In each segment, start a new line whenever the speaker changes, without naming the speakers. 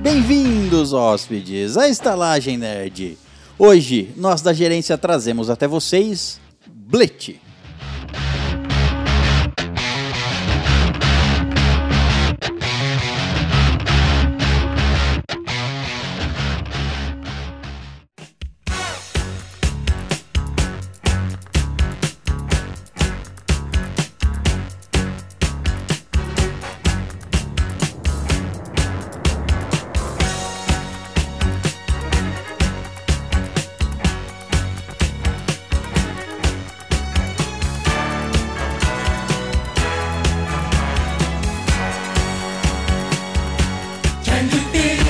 Bem-vindos, hóspedes, à Estalagem Nerd. Hoje, nós da gerência trazemos até vocês Blitz.
Can you feel it?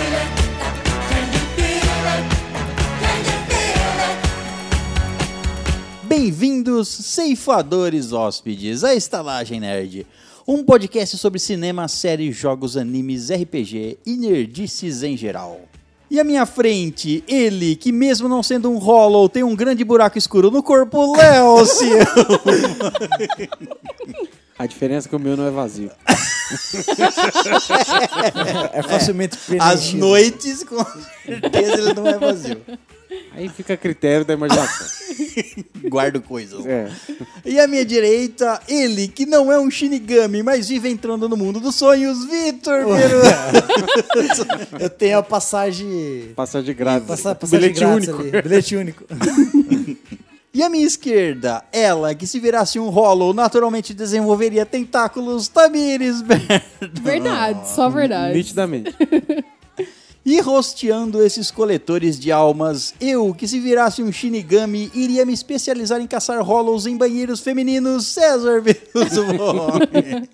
Can you feel it? Can you feel it?
Bem-vindos, ceifadores hóspedes, à Estalagem Nerd. Um podcast sobre cinema, séries, jogos, animes, RPG e nerdices em geral. E à minha frente, ele, que mesmo não sendo um hollow, tem um grande buraco escuro no corpo, Léo Cian.
A diferença é que o meu não é vazio.
É facilmente
As
preenchido.
noites, com certeza, ele não é vazio.
Aí fica a critério da imaginação.
Guardo coisas.
É.
E à minha direita, ele, que não é um Shinigami, mas vive entrando no mundo dos sonhos, Vitor Peru.
Eu tenho a passagem.
Passar de graça.
Passa, passagem
Bilhete
grátis
único.
ali. Bilhete único.
E à minha esquerda, ela, que se virasse um Hollow, naturalmente desenvolveria tentáculos, Tamires Berto.
Verdade, só verdade.
Nitidamente.
E rosteando esses coletores de almas, eu, que se virasse um Shinigami, iria me especializar em caçar Hollows em banheiros femininos, César Beelzebub.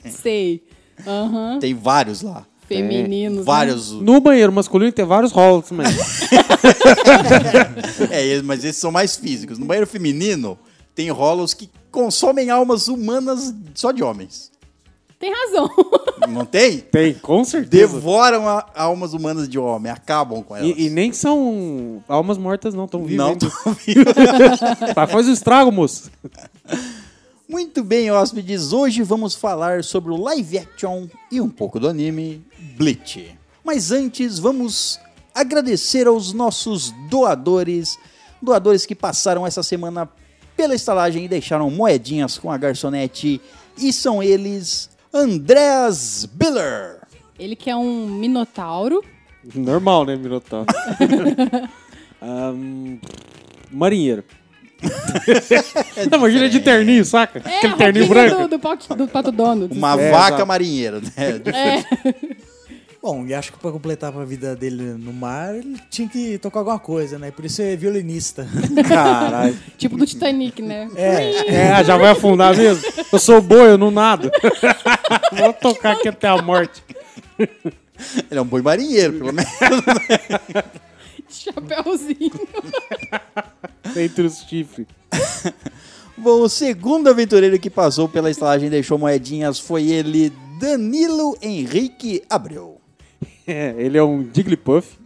Sei. Aham.
Tem vários lá.
Femininos. né?
Vários.
No banheiro masculino tem vários rolos, mano.
É, es- mas esses são mais físicos. No banheiro feminino, tem rolos que consomem almas humanas só de homens.
né? Tem razão.
Não tem?
Tem, com certeza.
Devoram a- almas humanas de homem, acabam com elas.
E, e nem são almas mortas, não. Estão
Não
vivendo.
tô ouvindo.
Tá, faz o estrago, moço.
Muito bem, hóspedes. Hoje vamos falar sobre o live action e um pouco do anime Bleach. Mas antes, vamos agradecer aos nossos doadores, doadores que passaram essa semana pela estalagem e deixaram moedinhas com a garçonete. E são eles Andreas Biller,
Ele que é um minotauro.
Normal, né, Minotauro? Ahn, marinheiro. não, mas ele é de terninho, saca?
É, a
Aquele terninho
roupinha
branco.
do, do, Pato- do Pato Donald.
uma
É,
vaca
exato.
marinheira, né?
Bom, e acho que pra completar a vida dele no mar, ele tinha que tocar alguma coisa, né? Por isso é violinista.
Caralho.
Tipo do Titanic, né?
É, já vai afundar mesmo? Eu sou boi, eu não nado. Vou tocar aqui até a morte.
Ele é um boi marinheiro, pelo menos.
Chapeuzinho.
Entre os chifres.
Bom, o segundo aventureiro que passou pela estalagem e deixou moedinhas foi ele, Danilo Henrique Abreu.
É, ele é um Jigglypuff.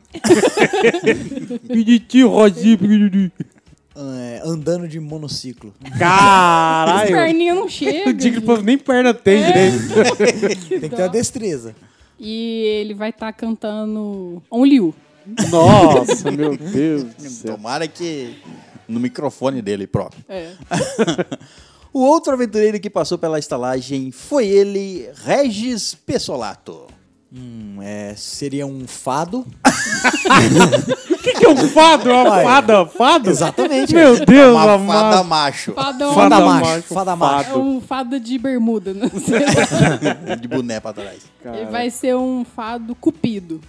Piditi, Rosi, piditi.
É, andando de monociclo.
As
Caralho.
perninhas não chegam.
O Jigglypuff nem perna tem direito.
Tem que ter uma destreza.
E ele vai estar cantando Only You.
Nossa, meu Deus do céu.
Tomara que no microfone dele próprio.
É.
O outro aventureiro que passou pela estalagem foi ele, Regis Pessolato.
Hum, é, seria um fado.
O que, que é um fado? É uma
Ué.
fada? Fado?
Exatamente.
Meu Deus,
Tá é. Uma fada
amado.
macho,
Fada,
Fada
Only You.
macho, fada macho.
É um fada de bermuda, não sei lá.
de boné pra trás.
Ele vai ser um fado cupido.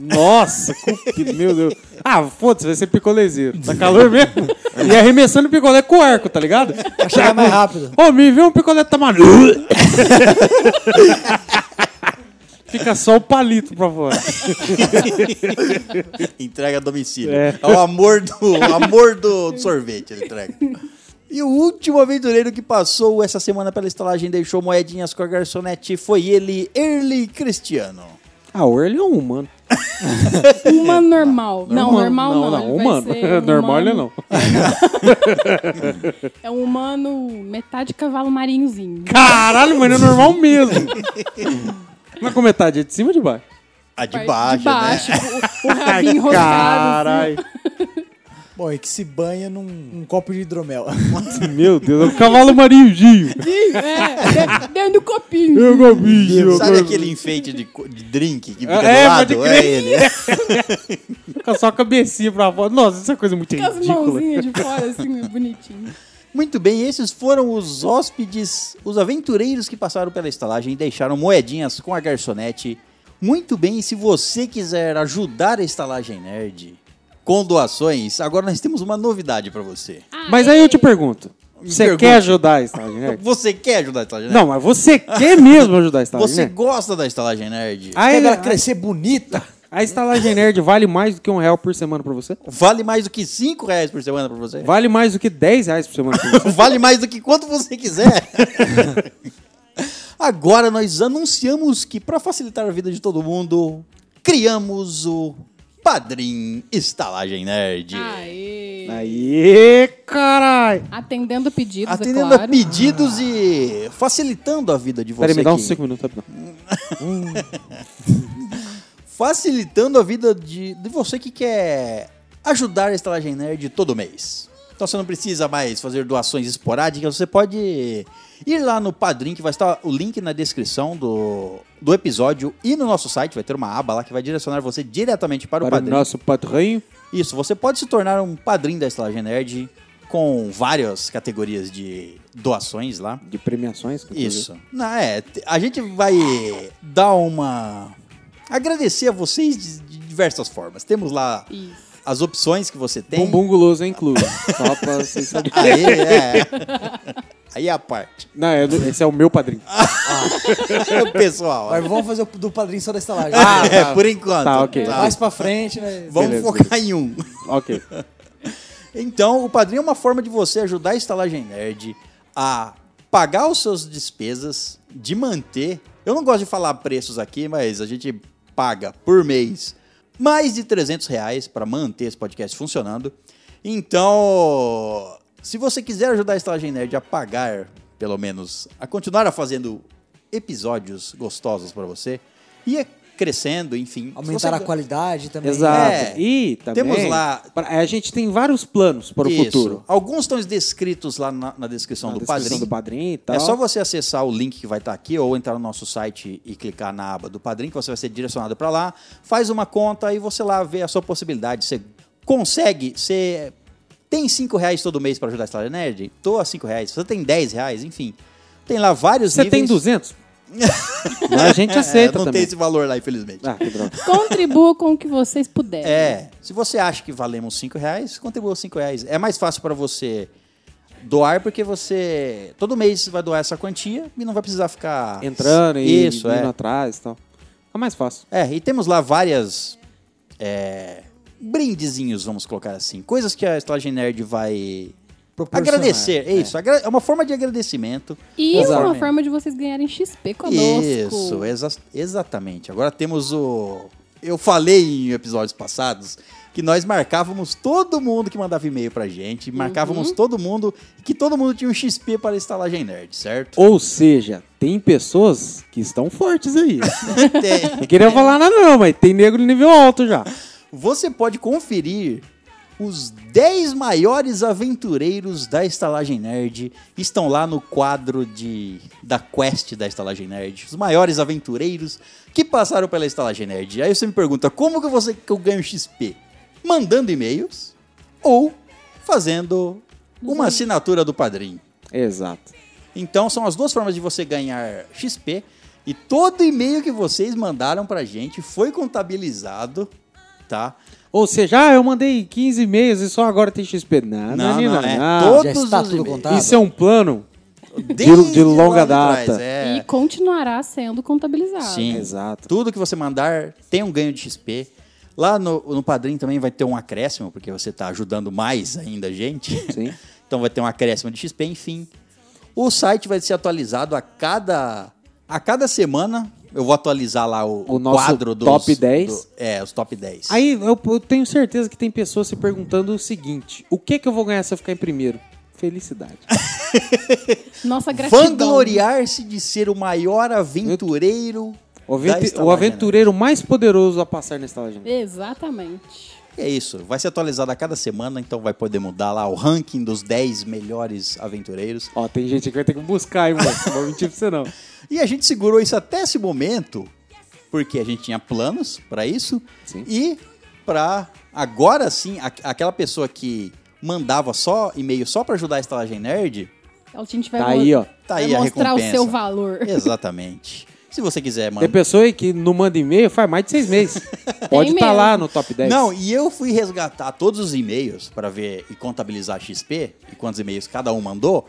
Nossa, cupido, meu Deus. Ah, foda-se, vai ser picolezeiro. Tá calor mesmo? E arremessando picolé com arco, tá ligado?
Pra chegar mais rápido.
Ô, me vê um picolé tamanho. Fica só o palito pra fora.
Entrega a domicílio. É,
É.
o amor do, o amor do sorvete, ele entrega. E o último aventureiro que passou essa semana pela estalagem e deixou moedinhas com a garçonete foi ele, Early Cristiano.
Ah, o Early é um humano.
Humano normal. Não, normal não.
Não,
Ele vai
humano.
ser um
Normal ele
humano-
não.
É um humano metade cavalo marinhozinho.
Caralho, mano, é normal mesmo. Mas com metade, é de é cima ou de baixo?
A Ah, de
parte
baixo,
de baixo
né?
o, o rabinho Tá enroscado. assim.
Carai,
Bom, e que se banha num, num copo de hidromel.
meu Deus, é o cavalo marinjinho.
Ih, É, de- dentro do copinho.
Eu gobi, eu
Sabe
gobi.
aquele enfeite de, co- de drink que fica
É,
do
pode
lado? É
crer.
ele. é.
Com só a cabecinha pra fora. Nossa, isso é coisa muito
Com as
ridícula.
mãozinhas de fora, assim, bonitinho.
Muito bem, esses foram os hóspedes, os aventureiros que passaram pela estalagem e deixaram moedinhas com a garçonete. Muito bem, e se você quiser ajudar a estalagem nerd com doações, agora nós temos uma novidade pra você.
Mas aí eu te pergunto.
Me
Você
pergunte.
quer ajudar a Estalagem Nerd?
Então, Você quer ajudar a estalagem nerd?
Não, né? mas você quer mesmo ajudar a Estalagem
Você
Nerd?
gosta da estalagem nerd?
Aí,
Pega ela
a-
crescer bonita.
A Estalagem Nerd vale mais do que um real por semana pra você?
Vale mais do que 5 reais por semana pra você?
Vale mais do que 10 reais por semana pra você?
Vale mais do que quanto você quiser. Agora nós anunciamos que para facilitar a vida de todo mundo, criamos o Padrim Estalagem Nerd.
Aê.
Aí, carai!
Atendendo pedidos,
Atendendo
é claro.
a pedidos e facilitando a vida de você.
Peraí, me dá um uns
que-
5 minutos rapidão.
Facilitando a vida de, de você que quer ajudar a Estalagem Nerd todo mês. Então você não precisa mais fazer doações esporádicas, você pode ir lá no Padrim, que vai estar o link na descrição do, do episódio e no nosso site, vai ter uma aba lá que vai direcionar você diretamente para, o
Para o
Padrim.
nosso padrinho.
Isso, você pode se tornar um padrinho da Estalagem Nerd com várias categorias de doações lá.
De premiações. que eu tô
Isso. Não, é, te- a gente vai dar uma. agradecer a vocês de, de diversas formas. Temos lá
Isso.
as opções que você tem.
vendo. Bumbum guloso é incluso. Só pra vocês saberem. Ah,
Aí é. Aí é a parte.
Não, é do- esse é o meu padrinho.
É o pessoal.
Mas vamos fazer o do padrinho só da estalagem.
Ah,
é,
tá.
por enquanto.
Tá, ok.
Mais pra frente, né?
Vamos
Beleza,
focar em um.
Ok.
Então, o padrinho é uma forma de você ajudar a Estalagem Nerd a pagar os seus despesas, de manter. Eu não gosto de falar preços aqui, mas a gente paga por mês mais de 300 reais para manter esse podcast funcionando. Então, se você quiser ajudar a Estalagem Nerd a pagar, pelo menos, a continuar fazendo episódios gostosos para você, e é crescendo, enfim. se
Aumentar
você-
a qualidade também. né?
Exato.
É.
E também.
Temos lá-
pra- a gente tem vários planos para o
Isso.
futuro.
Alguns estão descritos lá na, na descrição
Na
do
descrição
padrinho.
do padrinho e tal.
É só você acessar o link que vai estar aqui ou entrar no nosso site e clicar na aba do Padrim, que você vai ser direcionado para lá. Faz uma conta e você lá vê a sua possibilidade. Você consegue, você tem 5 reais todo mês para ajudar a História Nerd? Tô a 5 reais. Você tem 10 reais, enfim. Tem lá vários
Você tem
níveis.
200? Mas a gente aceita
É, não
também.
tem esse valor lá, infelizmente.
Ah, que droga.
Contribua com o que vocês puderem.
É, se você acha que valemos 5 reais, contribua 5 reais. É mais fácil para você doar, porque você. Todo mês você vai doar essa quantia e não vai precisar ficar.
Entrando e
Isso,
indo
é.
atrás e tal. É mais fácil.
É, e temos lá várias. É, brindezinhos, vamos colocar assim. Coisas que a Estalagem Nerd vai.
Proporcionar.
Agradecer, é isso. agra- É uma forma de agradecimento.
E uma
Exatamente.
forma de vocês ganharem XP conosco.
Isso, exa- exatamente. Agora temos o. Eu falei em episódios passados que nós marcávamos todo mundo que mandava e-mail pra gente, marcávamos todo mundo, que todo mundo tinha um XP para estalagem nerd, certo?
Ou seja, tem pessoas que estão fortes aí.
Tem.
Não queria falar nada não, mas tem negro nível alto já.
Você pode conferir os 10 maiores aventureiros da estalagem nerd, estão lá no quadro de da quest da estalagem nerd, os maiores aventureiros que passaram pela estalagem nerd. Aí você me pergunta, como que você que eu ganho XP? Mandando e-mails ou fazendo uma assinatura do padrinho.
Exato.
Então são as duas formas de você ganhar XP. E todo e-mail que vocês mandaram pra gente foi contabilizado, tá?
Ou seja, ah, eu mandei 15 e-mails e só agora tem XP. Não, não, não, não,
é
não.
todos
Já está
os
tudo
e-mails.
contado?
Isso é um plano?
Desde
de longa
lá de trás,
data.
é.
E continuará sendo contabilizado.
Sim.
Exato.
Tudo que você mandar tem um ganho de XP. Lá no, no Padrim também vai ter um acréscimo, porque você está ajudando mais ainda a gente.
Sim.
Então vai ter um acréscimo de XP, enfim. O site vai ser atualizado a cada, a cada semana. Eu vou atualizar lá o,
O nosso
quadro dos...
top 10.
do- é, os top 10.
Aí eu, eu tenho certeza que tem pessoas se perguntando o seguinte: o que que eu vou ganhar se eu ficar em primeiro? Felicidade.
Nossa gratidão.
Vangloriar-se de ser o maior aventureiro
O, avente-
Da estalagem,
o aventureiro mais poderoso a passar na estalagem.
Exatamente.
E é isso, vai ser atualizado a cada semana, então vai poder mudar lá o ranking dos 10 melhores aventureiros.
Ó, tem gente que vai ter que buscar, hein, mano? Não vou mentir pra você, não.
E a gente segurou isso até esse momento, porque a gente tinha planos pra isso.
Sim.
E pra agora sim, a- aquela pessoa que mandava só e-mail só pra ajudar a Estalagem Nerd,
Então, A gente vai,
Tá
mo-
aí, ó.
tá
vai
aí a
mostrar o
recompensa.
seu valor.
Exatamente. Se você quiser
Tem
mandar.
pessoa aí que não manda e-mail faz mais de seis meses. Pode estar
mesmo.
lá no top 10.
Não, e eu fui resgatar todos os e-mails pra ver e contabilizar a XP e quantos e-mails cada um mandou.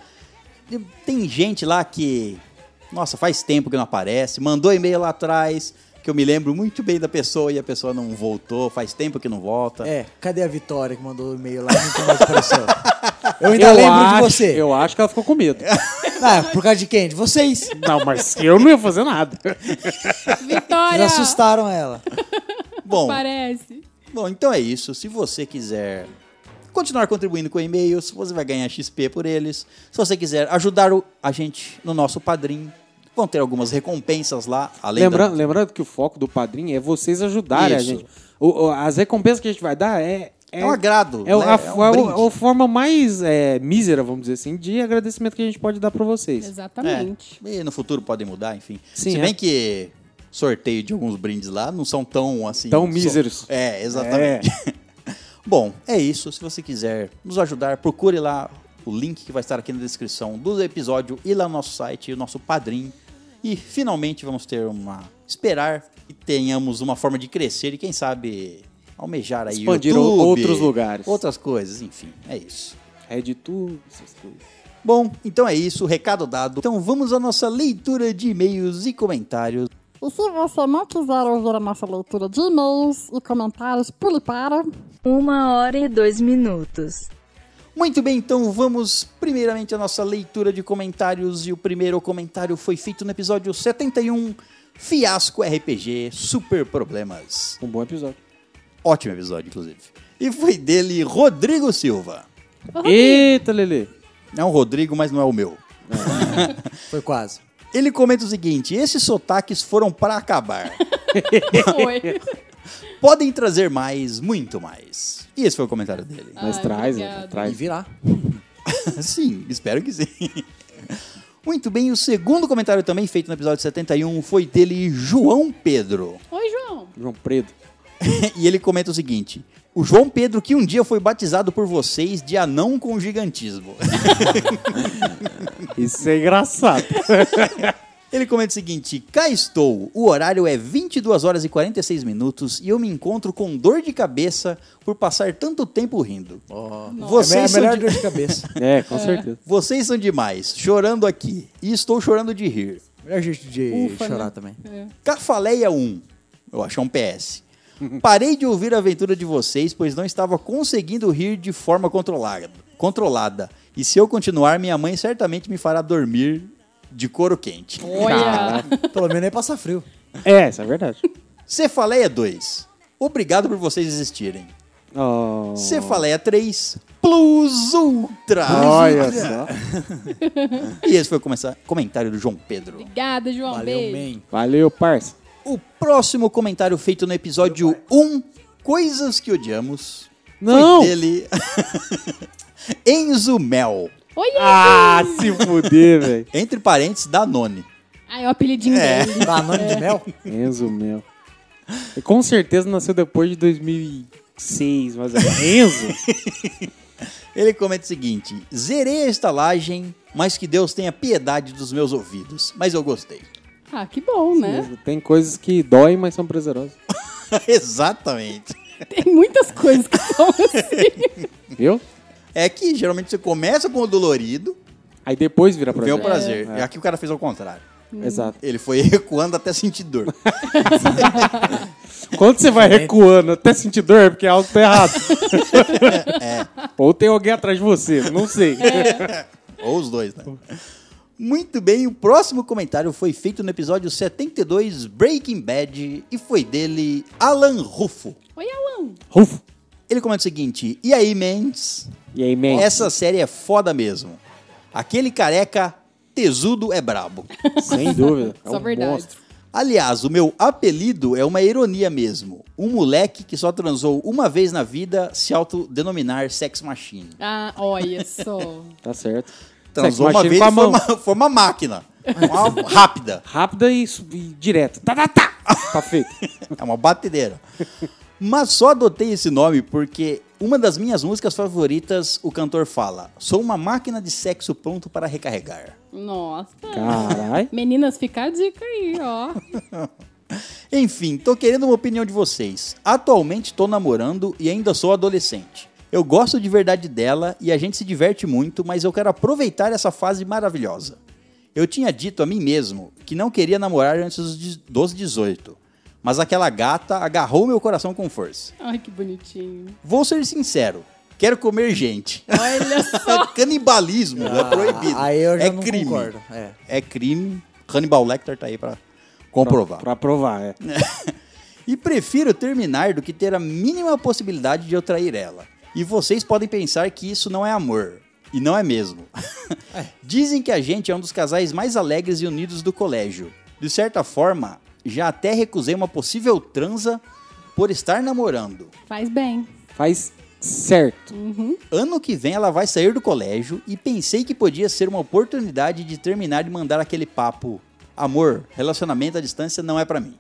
E Tem gente lá que, nossa, faz tempo que não aparece, mandou e-mail lá atrás, que eu me lembro muito bem da pessoa e a pessoa não voltou, faz tempo que não volta.
É, cadê a Vitória que mandou o e-mail lá e nunca mais apareceu? Eu ainda
eu
lembro
acho,
de você.
Eu acho que ela ficou com medo.
Ah, por causa de quem? De vocês. Vocês
não, mas eu não ia fazer nada.
Vitória!
assustaram ela.
Bom,
Parece.
bom, então é isso. Se você quiser continuar contribuindo com e-mails, você vai ganhar XP por eles. Se você quiser ajudar o- a gente no nosso padrinho, vão ter algumas recompensas lá, além da-
Lembrando, lembrando que o foco do padrinho é vocês ajudarem
Isso.
a gente. O- o- as recompensas que a gente vai dar é.
É um agrado,
É, o-
né?
a,
É um
a-
brinde.
a forma mais é, mísera, vamos dizer assim, de agradecimento que a gente pode dar pra vocês.
Exatamente.
É. E no futuro podem mudar, enfim.
Sim,
Se
é.
bem que sorteio de alguns brindes lá não são tão assim.
Tão
só-
míseros.
É, exatamente. Bom, é isso. Se você quiser nos ajudar, procure lá o link que vai estar aqui na descrição do episódio e lá no nosso site, o nosso padrinho. E finalmente vamos ter uma. Esperar que tenhamos uma forma de crescer e quem sabe almejar aí
Expandir
o YouTube,
outros lugares.
Outras coisas, enfim. É isso.
RedTube, essas coisas.
Bom, então é isso, recado dado. Então vamos à nossa leitura de e-mails e comentários.
E se você não quiser ouvir a nossa leitura de e-mails e comentários, pule para.
Uma hora e dois minutos.
Muito bem, então vamos primeiramente à nossa leitura de comentários. E o primeiro comentário foi feito no episódio 71, Fiasco RPG Super Problemas.
Um bom episódio.
Ótimo episódio, inclusive. E foi dele Rodrigo Silva.
Eita, Lele.
É um Rodrigo, mas não é o meu.
Foi quase.
Ele comenta o seguinte: esses sotaques foram para acabar.
Foi.
Podem trazer mais, muito mais. E esse foi o comentário dele.
Mas
Ai,
traz,
obrigada.
né?
E
traz.
virar.
Sim, espero que sim. Muito bem, o segundo comentário também feito no episódio 71 foi dele, João Pedro.
Oi, João.
João Preto.
E ele comenta o seguinte: O João Pedro, que um dia foi batizado por vocês de anão com gigantismo.
Isso é engraçado.
Ele comenta o seguinte: Cá estou, o horário é 22 horas e 46 minutos e eu me encontro com dor de cabeça por passar tanto tempo rindo.
é a
Vocês,
melhor
são de-
dor de cabeça.
é, com certeza.
vocês são demais, chorando aqui. E estou chorando de rir.
Melhor jeito de
Ufa,
chorar
né?
também.
Cafaleia 1. Eu acho é um PS. Parei de ouvir a aventura de vocês, pois não estava conseguindo rir de forma controlada. controlada. E se eu continuar, minha mãe certamente me fará dormir de couro quente.
Olha.
Pelo menos é passar frio.
É, isso é verdade.
Cefaleia 2. Obrigado por vocês existirem.
Oh.
Cefaleia 3. Plus Ultra.
Olha só.
E esse foi o começa- comentário do João Pedro.
Obrigada, João.
Valeu,
Beijo.
man.
Valeu, parça.
O próximo comentário feito no episódio 1, Coisas que Odiamos,
Não!
foi dele, Enzo Mel.
Oi,
Ah, se fuder, velho.
Entre parênteses, Danone.
Ai, o apelidinho
É.
dele.
Banana de mel?
Enzo Mel. E Com certeza nasceu depois de 2006, mas Enzo?
Ele comenta o seguinte: Zerei a estalagem, mas que Deus tenha piedade dos meus ouvidos. Mas eu gostei.
Ah, que bom, né?
Enzo. Tem coisas que doem, mas são prazerosas.
Exatamente.
Tem muitas coisas que são assim.
Viu?
É que geralmente você começa com o dolorido,
Aí depois vira prazer. É,
vem o prazer. E Aqui o cara fez ao contrário.
É.
Exato.
Ele foi recuando até sentir dor.
Quando você vai recuando até sentir dor, é porque algo tá errado.
É.
Ou tem alguém atrás de você, não sei.
É.
Ou os dois, né? Muito bem, o próximo comentário foi feito no episódio 72 Breaking Bad e foi dele, Alan Rufo.
Oi, Alan.
Rufo.
Ele comenta o seguinte: E aí, mens?
E aí, man?
Essa série é foda mesmo. Aquele careca tesudo é brabo.
Sem dúvida. É
Só
um
verdade.
monstro.
Aliás, o meu apelido é uma ironia mesmo. Um moleque que só transou uma vez na vida se autodenominar sex machine.
Ah, olha só.
Tá certo. Sex
Transou uma
machine
vez
com a
e foi
mão.
uma, foi uma máquina. É Uma rápida.
Rápida e, sub- e direta. Tá, tá, tá. Tá feito.
É uma batedeira. Mas só adotei esse nome porque uma das minhas músicas favoritas, o cantor fala: Sou uma máquina de sexo pronto para recarregar.
Nossa.
Caralho.
Meninas, fica a dica aí, ó.
Enfim, tô querendo uma opinião de vocês. Atualmente tô namorando e ainda sou adolescente. Eu gosto de verdade dela e a gente se diverte muito, mas eu quero aproveitar essa fase maravilhosa. Eu tinha dito a mim mesmo que não queria namorar antes dos de- dos 18, mas aquela gata agarrou meu coração com força.
Ai, que bonitinho.
Vou ser sincero, quero comer gente. É
Olha só.
Canibalismo é proibido.
Ah, Aí eu já
é
não
crime.
concordo. É.
É crime. Hannibal Lecter tá aí pra comprovar.
Pra provar, é.
E prefiro terminar do que ter a mínima possibilidade de eu trair ela. E vocês podem pensar que isso não é amor. E não é mesmo. Dizem que a gente é um dos casais mais alegres e unidos do colégio. De certa forma, já até recusei uma possível transa por estar namorando.
Faz bem.
Faz certo.
Ano que vem ela vai sair do colégio e pensei que podia ser uma oportunidade de terminar de mandar aquele papo. Amor, relacionamento à distância não é pra mim.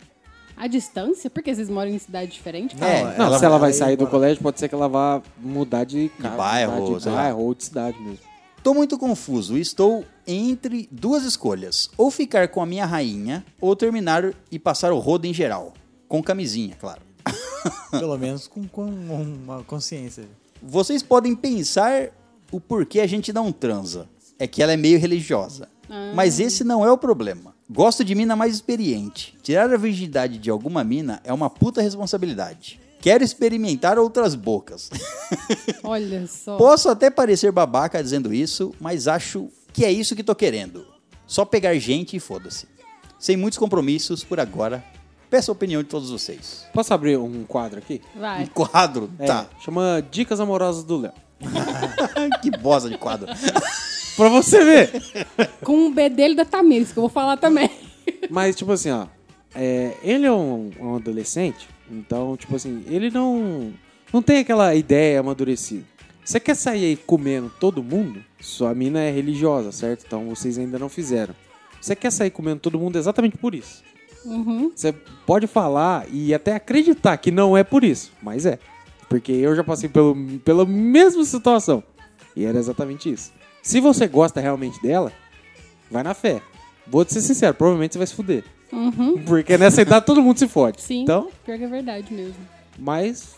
A distância? Porque vocês moram em cidade diferente?
É,
Não,
Ela
se ela vai
vai
sair do
embora.
colégio, pode ser que ela vá mudar de, casa,
bairro,
mudar de
sei lá.
bairro ou de cidade mesmo.
Tô muito confuso e estou entre duas escolhas: ou ficar com a minha rainha, ou terminar e passar o rodo em geral. Com camisinha, claro.
Pelo menos com, com uma consciência.
Vocês podem pensar o porquê a gente não transa. É que ela é meio religiosa. Mas esse não é o problema. Gosto de mina mais experiente. Tirar a virgindade de alguma mina é uma puta responsabilidade. Quero experimentar outras bocas.
Olha só.
Posso até parecer babaca dizendo isso, mas acho que é isso que tô querendo. Só pegar gente e foda-se. Sem muitos compromissos por agora. Peço a opinião de todos vocês.
Posso abrir um quadro aqui?
Um
Vai.
quadro?
É,
Tá.
Chama Dicas Amorosas do Léo.
que bosta de quadro.
Pra você ver.
Com o bedelho da Tamires, que eu vou falar também.
Mas, tipo assim, ó. é, ele é um, um adolescente, então, tipo assim, ele não, não tem aquela ideia amadurecida. Você quer sair aí comendo todo mundo? Sua mina é religiosa, certo? Então vocês ainda não fizeram. Você quer sair comendo todo mundo exatamente por isso.
Uhum.
Você pode falar e até acreditar que não é por isso, mas é. Porque eu já passei pelo, pela mesma situação. E era exatamente isso. Se você gosta realmente dela, vai na fé. Vou te ser sincero, provavelmente você vai se fuder.
Uhum.
Porque nessa idade todo mundo se fode.
Sim.
Então,
Pior que é verdade mesmo.
mas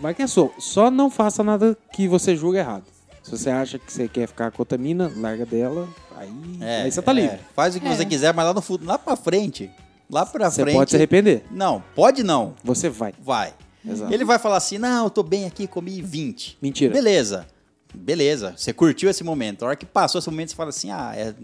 vai que é sua. Só não faça nada que você julga errado. Se você acha que você quer ficar com outra mina, larga dela, aí,
É,
aí você tá livre.
Faz o que
É.
você quiser, mas lá no fundo, lá pra frente. Lá pra
Você
frente.
pode se arrepender.
Não, pode não.
Você vai.
Vai.
Exato.
Ele vai falar assim: não, eu tô bem aqui, comi 20.
Mentira.
Beleza. Beleza. Você curtiu esse momento. A hora que passou esse momento, você fala assim: ah, é-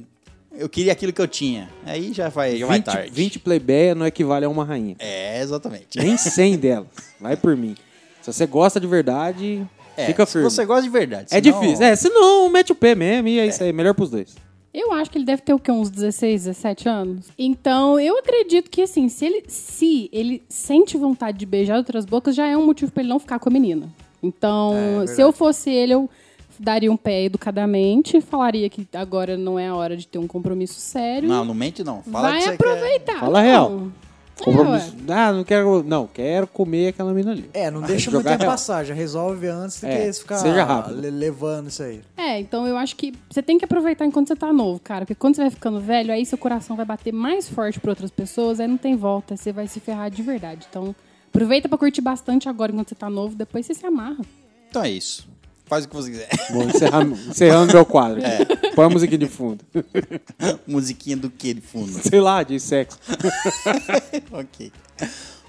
eu queria aquilo que eu tinha. Aí já vai, já vai
20,
tarde.
20 plebeia não equivale a uma rainha.
É, exatamente.
Nem 100 delas. Vai por mim. Se você gosta de verdade,
É,
fica
se
firme.
você gosta de verdade.
É
senão-
difícil. É, se não, mete o pé mesmo e é, isso aí. Melhor pros dois.
Eu acho que ele deve ter o quê? Uns 16, 17 anos? Então, eu acredito que, assim, se ele, se ele sente vontade de beijar outras bocas, já é um motivo pra ele não ficar com a menina. Então,
É,
se eu fosse ele, eu daria um pé educadamente, falaria que agora não é a hora de ter um compromisso sério.
Não, não mente não. Fala que
Vai
você
aproveitar.
Fala
Ah, não.
real.
É,
Compromisso.
ué.
Ah, não quero. Não, quero comer aquela mina ali.
É, não
Ah,
deixa muito
jogar
tempo
real.
passar, já resolve antes do
É,
que você ficar
seja rápido.
le- levando isso aí.
É, então eu acho que você tem que aproveitar enquanto você tá novo, cara. Porque quando você vai ficando velho, aí seu coração vai bater mais forte pra outras pessoas, aí não tem volta, você vai se ferrar de verdade. Então, aproveita pra curtir bastante agora enquanto você tá novo, depois você se amarra.
quer. Então é isso. Faz o que você quiser.
Vou encerrar, encerrando meu quadro.
É.
Põe a musiquinha de fundo.
Musiquinha do que de fundo.
Sei lá, de sexo.
ok.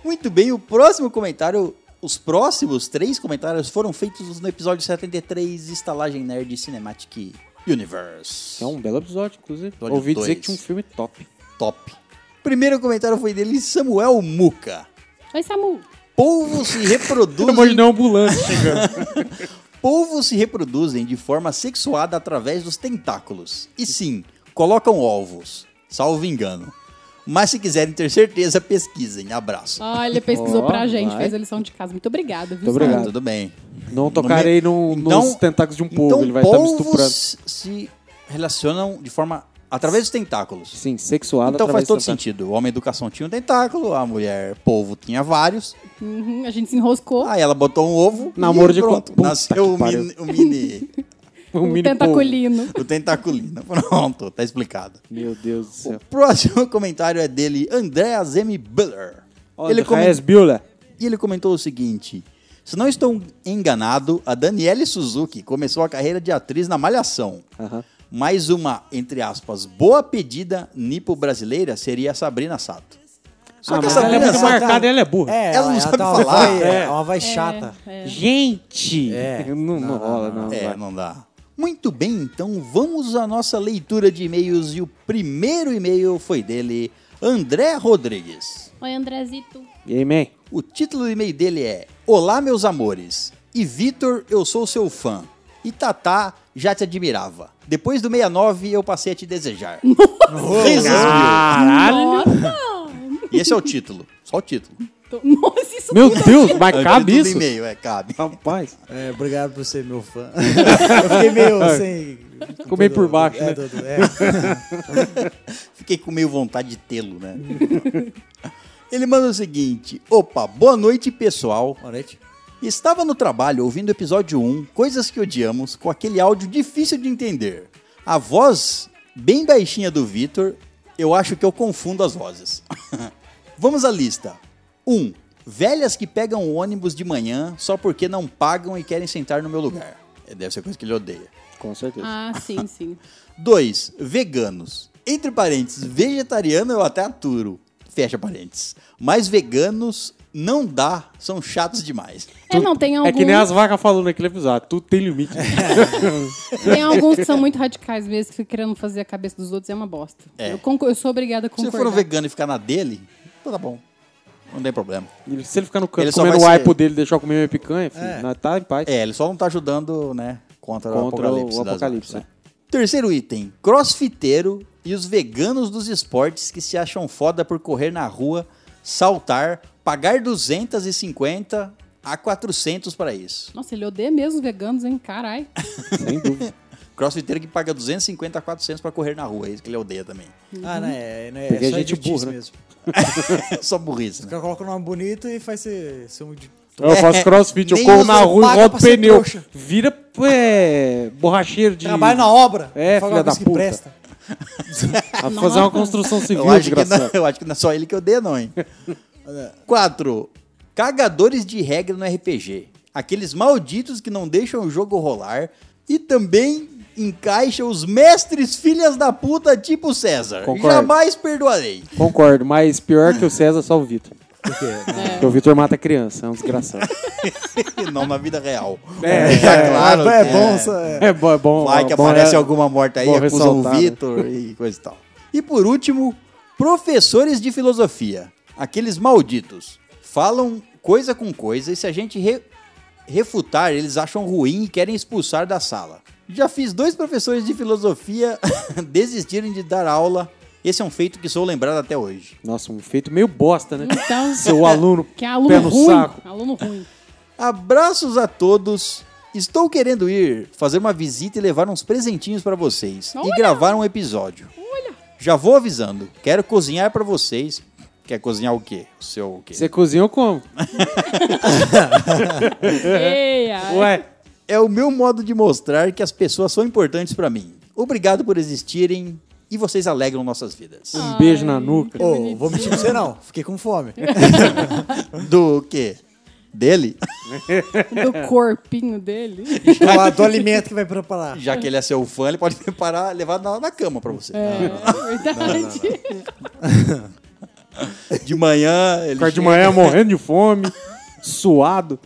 Muito bem, o próximo comentário. Os próximos três comentários foram feitos no episódio 73, Estalagem Nerd Cinematic Universe.
É um belo episódio, inclusive.
Episódio
Ouvi dizer
dois.
que tinha um filme top.
top. Primeiro comentário foi dele, Samuel Muca.
Oi, Samu.
Polvos se
Eu
reproduzem.
imaginei uma ambulância chegando.
Polvos se reproduzem de forma sexuada através dos tentáculos. E sim, colocam ovos. Salvo engano. Mas se quiserem ter certeza, pesquisem. Abraço.
Olha, Ah, pesquisou
Ó,
pra gente,
vai.
fez a lição de casa. Muito obrigada, viu?
Muito obrigado.
Sandra?
Tudo bem.
Não tocarei no, nos tentáculos de um povo,
então
ele vai estar me
polvos
estuprando.
se relacionam de forma... Através dos tentáculos.
Sim, sexuado
Então faz
através
todo
do tentáculo.
sentido. O homem educação tinha um tentáculo, a mulher polvo tinha vários.
Uhum, a gente se enroscou.
Ah,
Aí ela botou um ovo.
Namoro
e
de
pronto.
quatro. Puta
Nasceu o
que pariu.
mini, o mini.
Um
o
mini povo.
tentaculino.
o tentaculino. Pronto, tá explicado.
Meu Deus do
O
céu.
próximo comentário é dele, Andreas M. Buller. Ele, comen-
Andreas Bühler.
e ele comentou o seguinte: Se não estou enganado, a Daniele Suzuki começou a carreira de atriz na Malhação.
Aham.
Mais uma, entre aspas, boa pedida nipo brasileira seria a Sabrina Sato. Só
Ah,
que a
mas ela é
Sabrina
muito
Sato.
marcada e ela é burra.
É,
Ela não sabe
tá uma
falar.
voz-
É.
é uma voz chata.
Gente!
É.
Não, não, rola, não. não
É,
vai.
não dá. Muito bem, então vamos à nossa leitura de e-mails e o primeiro e-mail foi dele, André Rodrigues.
Oi, Andrezito.
E aí, man?
O título do e-mail dele é Olá, meus amores. E Vitor, eu sou seu fã. E Tatá, já te admirava. Depois do 69, eu passei a te desejar. Risos mil.
Nossa!
E esse é o título. Só o título.
Tô- Nossa, isso
Meu
tudo
Deus, mas
Eu
cabe
li tudo
isso?
no e-mail, é, cabe.
Rapaz,
É, obrigado por ser meu fã. Eu fiquei meio sem.
Ficou meio por baixo,
É,
né?
do- do- é.
Fiquei com meio vontade de tê-lo, né? Ele manda o seguinte: opa, boa noite, pessoal.
Boa noite.
Estava no trabalho ouvindo o episódio 1, Coisas que Odiamos, com aquele áudio difícil de entender. A voz bem baixinha do Vitor, eu acho que eu confundo as vozes. Vamos à lista. 1. Velhas que pegam o ônibus de manhã só porque não pagam e querem sentar no meu lugar. É, Deve ser coisa que ele odeia.
com certeza.
Ah, sim, sim.
2. Veganos. Entre parênteses, vegetariano eu até aturo. Fecha parênteses. Mas veganos não dá, são chatos demais.
É, não, tem
É
alguns,
que nem as vacas falando naquele episódio, tudo tem limite.
tem alguns que são muito radicais mesmo, que ficam querendo fazer a cabeça dos outros, é uma bosta. Eu, concor- eu sou obrigada a
Se
concordar.
for um vegano e ficar na dele, então tá bom. Não tem problema.
Ele- Se ele ficar no canto
Ele só
comendo o
vai ser-
aipo dele e deixar eu comer minha picanha, filho, nós tá em paz.
É, ele só não tá ajudando, né? Contra,
Contra
o apocalipse.
o
das
apocalipse,
artes, né? Terceiro item: crossfiteiro e os veganos dos esportes que se acham foda por correr na rua, saltar, pagar 250 a 400 pra isso.
Nossa, ele odeia mesmo os veganos, hein? Caralho.
Sem dúvida.
Crossfiteiro que paga 250 a 400 pra correr na rua, é isso que ele odeia também.
Ah, né? É, né,
Porque
é
a
só
gente
idiotice
burra, né?
mesmo.
É só burrice,
O
né?
cara coloca o nome bonito e faz ser, ser um. idi-
Eu faço crossfit, eu
nem
corro
usa,
na rua e
paga
rodo
pra ser
pneu.
trouxa.
Vira é, borracheiro de.
Trabalho na obra.
É,
fala
filha
uma
da
coisa que
puta.
presta.
a fazer uma construção
Eu
civil,
acho, que não,
desgraçado.
eu acho que não é só ele que odeia, não, hein? Quatro. Cagadores de regra no RPG. Aqueles malditos que não deixam o jogo rolar e também encaixa os mestres filhas da puta tipo César.
Concordo.
Jamais perdoarei.
Concordo, mas pior que o César, só o Vitor.
Por quê?
Porque o Vitor mata criança, é um desgraçado.
não na vida real.
É,
Tá claro.
é,
que
bom. só- é.
É bom, é bom.
Vai que
bom,
aparece
é-
alguma morta aí,
bom
acusam o
ressaltar, né?
Vitor e coisa e tal. E por último, professores de filosofia. Aqueles malditos. Falam coisa com coisa e se a gente re- refutar, eles acham ruim e querem expulsar da sala. Já fiz dois professores de filosofia desistirem de dar aula. Esse é um feito que sou lembrado até hoje.
Nossa, um feito meio bosta, né?
Então,
Seu aluno,
que é aluno
pé no
ruim.
saco.
Aluno ruim.
Abraços a todos. Estou querendo ir fazer uma visita e levar uns presentinhos pra vocês e
Olha!
gravar um episódio. Já vou avisando. Quero cozinhar pra vocês. Quer cozinhar o quê? O seu o quê?
Você cozinhou como?
Ei, ai.
Ué,
É o meu modo de mostrar que as pessoas são importantes pra mim. Obrigado por existirem e vocês alegram nossas vidas.
um beijo na nuca.
Ô, vou mentir pra você não. Fiquei com fome.
Do quê? Dele?
do corpinho dele.
Do, do alimento que vai preparar.
Já que ele é seu fã, ele pode preparar, levar na, na cama pra você.
É, verdade.
De manhã, ele
Acorda de
chega-
manhã morrendo de fome, suado.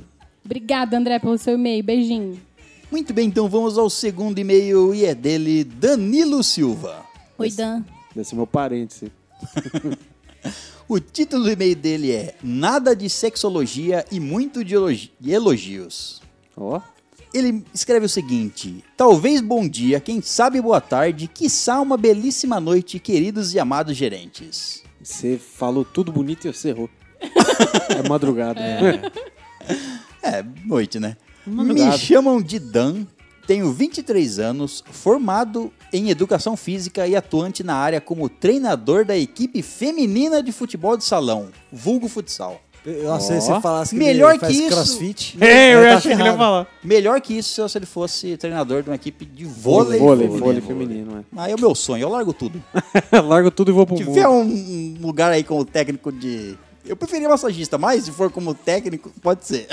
Obrigada, André, pelo seu e-mail. Beijinho.
Muito bem, então vamos ao segundo e-mail e é dele Danilo Silva.
Oi, Dan.
Deve ser meu parente. sim.
O título do e-mail dele é Nada de Sexologia e Muito de elogi- de Elogios.
Ó,
Ele escreve o seguinte: Talvez bom dia, quem sabe boa tarde, quiçá uma belíssima noite, queridos e amados gerentes.
Você falou tudo bonito e você errou. É madrugada. né?
É, noite, né? Me chamam de Dan, tenho 23 anos, formado em educação física e atuante na área como treinador da equipe feminina de futebol de salão, vulgo futsal.
Nossa, se
Ó.
você falasse que
Melhor
ele faz
que isso.
crossfit.
É, eu
ele tá
achei que ele ia
ferrado.
falar.
Melhor que isso se ele fosse treinador de uma equipe de vôlei,
Vôlei, vôlei,
feminino.
vôlei feminino,
Aí é o meu sonho, eu largo tudo.
é. Largo tudo e vou pro
Se
mundo.
tiver um- um lugar aí como técnico de... Eu preferia massagista, mas se for como técnico, pode ser.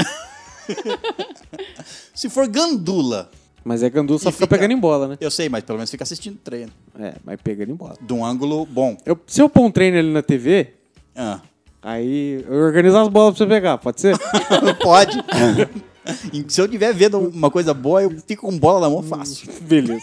se for gandula,
Mas é Gandu só
E
fica
fica-
pegando em bola, né?
eu sei, mas pelo menos fica assistindo treino.
É, mas pegando em bola.
De um ângulo bom.
Eu- se eu pôr um treino ali na TV,
Ah.
aí eu organizo as bolas pra você pegar, pode ser?
Pode. E Se eu tiver vendo uma coisa boa, eu fico com bola na mão fácil.
Beleza.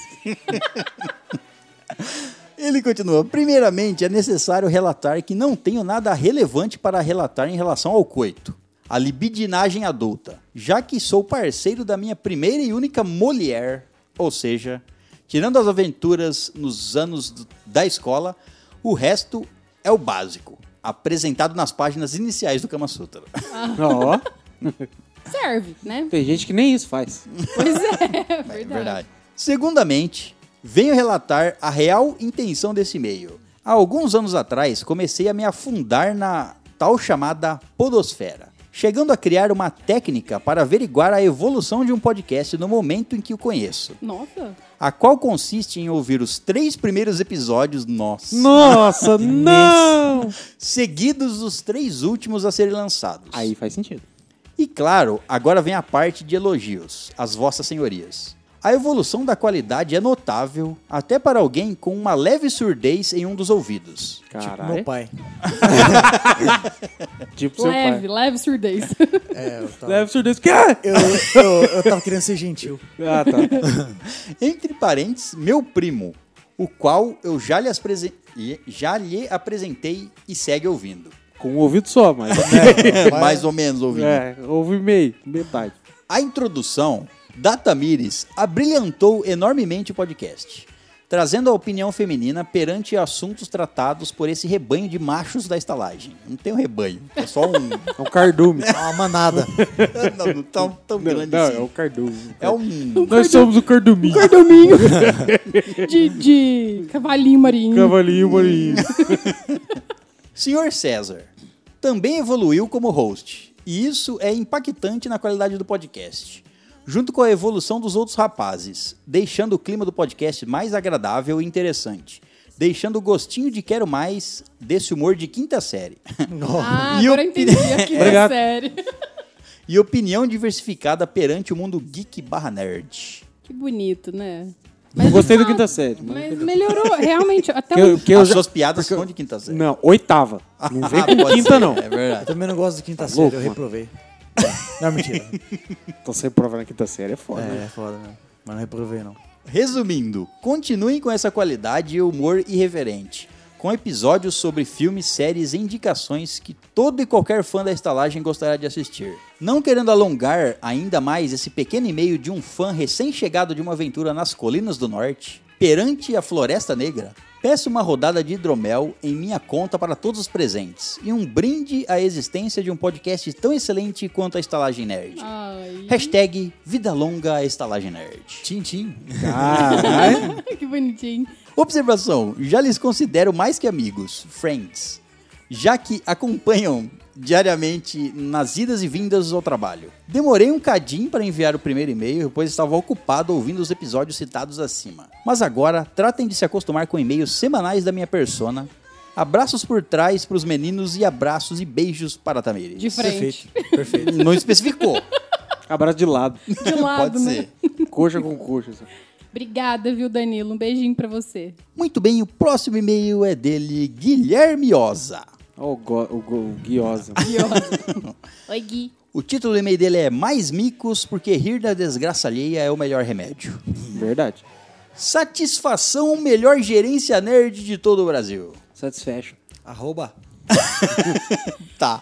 Ele continua. Primeiramente, é necessário relatar que não tenho nada relevante para relatar em relação ao coito. A libidinagem adulta. Já que sou parceiro da minha primeira e única mulher, ou seja, tirando as aventuras nos anos d- da escola, o resto é o básico, apresentado nas páginas iniciais do Kama Sutra.
Ó,
Serve, né?
tem gente que nem isso faz.
Pois é, é
É
verdade.
verdade. Segundamente, venho relatar a real intenção desse e-mail. Há alguns anos atrás, comecei a me afundar na tal chamada podosfera, chegando a criar uma técnica para averiguar a evolução de um podcast no momento em que o conheço,
Nossa.
a qual consiste em ouvir os três primeiros episódios, nossa,
Nossa, não!
seguidos dos três últimos a serem lançados.
Aí faz sentido.
E claro, agora vem a parte de elogios, as vossas senhorias. A evolução da qualidade é notável, até para alguém com uma leve surdez em um dos ouvidos.
Caralho.
Meu pai.
Tipo seu
Leve,
pai.
leve surdez.
É, eu tava,
Leve surdez. Ah!
eu, eu, eu tava querendo ser gentil.
Ah, tá.
Entre parentes, meu primo, o qual eu já lhe, apresen- e- já lhe apresentei e segue ouvindo.
Com um ouvido só, mas...
Mais ou menos ouvindo.
É, ouve meio, metade.
A introdução, Data Mires abrilhantou enormemente o podcast, trazendo a opinião feminina perante assuntos tratados por esse rebanho de machos da estalagem. Não tem um rebanho, é só um.
É um cardume.
É Uma manada.
não, não tão, tão
Não,
grande
não,
assim.
é um cardume.
É um.
Nós somos o carduminho.
Domingo. De, de cavalinho marinho.
Cavalinho, marinho.
Senhor César também evoluiu como host, e isso é impactante na qualidade do podcast, junto com a evolução dos outros rapazes, deixando o clima do podcast mais agradável e interessante, deixando o gostinho de quero mais desse humor de quinta série.
Ah,
E
agora
eu-
eu entendi aqui é da
Obrigado.
série.
e opinião diversificada perante o mundo geek barra nerd.
Que bonito, né?
Eu gostei do quinta série. Mas...
Mas melhorou, realmente. Até
Que eu, que eu
As
já...
suas piadas são de quinta série.
Não, oitava. Não
Ah,
vem com
pode
quinta,
ser,
não.
É
Eu
verdade.
também não gosto do quinta série,
Tá louco,
eu
mano.
reprovei. Não, mentira.
Tô sem prova na quinta série, é foda. né?
É, é foda mesmo. Mas não reprovei, não.
Resumindo, continuem com essa qualidade e humor irreverente, com episódios sobre filmes, séries e indicações que todo e qualquer fã da estalagem gostaria de assistir. Não querendo alongar ainda mais esse pequeno e-mail de um fã recém-chegado de uma aventura nas colinas do norte, perante a Floresta Negra, peço uma rodada de hidromel em minha conta para todos os presentes e um brinde à existência de um podcast tão excelente quanto a Estalagem Nerd.
um Ai,
Hashtag Vida Longa Estalagem Nerd.
Tchim, tchim.
Caralho.
que bonitinho.
Observação: já lhes considero mais que amigos, friends, já que acompanham diariamente nas idas e vindas ao trabalho. Demorei um cadinho para enviar o primeiro e-mail, pois estava ocupado ouvindo os episódios citados acima. Mas agora, tratem de se acostumar com e-mails semanais da minha persona. Abraços por trás para os meninos e abraços e beijos para a Tamires.
De frente.
Perfeito, perfeito.
Não especificou.
Abraço de lado.
De lado,
Pode
né?
ser.
Coxa com coxa. assim.
Obrigada, viu, Danilo? Um beijinho pra você.
Muito bem, o próximo e-mail é dele, Guilherme Oza.
Ó, o, go, o, go, o guiosa.
Oi, Gui.
O título do e-mail dele é Mais Micos, porque rir da desgraça alheia é o melhor remédio.
Verdade.
Satisfação, melhor gerência nerd de todo o Brasil.
Satisfaction.
Arroba.
Tá.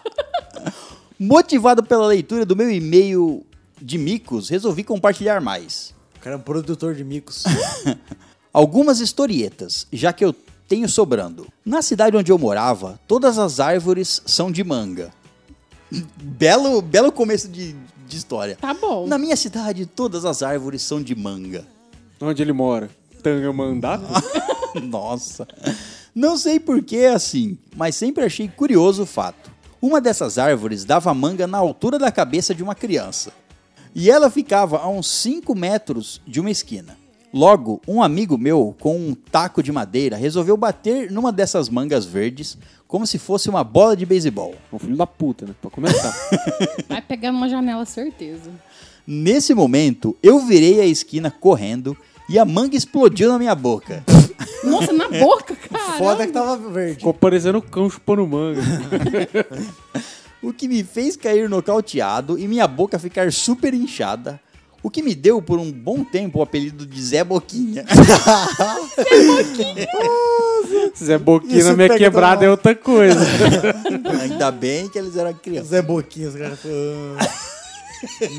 Motivado pela leitura do meu e-mail de micos, resolvi compartilhar mais.
O cara é um produtor de micos.
Algumas historietas, já que eu tenho sobrando. Na cidade onde eu morava, todas as árvores são de manga. Belo, belo começo de, de história.
Tá bom.
Na minha cidade, todas as árvores são de manga.
Onde ele mora? Tangamandá?
Nossa. Não sei por que é assim, mas sempre achei curioso o fato. Uma dessas árvores dava manga na altura da cabeça de uma criança. E ela ficava a uns 5 metros de uma esquina. Logo, um amigo meu, com um taco de madeira, resolveu bater numa dessas mangas verdes como se fosse uma bola de beisebol.
um filho da puta, né? Pra começar.
Vai pegar numa janela, certeza.
Nesse momento, eu virei a esquina correndo e a manga explodiu na minha boca.
Nossa, na boca, cara.
Foda que tava verde.
Ficou parecendo um cão chupando manga.
o que me fez cair nocauteado e minha boca ficar super inchada, o que me deu por um bom tempo o apelido de Zé Boquinha.
Zé é Boquinha
Isso
na minha
pega
quebrada
todo
é outra coisa.
Ainda bem que eles eram crianças.
Zé Boquinhas, cara. Foi... "Ah,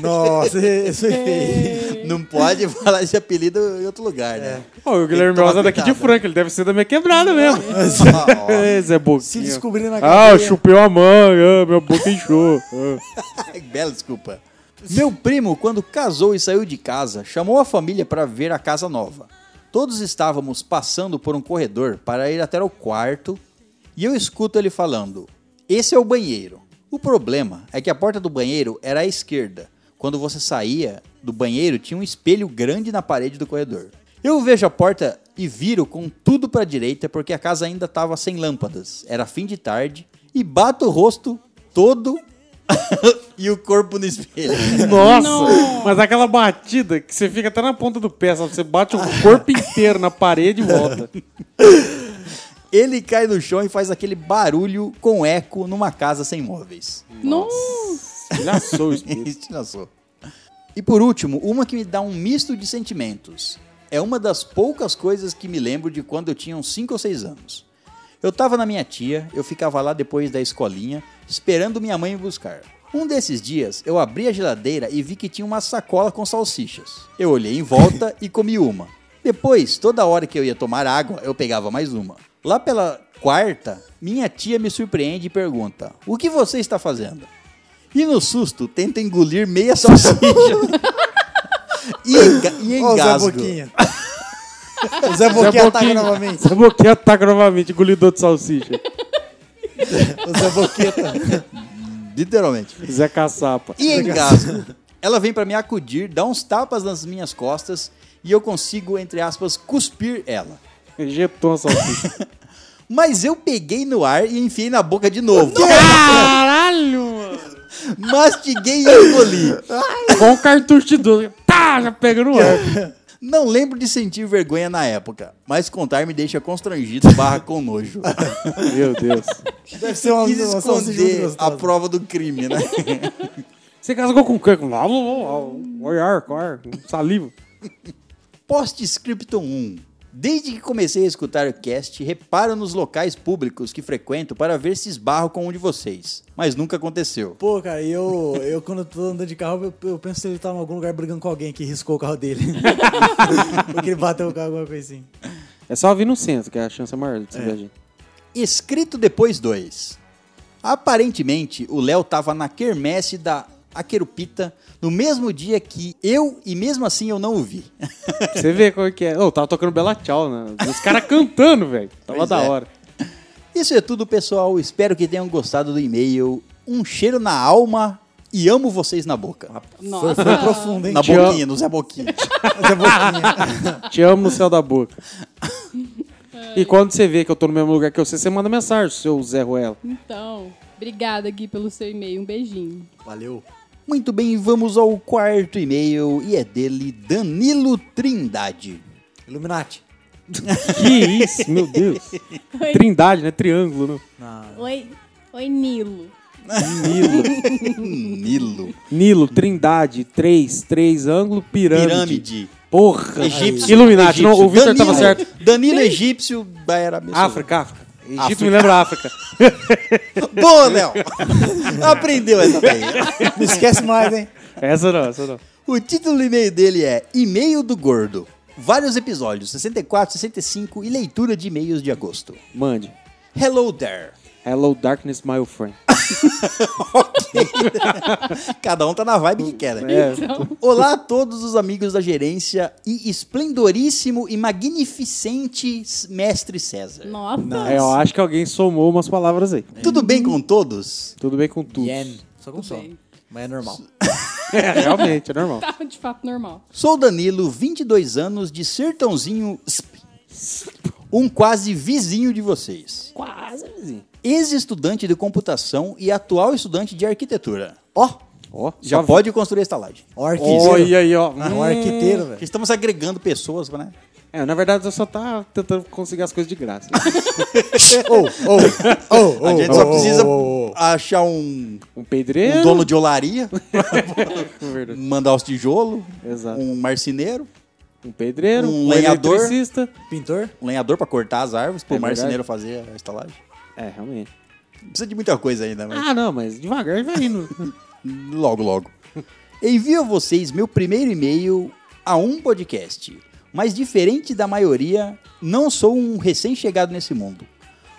Nossa, isso foi feio.
Não pode falar esse apelido em outro lugar, né?
Ó, o
Tem
Guilherme
que tomar
Rosa é daqui de
cuidado.
Franca, ele deve ser da minha quebrada mesmo.
Ó,
É, Zé Boquinha.
Se descobrir na
Ah,
cadeia.
eu chupei uma manga, ah, minha boca inchou. ah.
ó, Bela desculpa. Meu primo, quando casou e saiu de casa, chamou a família para ver a casa nova. Todos estávamos passando por um corredor para ir até o quarto e eu escuto ele falando: Esse é o banheiro. O problema é que a porta do banheiro era à esquerda. Quando você saía do banheiro, tinha um espelho grande na parede do corredor. Eu vejo a porta e viro com tudo para a direita porque a casa ainda estava sem lâmpadas. Era fim de tarde e bato o rosto todo e o corpo no espelho.
Nossa! Mas aquela batida que você fica até na ponta do pé, sabe? Você bate o corpo inteiro na parede e volta.
Ele cai no chão e faz aquele barulho com eco numa casa sem móveis.
Nossa.
Estilhaçou o espelho.
Estilhaçou. E por último, uma que me dá um misto de sentimentos. É uma das poucas coisas que me lembro de quando eu tinha uns 5 ou 6 anos. Eu tava na minha tia, eu ficava lá depois da escolinha, esperando minha mãe me buscar. Um desses dias, eu abri a geladeira e vi que tinha uma sacola com salsichas. Eu olhei em volta e comi uma. Depois, toda hora que eu ia tomar água, eu pegava mais uma. Lá pela quarta, minha tia me surpreende e pergunta: O que você está fazendo? E no susto, tenta engolir meia salsicha. e, enga e
Ó, o Zé
engasgo.
Boquinha. O Zé Boquinha ataca novamente.
Zé Boquinha ataca novamente, engolidor de salsicha.
O Zé Boquinha tá-
Literalmente.
Zé Caçapa.
E engasgo. Ela vem pra me acudir, dá uns tapas nas minhas costas e eu consigo, entre aspas, cuspir ela.
Injetou a salsicha.
Mas eu peguei no ar e enfiei na boca de novo.
Caralho, mano!
Mastiguei e engoli.
Com um cartucho de doce. Tá, já pega no ar.
Não lembro de sentir vergonha na época, mas contar me deixa constrangido barra com nojo.
Meu Deus.
Deve ser uma,
Quis
uma salsicha muito
esconder a
gostosa.
prova do crime, né?
Você casou com o quê? Com lá, lá, lá, lá, olhar, com ar, com saliva.
Postscriptum 1. Desde que comecei a escutar o cast, reparo nos locais públicos que frequento para ver se esbarro com um de vocês. Mas nunca aconteceu.
Pô, cara, e eu, eu quando tô andando de carro, eu, eu penso se ele tá em algum lugar brigando com alguém que riscou o carro dele. Porque ele bateu o carro, alguma coisa assim.
É só vir no centro, que a chance é maior de você ver a gente.
Escrito depois 2. Aparentemente, o Léo tava na quermesse da Aquerupita no mesmo dia que eu e mesmo assim eu não o vi.
Você vê como é que é. Ô, tava tocando Bela Tchau, né? Os caras cantando, velho. Tava
Pois
da
é.
hora.
Isso é tudo, pessoal. Espero que tenham gostado do e-mail. Um cheiro na alma e amo vocês na boca.
Foi, foi profundo, hein?
Na
Te amo.
boquinha, no Zé Boquinha.
Zé Boquinha.
Te amo no céu da boca. E quando você vê que eu tô no mesmo lugar que você, você manda mensagem, seu Zé Ruela.
Então, obrigada, Gui, pelo seu e-mail. Um beijinho.
Valeu.
Muito bem, vamos ao quarto e-mail e é dele Danilo Trindade.
Illuminati.
Que isso, meu Deus. Trindade, né? Triângulo, né?
Ah. Oi. Oi, Nilo.
Nilo.
Nilo.
Nilo, Trindade, três, três, ângulo, pirâmide.
Pirâmide.
Porra.
Egípcio.
Iluminati. Não, o Victor
Danilo-
tava certo.
Danilo egípcio da era mesmo.
África, África. Egito
África.
me lembra África.
Boa, Léo! Aprendeu essa daí.
Não esquece mais, hein?
Essa não, essa não.
O título do e-mail dele é E-mail do Gordo. Vários episódios, 64, 65 e leitura de e-mails de agosto.
Mande.
Hello there.
Hello, darkness, my old friend.
Cada um tá na vibe que quer, né?
É.
Olá a todos os amigos da gerência e esplendoríssimo e magnificente mestre César.
Nossa.
É, eu acho que alguém somou umas palavras aí.
Tudo bem com todos?
Tudo bem com tudo.
Yen. Só com som.
bem.
Mas é normal.
É, realmente, é normal.
Tava de fato normal.
Sou Danilo, 22 anos, de Sertãozinho, Sp- um quase vizinho de vocês.
Quase, vizinho.
Ex-estudante de computação e atual estudante de arquitetura. Ó,
Ó,
já
só-
pode Ah, construir a estalagem.
O arquiteiro.
Olha aí, ó. Hum.
É um arquiteiro, velho.
Estamos agregando pessoas, né?
É, na verdade, eu só tá tentando conseguir as coisas de graça.
Oh, oh, oh, oh,
a gente só
oh,
precisa
oh, oh, oh.
achar um,
Um
um
pedreiro.
dono de olaria,
Na verdade.
mandar os tijolos,
Exato.
um marceneiro,
Um pedreiro,
Um
um,
lenhador.
eletricista.
Pintor?
um lenhador pra cortar as árvores, pro
É verdade.
marceneiro fazer a estalagem.
É, realmente.
Precisa de muita coisa ainda, mas
Ah, não, mas devagar vai indo.
logo, logo. Envio a vocês meu primeiro e-mail a um podcast, mas diferente da maioria, não sou um recém-chegado nesse mundo.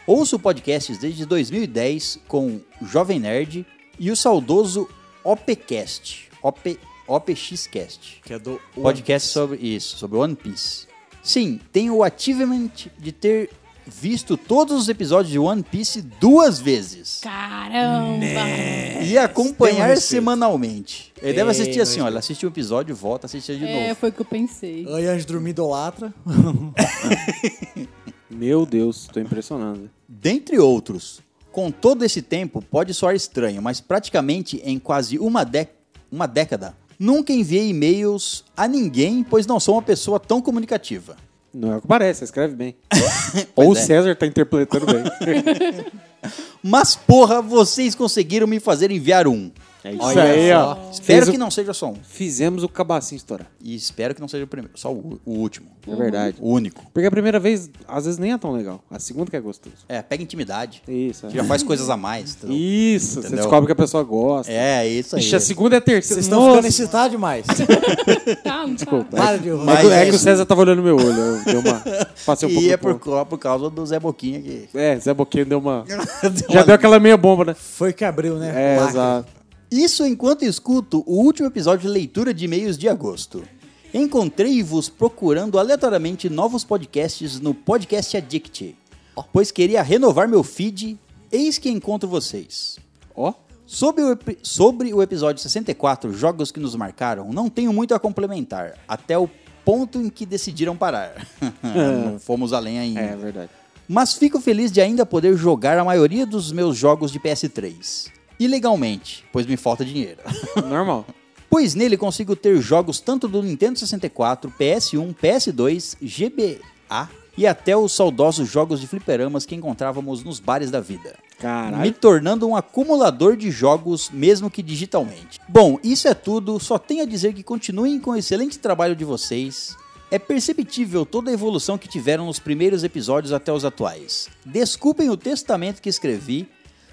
Ouço podcasts desde 2010 com Jovem Nerd e o saudoso OPcast, OP, OPXcast.
Que é do...
Podcast sobre isso, sobre One Piece. Sim, tenho o achievement de ter visto todos os episódios de One Piece duas vezes
Caramba. É,
e acompanhar
respeito.
semanalmente. Ele deve
Tem
assistir assim,
respeito.
olha, assistir um episódio, volta, assistir de
É,
novo.
foi o que eu pensei.
Ai, anjo dormir idolatra.
Meu Deus, tô impressionado.
Dentre outros. Com todo esse tempo, pode soar estranho, mas praticamente em quase uma, dé- uma década, nunca enviei e-mails a ninguém, pois não sou uma pessoa tão comunicativa.
Não é o que parece, você escreve bem. Ou o
é.
César tá interpretando bem.
Mas porra, vocês conseguiram me fazer enviar um.
É isso
Olha
aí,
só.
ó.
Espero
Fez o-
que não seja só um.
Fizemos o cabacinho estourar.
E espero que não seja o primeiro, só o, o último.
É verdade.
O único.
Porque a primeira vez, às vezes, nem é tão legal. A segunda que é gostoso.
É, pega intimidade.
Isso,
Já
é.
faz coisas a mais. entendeu?
Isso, você
Então, Entendeu?
descobre que a pessoa gosta.
É, isso aí.
Ixi, a segunda é a terceira.
Vocês estão
Nossa.
ficando excitados demais.
Tá, não tá.
Desculpa.
Para de...
É,
Mas
que- é
é
que o
isso.
César tava olhando meu olho. Eu dei uma. Passei um pouco.
E é
do
por,
ponto.
co- por causa do Zé Boquinha que.
É, Zé Boquinha deu uma. Já deu aquela meia bomba, né?
Foi que abriu,
É,
né? Lacre.
exato.
Isso enquanto escuto o último episódio de leitura de e-mails de agosto. Encontrei-vos procurando aleatoriamente novos podcasts no Podcast Addict, pois queria renovar meu feed, eis que encontro vocês.
Ó.
Sobre o, epi- sobre o episódio 64, Jogos que nos marcaram, não tenho muito a complementar, até o ponto em que decidiram parar. não fomos além ainda.
É, verdade.
Mas fico feliz de ainda poder jogar a maioria dos meus jogos de PS3. Ilegalmente, pois me falta dinheiro.
Normal.
pois nele consigo ter jogos tanto do Nintendo 64, PS1, PS2, GBA e até os saudosos jogos de fliperamas que encontrávamos nos bares da vida. Me
Caralho.
tornando um acumulador de jogos, mesmo que digitalmente. Bom, isso é tudo. Só tenho a dizer que continuem com o excelente trabalho de vocês. É perceptível toda a evolução que tiveram nos primeiros episódios até os atuais. Desculpem o testamento que escrevi.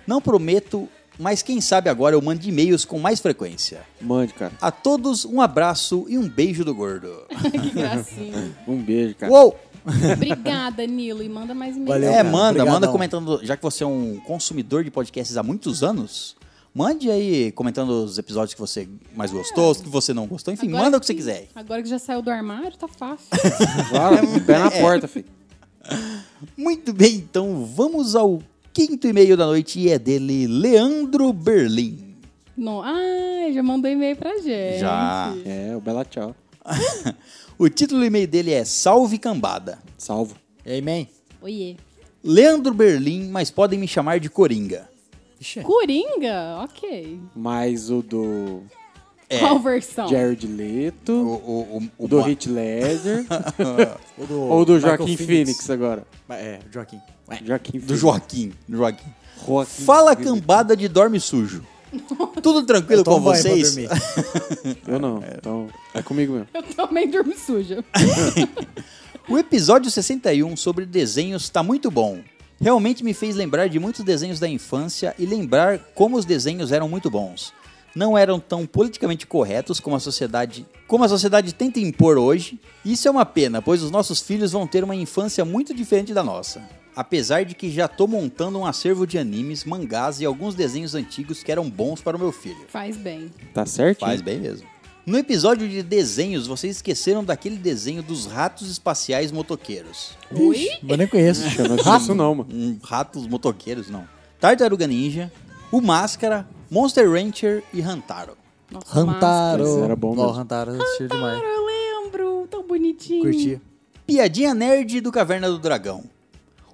Não prometo, mas quem sabe agora eu mando e-mails com mais frequência.
Mande, cara.
A todos, um abraço e um beijo do gordo.
Que gracinha.
Um beijo, cara.
Uou!
Obrigada, Nilo. E manda mais e-mail.
Valeu.
É,
cara.
manda,
Obrigadão.
manda comentando, já que você é um consumidor de podcasts há muitos anos, mande aí comentando os episódios que você mais gostou, os que você não gostou, enfim,
Agora
manda o que você
que-
quiser.
Agora que já saiu do armário, tá fácil.
é
Claro,
um
pé na porta, filho.
Muito bem, então vamos ao quinto e-mail da noite e é dele, Leandro Berlim.
não. Ah, já mandou e-mail pra gente.
Já.
É, o Bela Tchau.
O título do e-mail dele é Salve Cambada.
Salvo.
Amém.
Oiê.
Leandro Berlim, mas podem me chamar de Coringa.
Coringa? Ok.
Mais o do
É.
Qual versão?
Jared Leto.
o, o,
O do Heath Ledger.
Ou do,
ou do
Michael
Joaquim Phoenix. agora.
É, Joaquim. Ué.
Joaquim
do
Phoenix.
Joaquim. do Joaquim.
Joaquim
Fala
Phoenix.
cambada de dorme sujo. Tudo tranquilo
Eu
com
tomo banho pra
vocês?
dormir.
Eu não, então é comigo mesmo.
Eu também durmo suja.
O episódio 61 sobre desenhos tá muito bom. Realmente me fez lembrar de muitos desenhos da infância e lembrar como os desenhos eram muito bons. não eram tão politicamente corretos como a sociedade como a sociedade tenta impor hoje. Isso é uma pena, pois os nossos filhos vão ter uma infância muito diferente da nossa. Apesar de que já tô montando um acervo de animes, mangás e alguns desenhos antigos que eram bons para o meu filho.
Faz bem.
Tá certo?
Faz bem mesmo. No episódio de desenhos, vocês esqueceram daquele desenho dos ratos espaciais motoqueiros.
Eu nem conheço.
Isso não, mano.
Hum, ratos motoqueiros, não. Tartaruga Ninja, o Máscara, Monster Rancher e Hantaro.
Nossa,
Rantaro.
Esse era bom
Ó,
mesmo.
Rantaro, assistiu demais.
Eu lembro, tão bonitinho.
Curti.
Piadinha nerd do Caverna do Dragão.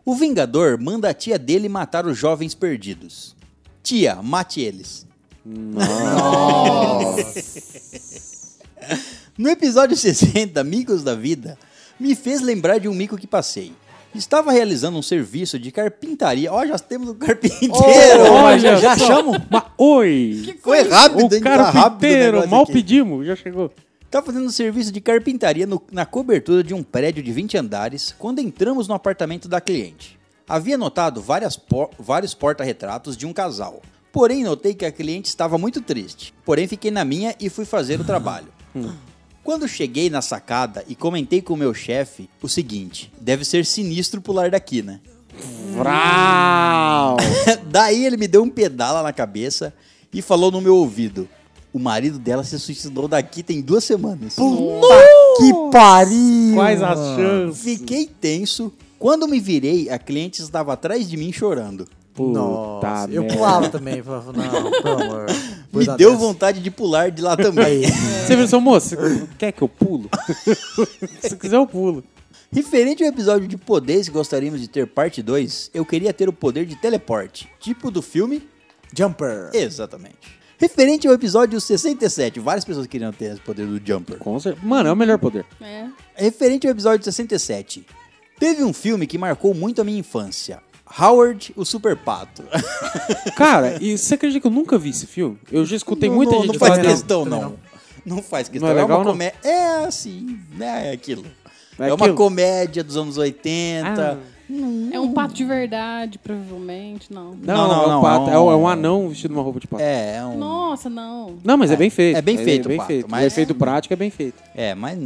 O Vingador manda a tia dele matar os jovens perdidos. Tia, mate eles. No episódio 60, Amigos da Vida, me fez lembrar de um mico que passei. Estava realizando um serviço de carpintaria. Ó, já temos um carpinteiro!
Olha,
já
só.
achamos?
Mas, oi!
Foi rápido,
O
hein? Tá rápido
carpinteiro,
negócio
mal
aqui.
pedimos, já chegou.
Tá fazendo serviço de carpintaria no- na cobertura de um prédio de 20 andares quando entramos no apartamento da cliente. Havia notado várias por- vários porta-retratos de um casal. Porém, notei que a cliente estava muito triste. Porém, fiquei na minha e fui fazer o trabalho. Quando cheguei na sacada e comentei com o meu chefe o seguinte: deve ser sinistro pular daqui, né?
Vral!
Daí ele me deu um pedala na cabeça e falou no meu ouvido: O marido dela se suicidou daqui tem duas semanas.
Que pariu!
Quais as chances?
Fiquei tenso. Quando me virei, a cliente estava atrás de mim chorando.
Puta
Nossa, eu
merda.
pulava também. Falava, não, pelo amor. Vou
me
dar
deu
dessa.
vontade de pular de lá também.
Você viu, seu moço? você Quer que eu pulo? Se quiser, eu pulo.
Referente ao episódio de poderes que gostaríamos de ter parte 2, eu queria ter o poder de teleporte, tipo do filme.
Jumper.
Exatamente. Referente ao episódio 67, várias pessoas queriam ter esse poder do jumper.
Com certeza. Mano, é o melhor poder.
É.
Referente ao episódio 67, teve um filme que marcou muito a minha infância. Howard, o Super Pato.
Cara, e você acredita que eu nunca vi esse filme? Eu já escutei muita
não,
gente é
não faz
falando.
questão, não. não. faz questão.
Não é
é,
legal,
uma
não?
comédia. É assim, né? É aquilo.
É
É, uma
aquilo? Ah.
comédia dos anos 80.
É um pato de verdade, provavelmente, não.
Não, não,
Não,
é um
não,
pato.
é
É um,
um-
é um anão vestido numa roupa de pato.
É, é um.
Nossa, não.
Não, mas é, bem feito.
é bem feito o
bem
pato,
feito.
mas-
É feito prático, é bem feito.
É, mas.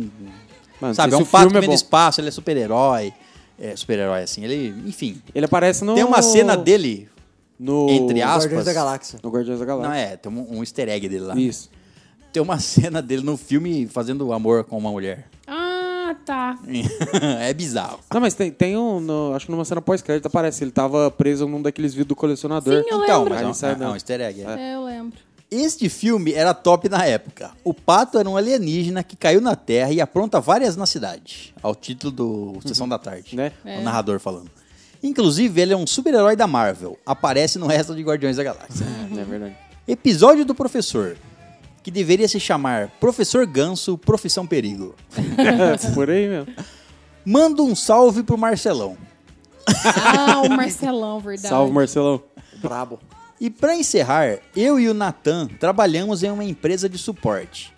Mano,
sabe, é
esse
um pato que
filme é
vem
bom.
do espaço, ele é super-herói. É super-herói, assim. Ele. Enfim.
Ele aparece no...
Tem uma cena dele.
No...
entre aspas.
Guardiões da Galáxia.
No Guardiões da
Não,
Galáxia.
é, tem um, um easter egg dele lá.
Isso.
Tem uma cena dele no filme fazendo amor com uma mulher.
Ah, tá.
é bizarro.
Não, mas tem, tem um... no- acho que numa cena pós-crédito aparece. Ele tava preso num daqueles vidros do colecionador.
Sim, Eu
então, mas
lembro.
Aí
é
ele
um-
sai
é,
dando.
um easter egg. é.
É, eu lembro.
Este filme era top na época. O pato era um alienígena que caiu na Terra e apronta várias na cidade. Ao título do Sessão da Tarde.
Né?
O narrador falando. Inclusive, ele é um super-herói da Marvel. Aparece no resto de Guardiões da Galáxia.
Uhum.
É verdade.
Episódio do Professor. Que deveria se chamar Professor Ganso, Profissão Perigo.
É, Por aí mesmo.
Manda um salve pro Marcelão.
Ah, o Marcelão, verdade.
Salve, Marcelão.
Brabo.
E para encerrar, eu e o Natan trabalhamos em uma empresa de suporte.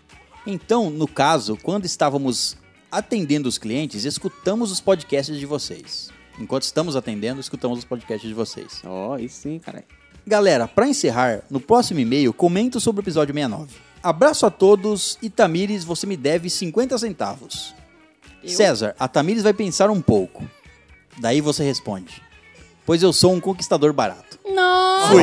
Então, no caso, quando estávamos atendendo os clientes, escutamos os podcasts de vocês. Enquanto estamos atendendo, escutamos os podcasts de vocês.
Ó, isso sim, caralho.
Galera, para encerrar, no próximo e-mail comento sobre o episódio 69. Abraço a todos e Tamires, você me deve 50 centavos. César, a Tamires vai pensar um pouco. Daí você responde: Pois eu sou um conquistador barato.
Nossa,
Fui.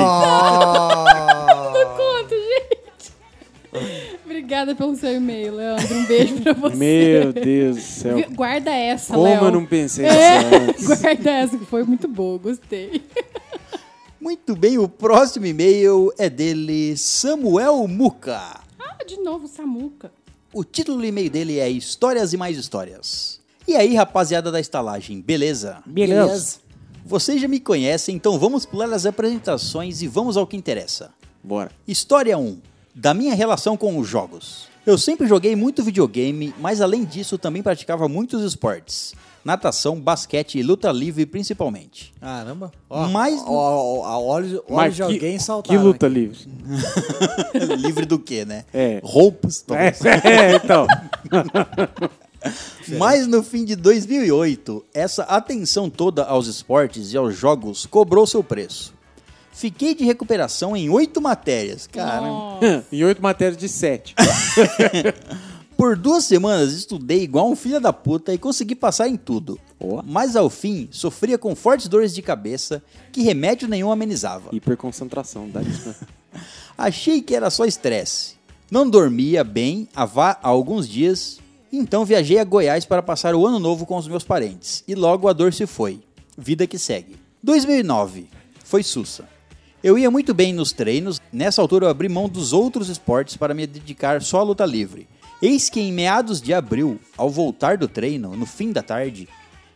quanto, gente. Obrigada pelo seu e-mail, Leandro. Um beijo pra você.
Meu Deus do céu.
Viu? Guarda essa,
Como
Léo.
eu não pensei nisso
É,
antes?
guarda essa, que foi muito boa, gostei.
Muito bem, o próximo e-mail é dele, Samuel Muca.
Ah, de novo, Samuca.
O título do e-mail dele é Histórias e Mais Histórias. E aí, rapaziada da estalagem, beleza?
Beleza.
Vocês já me conhecem, então vamos pular as apresentações e vamos ao que interessa.
Bora.
História 1. Da minha relação com os jogos. Eu sempre joguei muito videogame, mas além disso também praticava muitos esportes. Natação, basquete e luta livre principalmente.
Caramba. Ó,
Mas-
ó, ó, ó, olhos, olhos de alguém
que
saltaram.
luta livre.
livre do quê, né?
É.
Roupas, talvez.
É, então.
Mas no fim de 2008, essa atenção toda aos esportes e aos jogos cobrou seu preço. Fiquei de recuperação em oito matérias. Cara,
em oito matérias de sete.
por duas semanas estudei igual um filho da puta e consegui passar em tudo.
Ó.
Mas ao fim, sofria com fortes dores de cabeça que remédio nenhum amenizava.
Hiperconcentração, dá isso, né?
Achei que era só estresse. Não dormia bem há, va- há alguns dias, então viajei a Goiás para passar o ano novo com os meus parentes. E logo a dor se foi. Vida que segue. 2009. Foi sussa. Eu ia muito bem nos treinos, nessa altura eu abri mão dos outros esportes para me dedicar só à luta livre. Eis que em meados de abril, ao voltar do treino, no fim da tarde,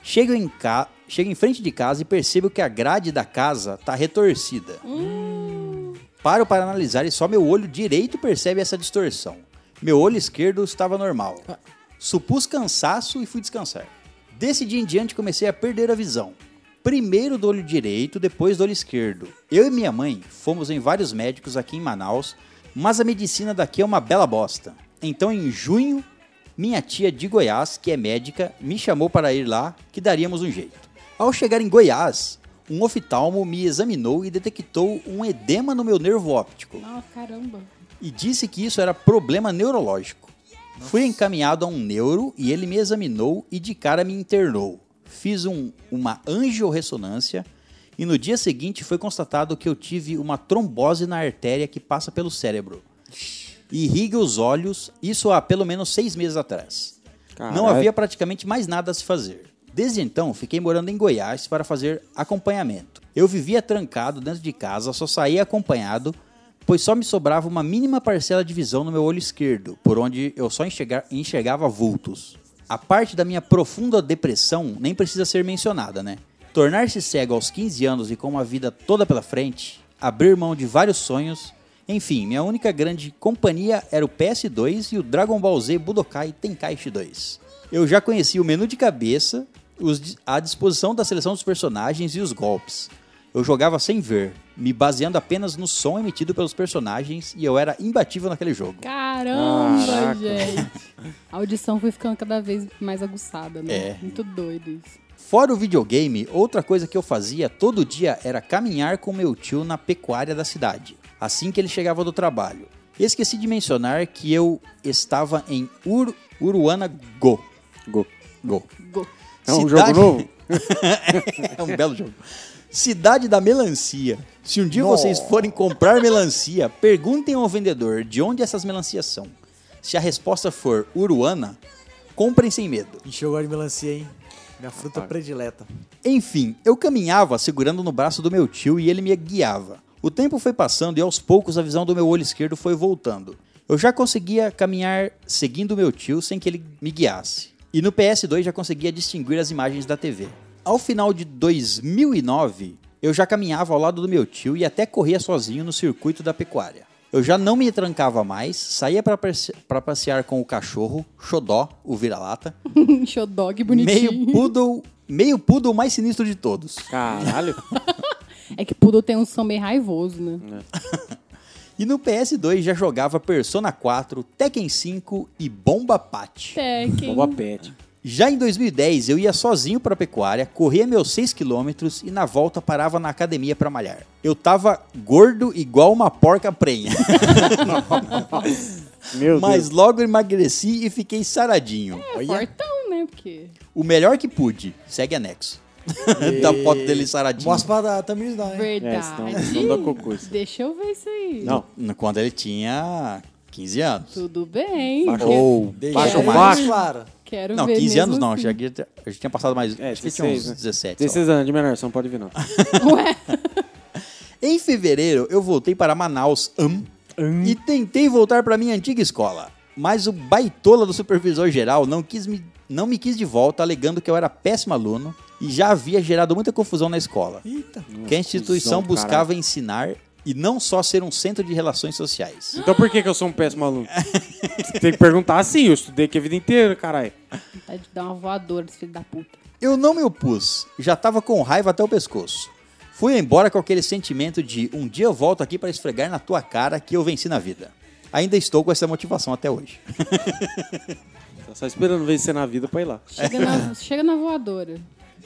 chego em, ca... chego em frente de casa e percebo que a grade da casa está retorcida. Paro para analisar e só meu olho direito percebe essa distorção. Meu olho esquerdo estava normal. Supus cansaço e fui descansar. Desse dia em diante comecei a perder a visão. Primeiro do olho direito, depois do olho esquerdo. Eu e minha mãe fomos em vários médicos aqui em Manaus, mas a medicina daqui é uma bela bosta. Então em junho, minha tia de Goiás, que é médica, me chamou para ir lá que daríamos um jeito. Ao chegar em Goiás, um oftalmo me examinou e detectou um edema no meu nervo óptico
Ah, caramba.
e disse que isso era problema neurológico. Fui encaminhado a um neuro e ele me examinou e de cara me internou. Fiz um- uma angiorressonância e no dia seguinte foi constatado que eu tive uma trombose na artéria que passa pelo cérebro. E irriga os olhos, isso há pelo menos seis meses atrás. Não
Caralho.
havia praticamente mais nada a se fazer. Desde então, fiquei morando em Goiás para fazer acompanhamento. Eu vivia trancado dentro de casa, só saía acompanhado, pois só me sobrava uma mínima parcela de visão no meu olho esquerdo, por onde eu só enxerga- enxergava vultos. A parte da minha profunda depressão nem precisa ser mencionada, né? Tornar-se cego aos 15 anos e com uma vida toda pela frente, abrir mão de vários sonhos, enfim, minha única grande companhia era o PS2 e o Dragon Ball Z Budokai Tenkaichi 2. Eu já conheci o menu de cabeça, os di- a disposição da seleção dos personagens e os golpes. Eu jogava sem ver, me baseando apenas no som emitido pelos personagens e eu era imbatível naquele jogo.
Caramba,
Caraca.
gente. A audição foi ficando cada vez mais aguçada, né?
É.
Muito doido isso.
Fora o videogame, outra coisa que eu fazia todo dia era caminhar com meu tio na pecuária da cidade, assim que ele chegava do trabalho. Esqueci de mencionar que eu estava em Ur Uruana Go.
Go.
Go.
Go.
É um jogo novo?
é um belo jogo. Cidade da Melancia. Se um dia vocês forem comprar melancia, perguntem ao vendedor de onde essas melancias são. Se a resposta for Uruana, comprem sem medo.
Encheu o gosto de melancia, hein? Minha fruta predileta.
Enfim, eu caminhava segurando no braço do meu tio e ele me guiava. O tempo foi passando e aos poucos a visão do meu olho esquerdo foi voltando. Eu já conseguia caminhar seguindo meu tio sem que ele me guiasse. E no PS2 já conseguia distinguir as imagens da TV. Ao final de 2009, eu já caminhava ao lado do meu tio e até corria sozinho no circuito da pecuária. Eu já não me trancava mais, saía para passe- para passear com o cachorro, Xodó, o vira-lata,
Show dog bonitinho.
meio poodle, meio poodle mais sinistro de todos.
Caralho.
É que Poodle tem um som meio raivoso, né?
E no PS2 já jogava Persona 4, Tekken 5 e Bomba Pat.
Tekken.
Boba Pet.
Já em 2010 eu ia sozinho pra pecuária, corria meus 6 km e na volta parava na academia pra malhar. Eu tava gordo igual uma porca prenha,
Meu
mas
Deus.
logo emagreci e fiquei saradinho.
É fortão, né? Porque...
O melhor que pude. Segue anexo. da foto dele saradinho.
Mostra pra a Tamiris dar, hein?
É,
Verdade.
senão, senão dá cocuz.
Deixa eu ver isso aí.
Não.
Quando ele tinha 15 anos.
Tudo bem.
Baixou.
que-
Ou
Baixa
deixa
o
Deixa
mais.
macho.
Claro.
Quero
Não,
ver
15
mesmo
anos não,
assim.
já, já tinha passado mais.
É,
acho que tinha
16,
uns
né?
17. sei lá.
16 anos de menor, você não pode vir, não.
Em fevereiro, eu voltei para Manaus am, e tentei voltar para minha antiga escola. Mas o baitola do supervisor geral não, quis me, não me quis de volta, alegando que eu era péssimo aluno e já havia gerado muita confusão na escola.
Eita.
que a instituição
confusão,
buscava
caralho.
ensinar e não só ser um centro de relações sociais.
Então por que, que eu sou um péssimo aluno? Tem que perguntar assim, eu estudei aqui a vida inteira, caralho.
Vontade É de dar uma voadora desse filho da puta.
Eu não me opus, já tava com raiva até o pescoço. Fui embora com aquele sentimento de um dia eu volto aqui para esfregar na tua cara que eu venci na vida. Ainda estou com essa motivação até hoje.
Tá só esperando vencer na vida pra ir lá.
Chega na, chega na voadora.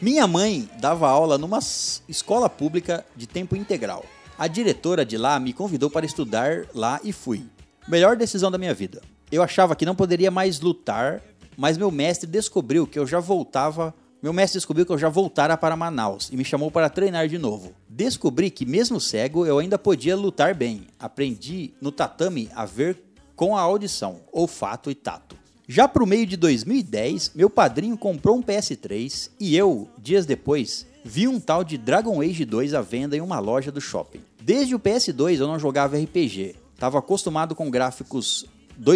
Minha mãe dava aula numa s- escola pública de tempo integral. A diretora de lá me convidou para estudar lá e fui. Melhor decisão da minha vida. Eu achava que não poderia mais lutar, mas meu mestre descobriu que eu já voltava. Meu mestre descobriu que eu já voltara para Manaus e me chamou para treinar de novo. Descobri que, mesmo cego, eu ainda podia lutar bem. Aprendi no tatame a ver com a audição, olfato e tato. Já pro meio de 2010, meu padrinho comprou um PS3 e eu, dias depois, vi um tal de Dragon Age 2 à venda em uma loja do shopping. Desde o PS2 eu não jogava RPG, tava acostumado com gráficos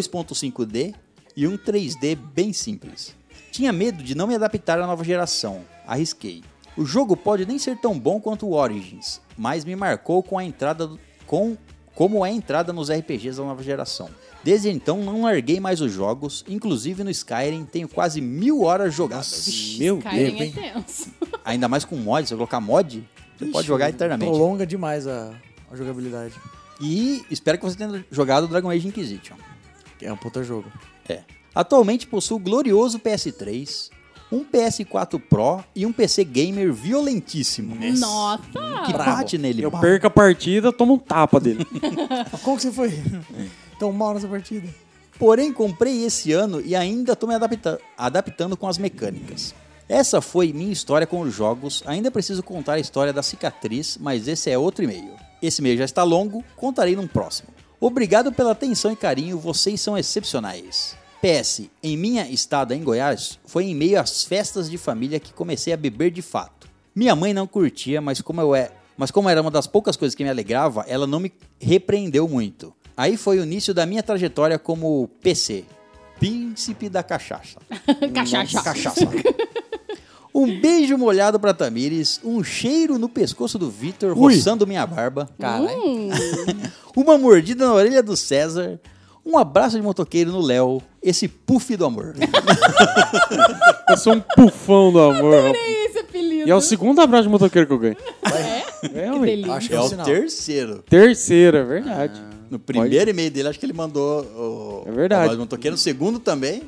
2.5D e um 3D bem simples. Tinha medo de não me adaptar à nova geração, arrisquei. O jogo pode nem ser tão bom quanto o Origins, mas me marcou com a entrada do- com como é a entrada nos RPGs da nova geração. Desde então não larguei mais os jogos, inclusive no Skyrim tenho quase mil horas jogadas.
Meu Deus,
Skyrim é
hein?
tenso.
Ainda mais com mod, se eu colocar mod, você pode jogar eternamente.
Prolonga demais a, a jogabilidade.
E espero que você tenha jogado Dragon Age Inquisition.
É um puta jogo.
É. Atualmente possuo o glorioso PS3, um PS4 Pro e um PC gamer violentíssimo.
Nossa!
Que bate nele.
Eu
pá.
perco a partida, tomo um tapa dele.
Mas Como que você foi
É.
tão mal nessa partida?
Porém, comprei esse ano e ainda estou me adapta- adaptando com as mecânicas. Essa foi minha história com os jogos. Ainda preciso contar a história da cicatriz, mas esse é outro e-mail. Esse e-mail já está longo, contarei num próximo. Obrigado pela atenção e carinho, vocês são excepcionais. PS, em minha estada em Goiás, foi em meio às festas de família que comecei a beber de fato. Minha mãe não curtia, mas como eu é, mas como era uma das poucas coisas que me alegrava, ela não me repreendeu muito. Aí foi o início da minha trajetória como PC, Príncipe da Cachaça.
Cachaça.
Cachaça. Um beijo molhado pra Tamires, um cheiro no pescoço do Vitor, roçando minha barba. Caralho. Uma mordida na orelha do César, um abraço de motoqueiro no Léo, esse puff do amor.
Eu sou um pufão do amor. rapaz.
Esse apelido.
E é o segundo abraço de motoqueiro que eu ganho. É? É,
Que
ué.
delícia.
Acho que
É
é um
o
sinal.
terceiro.
Terceira, verdade.
No primeiro e-mail dele, acho que ele mandou o,
É verdade.
a voz do motoqueiro, no segundo também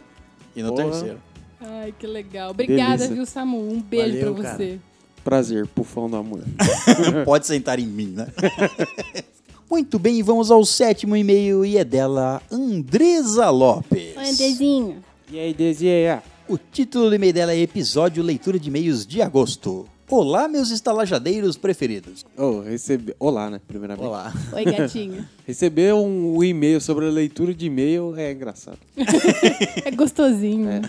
e no
Porra.
terceiro.
Ai, que legal. Obrigada,
Delícia.
viu, Samu? Um beijo
Valeu,
pra você.
Prazer, pufão do amor.
Não pode sentar em mim, né? Muito bem, e vamos ao sétimo e-mail e é dela Andresa Lopes.
Andezinho.
E aí, ah? Desiê?
O título do e-mail dela é Episódio Leitura de E-mails de Agosto. Olá, meus estalajadeiros preferidos.
Oh, recebi... Olá, né? Primeiramente. Olá.
Oi, gatinho.
Receber um e-mail sobre a leitura de e-mail é engraçado.
É gostosinho.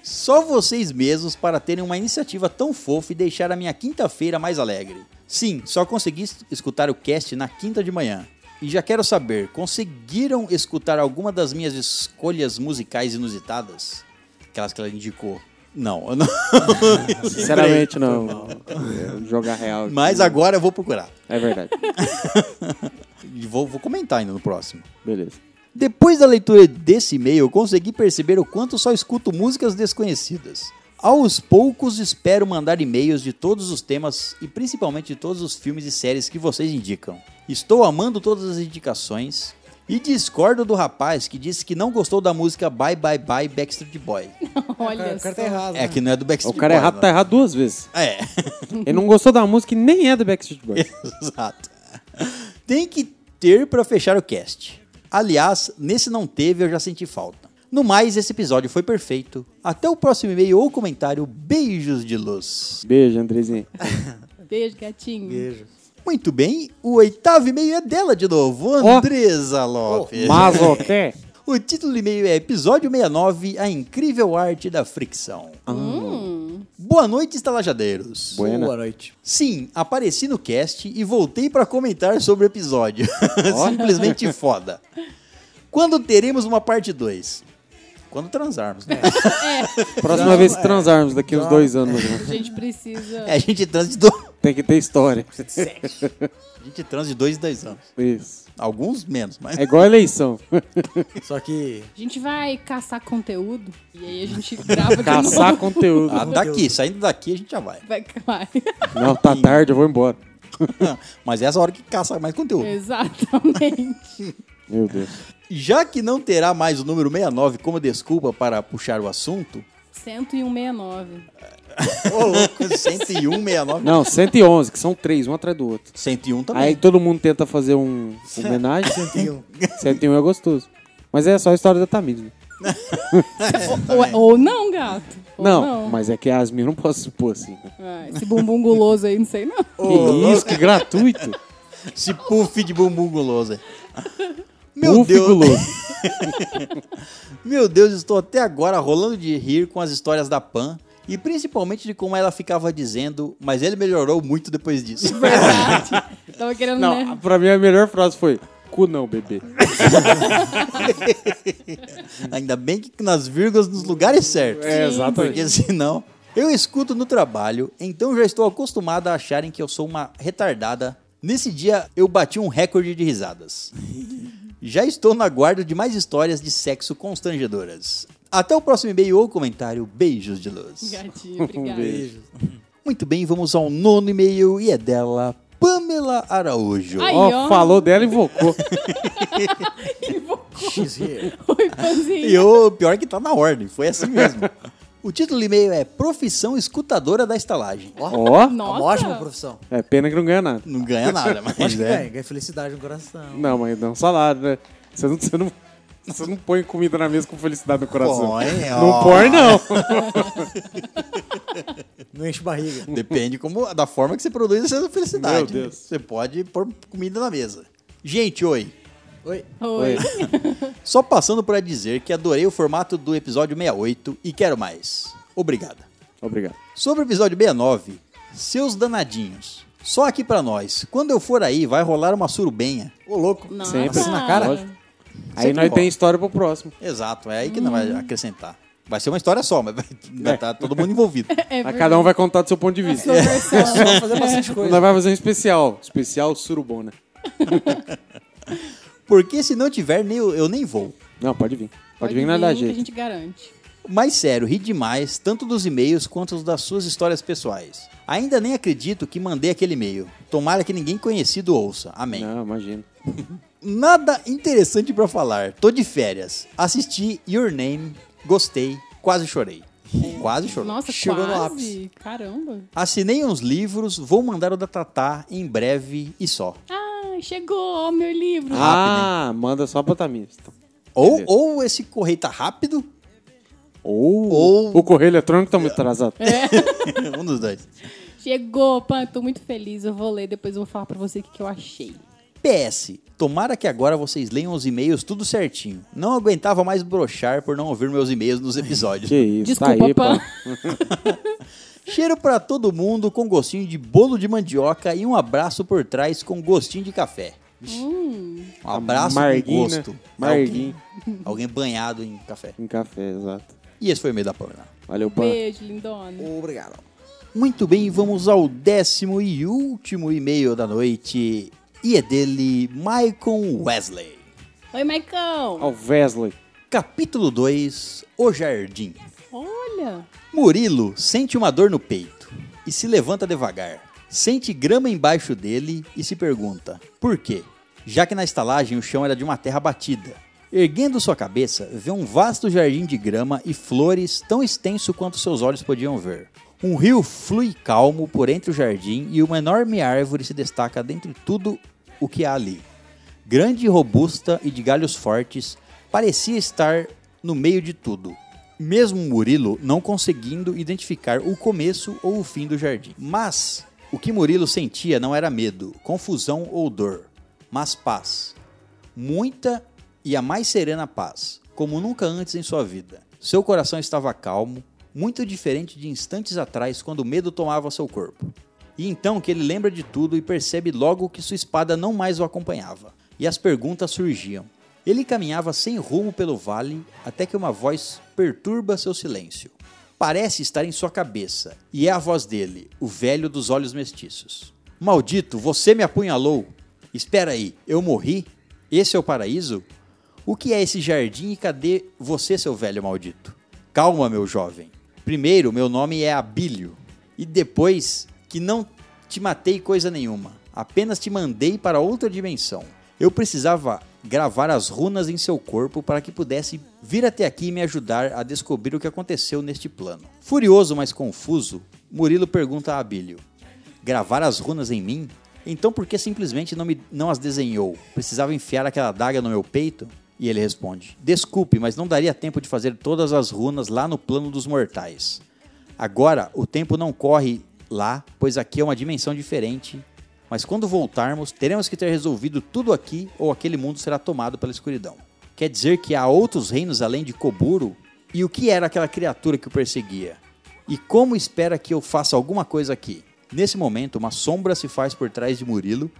Só vocês mesmos para terem uma iniciativa tão fofa e deixar a minha quinta-feira mais alegre. Sim, só consegui es- escutar o cast na quinta de manhã. E já quero saber, conseguiram escutar alguma das minhas escolhas musicais inusitadas? Aquelas que ela indicou. Não, eu não.
Sinceramente, não. É, Jogar real. aqui.
Mas agora eu vou procurar.
É verdade.
E vou- vou comentar ainda no próximo.
Beleza.
Depois da leitura desse e-mail, eu consegui perceber o quanto só escuto músicas desconhecidas. Aos poucos, espero mandar e-mails de todos os temas e principalmente de todos os filmes e séries que vocês indicam. Estou amando todas as indicações e discordo do rapaz que disse que não gostou da música Bye Bye Bye Backstreet Boy.
Olha
o cara tá
só.
errado.
É, que não é do
O
Backstreet
cara
Boy.
errado tá
né?
errado duas vezes.
É,
Ele não gostou da música e nem é do Backstreet Boys.
exato. Tem que ter pra fechar o cast. Aliás, nesse não teve, eu já senti falta. No mais, esse episódio foi perfeito. Até o próximo e-mail ou comentário. Beijos de luz.
Beijo, Andrezinho.
Beijo, gatinho.
Beijo.
Muito bem, o oitavo e-mail é dela de novo,
Ó.
Andresa Lopes.
Mas até.
O título do e-mail é Episódio 69, A Incrível Arte da Fricção.
Ah.
Hum. Boa noite, estalajadeiros.
Buena.
Boa noite.
Sim, apareci no cast e voltei pra comentar sobre o episódio. Simplesmente foda. Quando teremos uma parte 2? Quando transarmos, né?
Próxima
Não,
vez
é.
que transarmos daqui uns
Não.
dois anos. mais ou menos.
A gente precisa.
É, a gente transa de dois.
Tem que ter história.
A gente transa de dois em dois anos.
Isso.
Alguns menos, mas.
É igual a eleição.
Só que
A gente vai caçar conteúdo e aí a gente grava de
Caçar
novo.
conteúdo.
Ah, daqui, saindo daqui a gente já vai.
Vai, vai.
Não, tá tarde, eu vou embora.
Mas é essa hora que caça mais conteúdo.
Exatamente.
Meu Deus.
Já que não terá mais o número 69 como desculpa para puxar o assunto,
10169.
Ô, louco, 101, 69.
Não, 111, que são três, um atrás do outro.
101 também.
Aí todo mundo tenta fazer um homenagem.
101.
101 é gostoso. Mas é só a história da Tamires. né?
Ou, ou não, gato. Ou
Não,
não.
mas é que a Asmi eu não posso supor assim. né?
Ah, esse bumbum guloso aí, não sei não.
que isso, que gratuito.
Esse puff de bumbum guloso. Meu
Uf,
Deus,
guloso.
meu Deus, estou até agora rolando de rir com as histórias da Pan e principalmente de como ela ficava dizendo, mas ele melhorou muito depois disso.
Verdade. Tava querendo,
Não,
né?
pra mim a melhor frase foi: cu não, bebê.
Uhum. Ainda bem que nas vírgulas nos lugares certos.
É, exatamente.
Porque senão. Eu escuto no trabalho, então já estou acostumada a acharem que eu sou uma retardada. Nesse dia eu bati um recorde de risadas. Já estou na guarda de mais histórias de sexo constrangedoras. Até o próximo e-mail ou comentário. Beijos de luz.
Gatinho, obrigada.
beijo.
Muito bem, vamos ao nono e-mail e é dela, Pamela Araújo.
Ai. Aí,
Ó,
ó.
falou dela e invocou.
She's here.
Oi, Panzinho.
E o pior que tá na ordem, foi assim mesmo. o título do e-mail é Profissão Escutadora da Estalagem.
Ó,
É
Nossa.
uma ótima profissão.
é pena que não ganha nada.
Não ganha nada, mas
Acho que
é.
ganha, ganha felicidade no coração.
Não, mas dá um salário, né? Você não, você, não, você não põe comida na mesa com felicidade no coração.
Põe, ó.
não põe, não.
Não enche barriga.
Depende como, da forma que você produz essa felicidade. né.
Meu Deus.
Você pode pôr comida na mesa. Gente, oi.
Oi.
Oi.
Só passando para dizer que adorei o formato do episódio 68 e quero mais. Obrigada.
Obrigado.
Sobre o episódio 69, seus danadinhos. Só aqui pra nós. Quando eu for aí, vai rolar uma surubenha.
Ô, louco.
Nossa.
Sempre.
Isso na
cara? Aí nós
rola.
tem história pro próximo.
Exato, é aí que não vai acrescentar. Vai ser uma história só, mas vai vai estar todo mundo envolvido.
É
Aí
verdade. É
cada um vai contar do seu ponto de vista.
Sua versão.
Só fazer bastante
Nós
coisa.
vamos fazer um especial. Especial né? surubona.
Porque se não tiver, nem eu, eu nem vou.
Não, pode vir. Pode, vir na
um que
da
A
gente.
gente garante.
Mas sério, ri demais, tanto dos e-mails quanto das suas histórias pessoais. Ainda nem acredito que mandei aquele e-mail. Tomara que ninguém conhecido ouça. Amém.
Não, imagina.
Nada interessante pra falar. Tô de férias. Assisti Your Name, gostei, quase chorei. Quase chorei.
Nossa,
Chegou no
quase. Caramba.
Assinei uns livros, vou mandar o da Tatá em breve e só.
Ah, chegou ó, meu livro.
Ah, manda só pra Tamiris. então.
Ou,
Beleza.
ou esse correio tá rápido,
Ou,
Ou-
o correio eletrônico tá muito atrasado.
É.
um dos dois.
Chegou, Pan. Tô muito feliz. Eu vou ler, depois eu vou falar pra você o que, que eu achei.
PS, tomara que agora vocês leiam os e-mails tudo certinho. Não aguentava mais brochar por não ouvir meus e-mails nos episódios.
Que isso,
Desculpa,
tá aí,
Pan.
pá.
Cheiro pra todo mundo com gostinho de bolo de mandioca e um abraço por trás com gostinho de café. Um abraço com
Marguinho, né?
gosto.
Marguinho.
Alguém, alguém banhado em café.
Em café, exato.
E esse foi o e-mail da Pamela.
Valeu, Pan.
Beijo, lindona.
Obrigado.
Muito bem, vamos ao décimo e último e-mail da noite. E é dele, Michael Wesley.
Oi, Maicão.
Ó, o Wesley.
Capítulo 2 O Jardim.
Olha.
Murilo sente uma dor no peito e se levanta devagar. Sente grama embaixo dele e se pergunta: por quê? Já que na estalagem o chão era de uma terra batida. Erguendo sua cabeça, vê um vasto jardim de grama e flores tão extenso quanto seus olhos podiam ver. Um rio flui calmo por entre o jardim e uma enorme árvore se destaca dentre tudo o que há ali. Grande e robusta e de galhos fortes, parecia estar no meio de tudo. Mesmo Murilo não conseguindo identificar o começo ou o fim do jardim. Mas o que Murilo sentia não era medo, confusão ou dor, mas paz. Muita e a mais serena paz, como nunca antes em sua vida. Seu coração estava calmo, muito diferente de instantes atrás quando o medo tomava seu corpo. E então que ele lembra de tudo e percebe logo que sua espada não mais o acompanhava, e as perguntas surgiam. Ele caminhava sem rumo pelo vale até que uma voz perturba seu silêncio. Parece estar em sua cabeça, e é a voz dele, o velho dos olhos mestiços. Maldito, você me apunhalou! Espera aí, eu morri? Esse é o paraíso? O que é esse jardim e cadê você, seu velho maldito? Calma, meu jovem. Primeiro, meu nome é Abílio. E depois, que não te matei coisa nenhuma. Apenas te mandei para outra dimensão. Eu precisava gravar as runas em seu corpo para que pudesse vir até aqui e me ajudar a descobrir o que aconteceu neste plano. Furioso, mas confuso, Murilo pergunta a Abílio: Gravar as runas em mim? Então por que simplesmente não, me, não as desenhou? Precisava enfiar aquela adaga no meu peito? E ele responde: Desculpe, mas não daria tempo de fazer todas as runas lá no plano dos mortais. Agora, o tempo não corre lá, pois aqui é uma dimensão diferente. Mas quando voltarmos, teremos que ter resolvido tudo aqui ou aquele mundo será tomado pela escuridão. Quer dizer que há outros reinos além de Koburo? E o que era aquela criatura que o perseguia? E como espera que eu faça alguma coisa aqui? Nesse momento, uma sombra se faz por trás de Murilo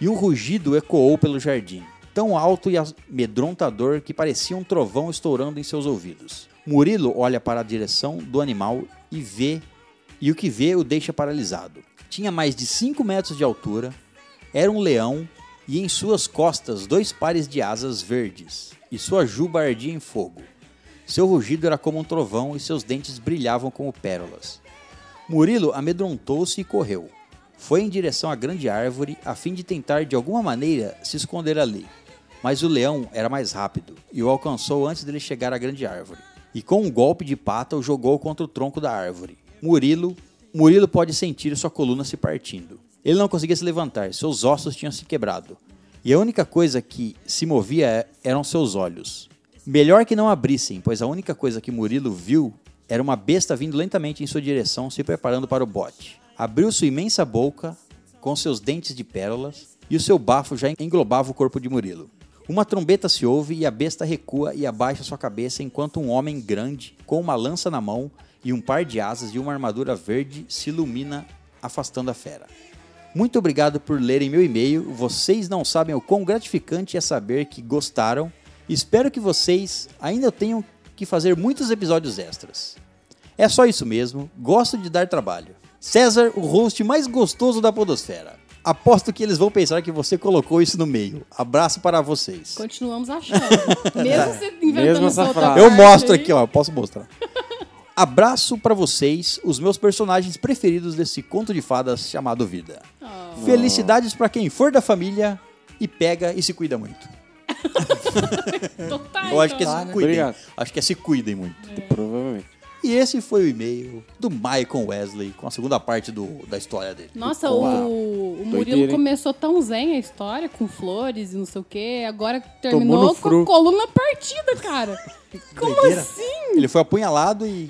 e um rugido ecoou pelo jardim, tão alto e amedrontador que parecia um trovão estourando em seus ouvidos. Murilo olha para a direção do animal e vê, e o que vê o deixa paralisado. Tinha mais de 5 metros de altura, era um leão e em suas costas dois pares de asas verdes, e sua juba ardia em fogo. Seu rugido era como um trovão e seus dentes brilhavam como pérolas. Murilo amedrontou-se e correu. Foi em direção à grande árvore a fim de tentar de alguma maneira se esconder ali. Mas o leão era mais rápido e o alcançou antes dele chegar à grande árvore. E com um golpe de pata o jogou contra o tronco da árvore. Murilo, Murilo pode sentir sua coluna se partindo. Ele não conseguia se levantar, seus ossos tinham se quebrado. E a única coisa que se movia é, eram seus olhos. Melhor que não abrissem, pois a única coisa que Murilo viu era uma besta vindo lentamente em sua direção, se preparando para o bote. Abriu sua imensa boca, com seus dentes de pérolas, e o seu bafo já englobava o corpo de Murilo. Uma trombeta se ouve e a besta recua e abaixa sua cabeça enquanto um homem grande, com uma lança na mão e um par de asas e uma armadura verde, se ilumina, afastando a fera. Muito obrigado por lerem meu e-mail. Vocês não sabem o quão gratificante é saber que gostaram. Espero que vocês ainda tenham que fazer muitos episódios extras. É só isso mesmo, gosto de dar trabalho. César, o host mais gostoso da Podosfera. Aposto que eles vão pensar que você colocou isso no meio. Abraço para vocês.
Continuamos achando. Mesmo você inventando
Mesmo essa
outra
frase.
parte
Eu mostro
aí.
aqui, ó, eu posso mostrar. Abraço para vocês, os meus personagens preferidos desse conto de fadas chamado Vida. Felicidades para quem for da família e pega e se cuida muito.
Então tá,
Eu acho que é
então.
se cuidem.
Obrigado.
Acho que é se cuidem muito.
Provavelmente.
E esse foi o e-mail do Michael Wesley com a segunda parte do- da história dele.
Nossa,
Uau.
o, o
Doideira,
Murilo
hein?
começou tão zen a história, com flores e não sei o quê. Agora
no
terminou com
fru.
a coluna partida, cara. Como
Doideira.
assim?
Ele foi apunhalado e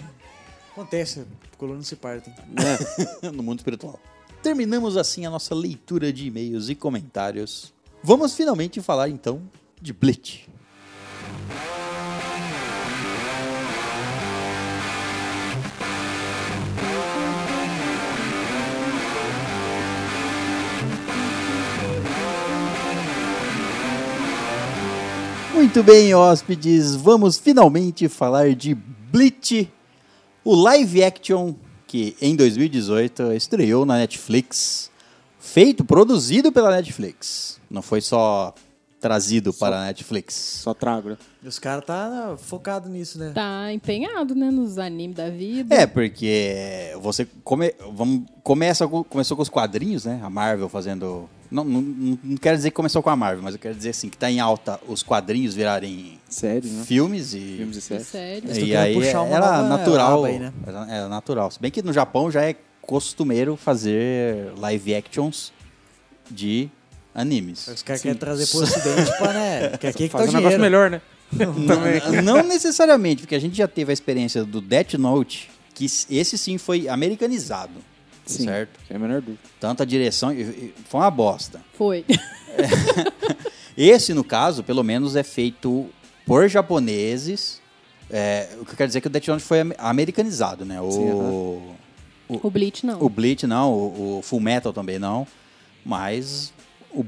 Acontece, coluna se partem.
no mundo espiritual. Terminamos assim a nossa leitura de e-mails e comentários. Vamos finalmente falar então de Bleach. Muito bem, hóspedes, vamos finalmente falar de Bleach, o live action que em 2018 estreou na Netflix, feito, produzido pela Netflix. Não foi só trazido para a Netflix.
Só trago, né?
E os caras tá focado nisso, né?
Tá empenhado, né, nos animes da vida.
É, porque você come, vamos, começa, com- começou com os quadrinhos, né? A Marvel fazendo. Não, não, não- não quero dizer que começou com a Marvel, mas eu quero dizer assim, que tá em alta os quadrinhos virarem
Sério, né?
filmes e.
Filmes e séries.
Sério.
Eles tão
E
querendo
aí
puxar uma
era
nova
natural.
aba aí, né?
era, era natural. Se bem que no Japão já é costumeiro fazer live actions de animes.
Os caras querem trazer pro ocidente pra, né? Que aqui é que tá o
Faz um negócio
dinheiro.
melhor, né?
Não, não necessariamente, porque a gente já teve a experiência do Death Note, que s- esse sim foi americanizado.
Sim.
Certo?
Sem é a menor dúvida.
Tanto a direção. e- e- Foi uma bosta.
Foi.
Esse, no caso, pelo menos é feito por japoneses. É, o que eu quero dizer é que o Death Note foi am- americanizado, né? O,
Sim,
O Bleach, não.
O Bleach não, o, o Full Metal também não. Mas o-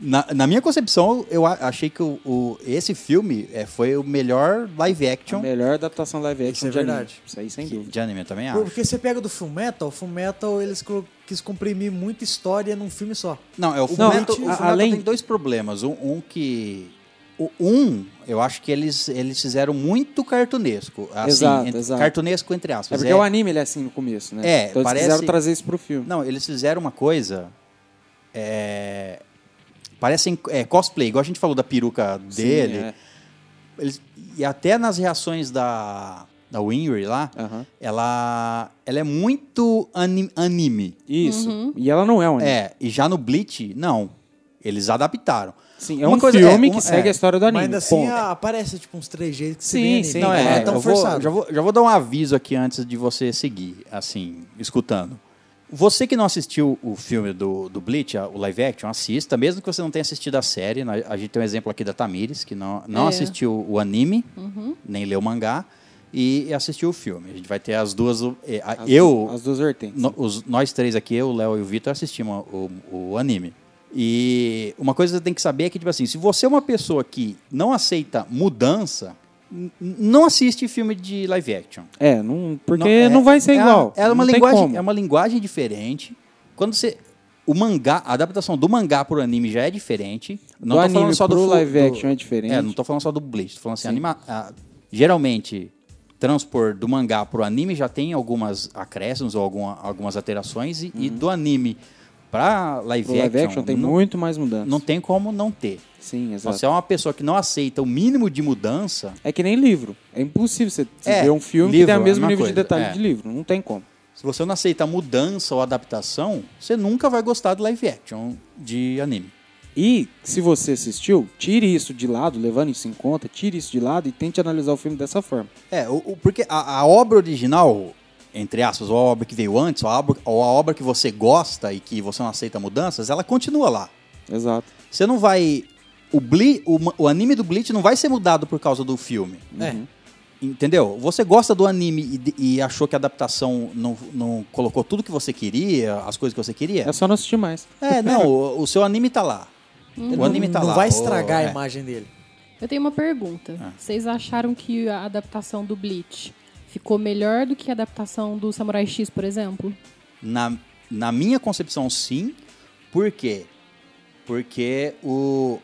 na, na minha concepção, eu a- achei que o, o- esse filme é, foi o melhor live
A
action
melhor adaptação live action
Isso é
de anime.
verdade.
Isso aí, sem
que-
dúvida.
de anime, eu também
Pô,
acho.
Porque você pega do Full Metal, o Full Metal eles colo- quis comprimir muita história num filme só.
Não, é o Full
Não,
Metal,
a-
o Full Metal
além-
tem dois problemas. Um, um que. O, um, eu acho que eles, eles fizeram muito cartunesco. Assim,
Exato,
entre-
exato.
Cartunesco entre aspas.
É porque
É-
o anime ele é assim no começo, né?
É,
então eles
parece-
quiseram trazer isso pro filme.
Não, eles fizeram uma coisa é, Parecem é, cosplay, igual a gente falou da peruca
Sim,
dele.
é.
Eles- e até nas reações da, da Winry lá,
Aham.
ela, ela é muito ani- anime.
Isso.
Uhum.
E ela não é um anime.
É, e já no Bleach, não. Eles adaptaram.
Sim, é
Uma
um
coisa-
filme
é,
que
um-
segue
é.
a história do anime.
Mas ainda assim
ponto.
ah, aparece tipo uns três jeitos que
Sim,
você vê anime.
sim,
Não,
é,
é,
tão
eu vou,
forçado.
já, vou, já vou dar um aviso aqui antes de você seguir, assim, escutando. Você que não assistiu o filme do, do Bleach, a- o live action, assista, mesmo que você não tenha assistido a série. na- A gente tem um exemplo aqui da Tamires, que não, não
É.
assistiu o anime, nem leu o mangá, e assistiu o filme. A gente vai ter as duas. eh, a-
As
eu,
duas- As duas vertentes.
no- os- nós três aqui, eu, o Léo e o Vitor, assistimos o, o anime. E uma coisa que você tem que saber é que, tipo assim, se você é uma pessoa que não aceita mudança, n- n- não assiste filme de live action.
É, não, porque não,
é-
vai ser
é uma-
igual.
É uma,
não tem
linguagem,
como.
é uma linguagem diferente. Quando você. O mangá, a adaptação do mangá pro anime já é diferente. Não
Do
tô falando
anime
só
pro
do fu-
live
do-
action é diferente.
É, não tô falando só do Bleach. Tô falando assim, anima, ah, geralmente, transpor do mangá pro anime já tem algumas acréscimos ou alguma- algumas alterações. E, e do anime pra Uhum. live,
O live action tem
não,
muito mais mudança.
não tem como não ter.
Sim,
Então,
exato.
se é uma pessoa que não aceita o mínimo de mudança,
É que nem livro. É impossível você você
É,
ver um filme que
livro
tem
é
o
a
mesmo
mesma
nível de
coisa,
detalhe
é.
de livro. Não tem como.
Se você não aceita mudança ou adaptação, você nunca vai gostar do live action de anime.
E se você assistiu, tire isso de lado, levando isso em conta, tire isso de lado e tente analisar o filme dessa forma.
É, o, o- porque a, a obra original, entre aspas, ou a obra que veio antes, ou a, obra, ou a obra que você gosta e que você não aceita mudanças, ela continua lá.
Exato.
Você não vai. O, Ble, o, ma- o anime do Bleach não vai ser mudado por causa do filme.
É.
Entendeu? Você gosta do anime e de- e, achou que a adaptação não, não colocou tudo que você queria, as coisas que você queria?
É só não assistir mais.
É, não, o, o seu anime tá lá.
Uhum.
O anime tá
não
lá.
vai
o-
estragar
é.
a imagem dele.
Eu tenho uma pergunta.
Ah.
Vocês acharam que a adaptação do Bleach ficou melhor do que a adaptação do Samurai X, por exemplo?
Na, na minha concepção, sim. Por quê? Porque o,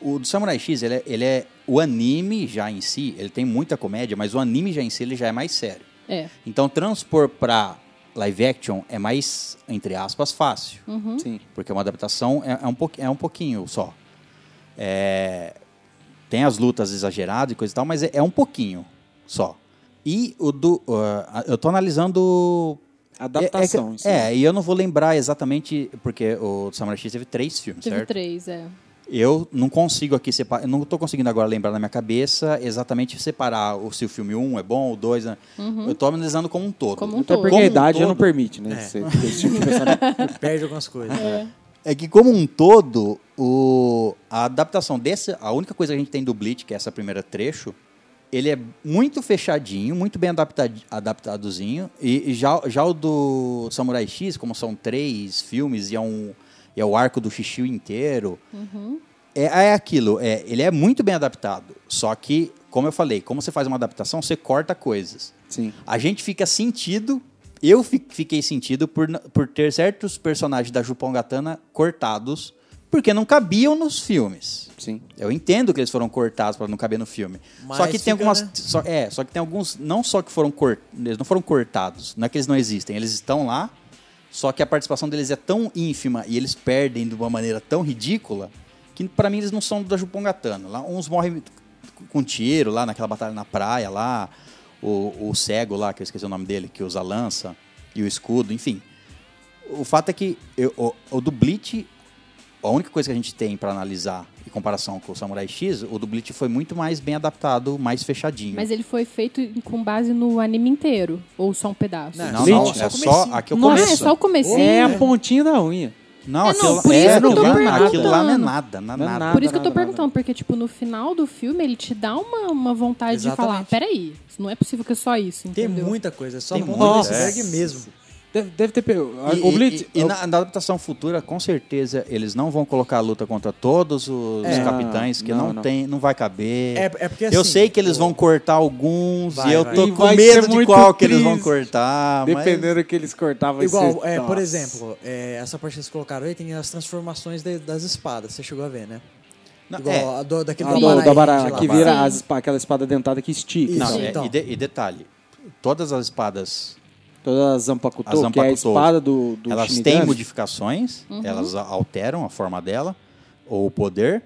o, o do Samurai X, ele é, ele é- O anime já em si, ele tem muita comédia, mas o anime já em si, ele já é mais sério.
É.
Então, transpor pra live action é mais, entre aspas, fácil.
Uhum.
Sim.
Porque uma adaptação é, é um, pouqui- é um pouquinho só. É, tem as lutas exageradas e coisa e tal, mas é, é um pouquinho só. E o do. ah, eu tô analisando
Adaptação.
é, é,
isso
que- é, e eu não vou lembrar exatamente, porque o Samurai X teve três filmes,
Teve
certo?
três, é.
Eu não consigo aqui separar, eu não tô conseguindo agora lembrar na minha cabeça exatamente separar o, se o filme 1 um é bom, o 2 é... Eu tô analisando como um todo.
Uhum. Como um
Até
todo.
porque
Como
a
um
idade já não
todo.
permite, né? Você- esse tipo de pensamento.
Perde algumas coisas.
É que como um todo, o, a adaptação dessa, a única coisa que a gente tem do Bleach, que é essa primeira trecho, ele é muito fechadinho, muito bem adapta, adaptadozinho. E, e já, já o do Samurai X, como são três filmes e é, um, e é o arco do Shishio inteiro, é, é aquilo, é, ele é muito bem adaptado. Só que, como eu falei, como você faz uma adaptação, você corta coisas.
Sim.
A gente fica sentido. Eu fi- fiquei sentido por, n- por ter certos personagens da Jupongatana cortados, porque não cabiam nos filmes.
Sim.
Eu entendo que eles foram cortados para não caber no filme.
Mas
só que
fica,
tem algumas.
né?
só- é, só que tem alguns. Não só que foram cortados. Eles não foram cortados. Não é que eles não existem. Eles estão lá. Só que a participação deles é tão ínfima e eles perdem de uma maneira tão ridícula que para mim eles não são da Jupongatana. Lá uns morrem com tiro lá naquela batalha na praia lá, o, o cego lá que eu esqueci o nome dele que usa a lança e o escudo, enfim. O fato é que eu- o, o do Bleach, a única coisa que a gente tem pra analisar em comparação com o Samurai X, o do Bleach foi muito mais bem adaptado, mais fechadinho.
Mas ele foi feito com base no anime inteiro, ou só um pedaço?
Não,
não,
Bleach,
não, é só
só comecinho.
aqui eu
Ah,
começo.
é só o comecinho?
É a pontinha da unha.
Não,
É, não,
aquilo,
por
é,
isso que eu
aquilo
tô
lá- aquilo lá não é
perguntando.
nada, não é
Não é
nada.
nada.
Por isso que eu tô
nada,
perguntando, porque, tipo, no final do filme ele te dá uma, uma vontade de falar,
Exatamente.
peraí, isso não é possível que é só isso,
Tem
entendeu?
muita coisa, é só
Tem
ponta do
muita
iceberg
coisa.
mesmo.
Deve, deve ter. pe-
E-
o Blitz.
e, e na, na adaptação futura, com certeza, eles não vão colocar a luta contra todos os
É.
capitães, que
Não,
não,
não.
tem, não vai caber.
É, é porque
eu
assim,
sei que eles
o-
vão cortar alguns
Vai,
e eu
vai.
tô
E
com
vai
medo
ser
de
muito
qual que eles vão
triste.
cortar. mas-
Dependendo do que eles cortavam. vai
Ah, Igual,
ser-
é, por
Nossa.
exemplo, é, essa parte que vocês colocaram aí tem as transformações de- das espadas, você chegou a ver, né?
Não,
Igual
é.
a do, daquele
A
do
do,
Abaraí,
do Abará,
sei lá.
que vira as espa- aquela espada dentada que estica.
Isso.
Não,
sabe?
é,
então.
e, de- e detalhe, todas as espadas,
Toda a Zampakutou,
as
que é a
Zanpakutou,
espada do, do
elas
Shinigami.
têm modificações, elas a- alteram a forma dela. ou o poder.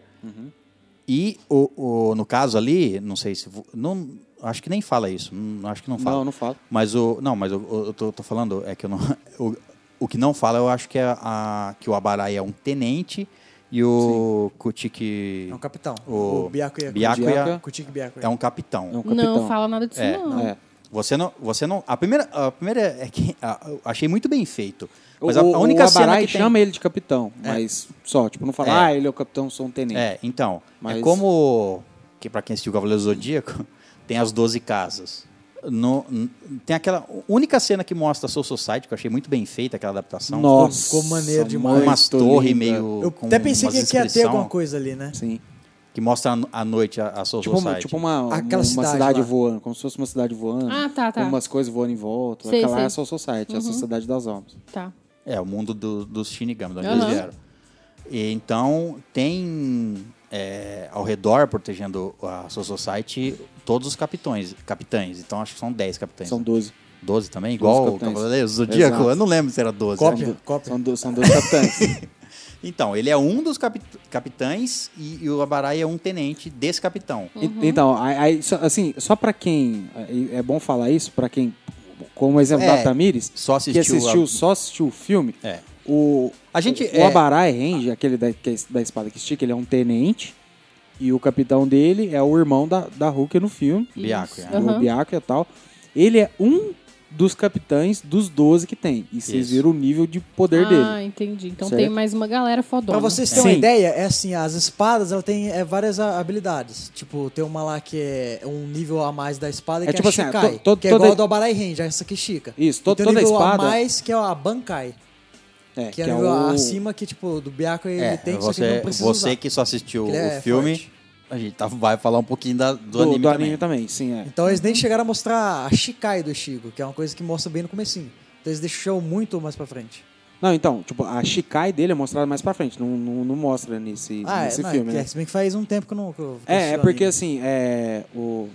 E, o, o- no caso ali, não sei se... vo- Não, acho que nem fala isso. Não, acho que não fala.
Não, não fala.
Mas o... Não, mas eu, eu tô, tô falando... É que eu não... O, o que não fala, eu acho que, é a, que o Abarai é um tenente e o Kutiki...
É um capitão.
O
O Byakuya.
Byakuya
Kutik Byakuya.
é um capitão.
É um capitão.
Não fala nada disso,
É,
não.
É.
Você não, você não. A primeira, a primeira é que a- eu achei muito bem feito. Mas
o,
a, a única
o
cena
Abarai
que tem-
chama ele de capitão, mas só, tipo, não fala,
É.
ah, ele é o capitão, sou um tenente.
É, então,
Mas-
é como que para quem assistiu Cavaleiro do Zodíaco, tem as 12 casas. No- n- tem aquela única cena que mostra a Soul Society, que eu achei muito bem feita aquela adaptação.
Nossa,
Ficou maneiro demais.
Com umas
muito
torres
linda.
meio.
Eu
com
até pensei
umas
que, que ia ter
inscrição,
alguma coisa ali, né?
Sim.
Que mostra a no- à noite a, a Soul
Tipo, uma,
Society.
tipo uma,
Aquela
uma
cidade
cidade,
lá.
voando, como se fosse uma cidade voando.
Ah, tá, tá.
Com umas coisas voando em volta.
Sei,
Aquela
sei.
é a Soul Society, a
Uhum.
Sociedade das Almas.
Tá.
É, o mundo do- dos Shinigami, de onde
Aham.
eles vieram. E, então, tem é, ao redor, protegendo a Soul Society, todos os capitões, capitães. Então, acho que são 10 capitães.
São
São
12.
12 também? Igual o
capitães.
Cavaleiro do Zodíaco?
Exato.
Eu não lembro se era 12.
Cópia,
Acho que-
cópia.
São, do, são 12 capitães.
Então, ele é um dos capi- capitães e, e o Abarai é um tenente desse capitão.
E- Então, aí- aí, só- assim, só pra quem. aí É bom falar isso, pra quem. Como exemplo
É,
da Tamires,
só
que
assistiu
assistiu,
a-
só assistiu o filme.
É.
O,
A gente-
o,
é-
Abarai Range, aquele da, que é da espada que estica, ele é um tenente. E o capitão dele é o irmão da, da Hulk no filme.
Byakuya.
Aham.
O Biaco e tal. Ele é um dos capitães dos 12 que tem. E vocês
Isso.
viram o nível de poder
Ah,
dele.
entendi. Então
Certo.
tem mais uma galera fodona.
Pra vocês terem uma
Sim.
ideia, é assim, as espadas ela tem é, várias a- habilidades. Tipo, tem uma lá que é um nível a mais da espada
É
que
tipo
é a
assim, ah,
Shikai,
to- to-
que é
toda-
igual a do Abarai Range, essa que chica.
Isso, to-
E tem um
toda
nível
espada-
a mais que é a Bankai,
É,
que é, o nível acima que tipo do Byakuya ele
É,
tem, só que ele
você,
não precisa
você
usar.
que só assistiu
Ele é
o filme,
forte.
a gente tá- vai falar um pouquinho da- do,
do, do
anime também.
também, sim, é.
Então eles nem chegaram a mostrar a Shikai do Shigo, que é uma coisa que mostra bem no comecinho. Então eles deixam muito mais pra frente.
Não, então, tipo, a Shikai dele é mostrada mais pra frente, não, não, não mostra nesse,
Ah,
nesse
é, não,
filme,
é, né?
né?
que- se bem que faz um tempo que eu não... que eu- que eu
É,
assisti
é
o
porque
anime.
assim, é. O...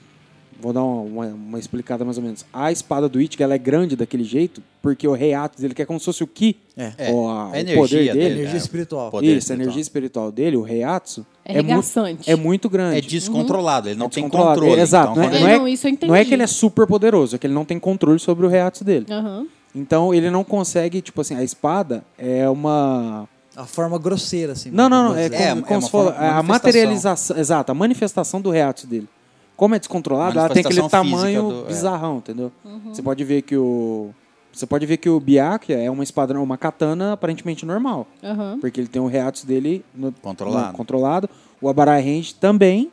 Vou dar uma, uma explicada mais ou menos. A espada do Ichigo, ela é grande daquele jeito, porque o rei Atos dele, que é como se fosse o Ki,
É,
ou a-
a
o
energia
poder
dele,
dele.
é,
Energia espiritual.
poder
Isso,
espiritual.
a energia espiritual dele, o rei Atsu,
É
mu-
regaçante.
é muito grande.
É descontrolado, ele não
É
tem
descontrolado.
controle.
É, Exato,
Então,
não,
quando
é,
ele-
não, é,
É, não, isso eu
não é
entendi.
que ele é super poderoso, é que ele não tem controle sobre o reato dele.
Aham.
Então ele não consegue, tipo assim, a espada é uma.
A forma grosseira, assim.
Não, não, não. É,
vamos dizer.
como,
É,
como
é uma
se for
forma-
a
manifestação.
materialização. Exato, a manifestação do reato dele. Como é descontrolado, ela tem aquele
Manifestação física
tamanho
do- é.
bizarrão, entendeu?
Uhum.
Você pode ver que o. Você pode ver que o Byakuya é uma espada, uma katana aparentemente normal.
Aham.
Porque ele tem o reato dele no-
Controlado.
no- controlado. O Abarai Range também.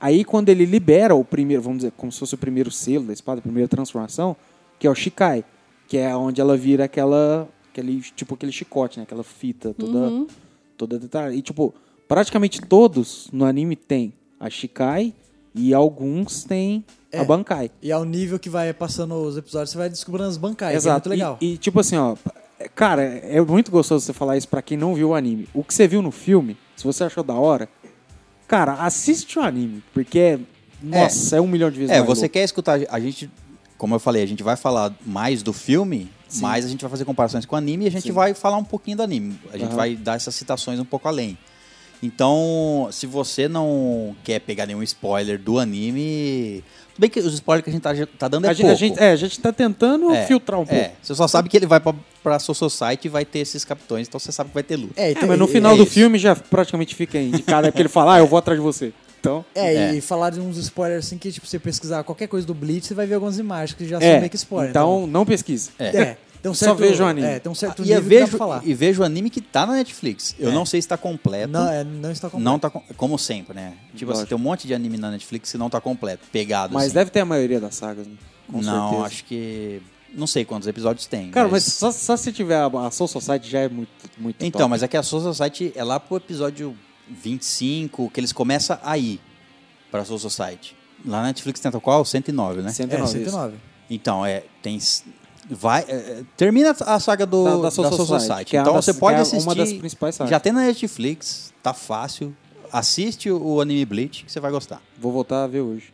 Aí quando ele libera o primeiro, vamos dizer, como se fosse o primeiro selo da espada, a primeira transformação, que é o Shikai, que é onde ela vira aquela aquele tipo aquele chicote, né, aquela fita toda toda detalhada. E tipo, praticamente todos no anime tem a Shikai e alguns têm a Bankai.
E ao nível que vai passando os episódios, você vai descobrindo as bancais.
Exato.
Exato. É muito legal.
E, e, tipo assim, ó. Cara, é muito gostoso você falar isso pra quem não viu o anime. O que você viu no filme, se você achou da hora, cara, assiste o anime, porque é. Nossa, é, um milhão de vezes
É,
mais
você
louco.
quer escutar. A gente, como eu falei, a gente vai falar mais do filme, mas a gente vai fazer comparações com o anime e a gente vai falar um pouquinho do anime. A gente
Aham.
vai dar essas citações um pouco além. Então, se você não quer pegar nenhum spoiler do anime. Tudo bem que os spoilers que a gente tá, tá dando é
a, gente,
pouco.
a gente- é, a gente tá tentando
É,
filtrar um pouco.
É, você só sabe que ele vai pra, pra Soul Society e vai ter esses capitões, então você sabe que vai ter luta.
É, e
É,
tem-
mas no
e-
final
é
do
isso.
filme já praticamente fica indicado, é porque ele fala, ah, eu vou atrás de você. Então.
É,
É.
e falar de uns spoilers assim que, tipo, você pesquisar qualquer coisa do Blitz, você vai ver algumas imagens que já são
É,
meio que spoiler.
então não pesquise.
Então, é. Tem um
Só
certo,
veja o anime.
É, tem um certo
E,
nível
eu
que dá
vejo,
pra falar.
e vejo o anime que tá na Netflix.
É.
Eu não sei se tá completo.
Não, é, não está completo.
Não tá com- como sempre, né? Tipo assim,
Lógico.
tem um monte de anime na Netflix que não tá completo, pegado
Mas
assim.
deve ter a maioria das sagas, né? Com
não,
certeza.
acho que não sei quantos episódios tem.
Cara, mas, só, só se tiver a, a Soul Society já é muito, muito
então,
top.
mas é que a Soul Society é lá pro episódio 25 que eles começam a ir para Soul Society. Lá na Netflix tenta qual? 109, né?
109.
É,
isso.
109.
Então, é, tem s- vai é, é, termina a saga do
Da-
da,
da Soul
Soul Society.
Society, que é
então
uma das-
você pode
que é
assistir.
uma das principais sagas.
Já tem na Netflix, tá fácil. Assiste o anime Bleach que você vai gostar.
Vou voltar a ver hoje.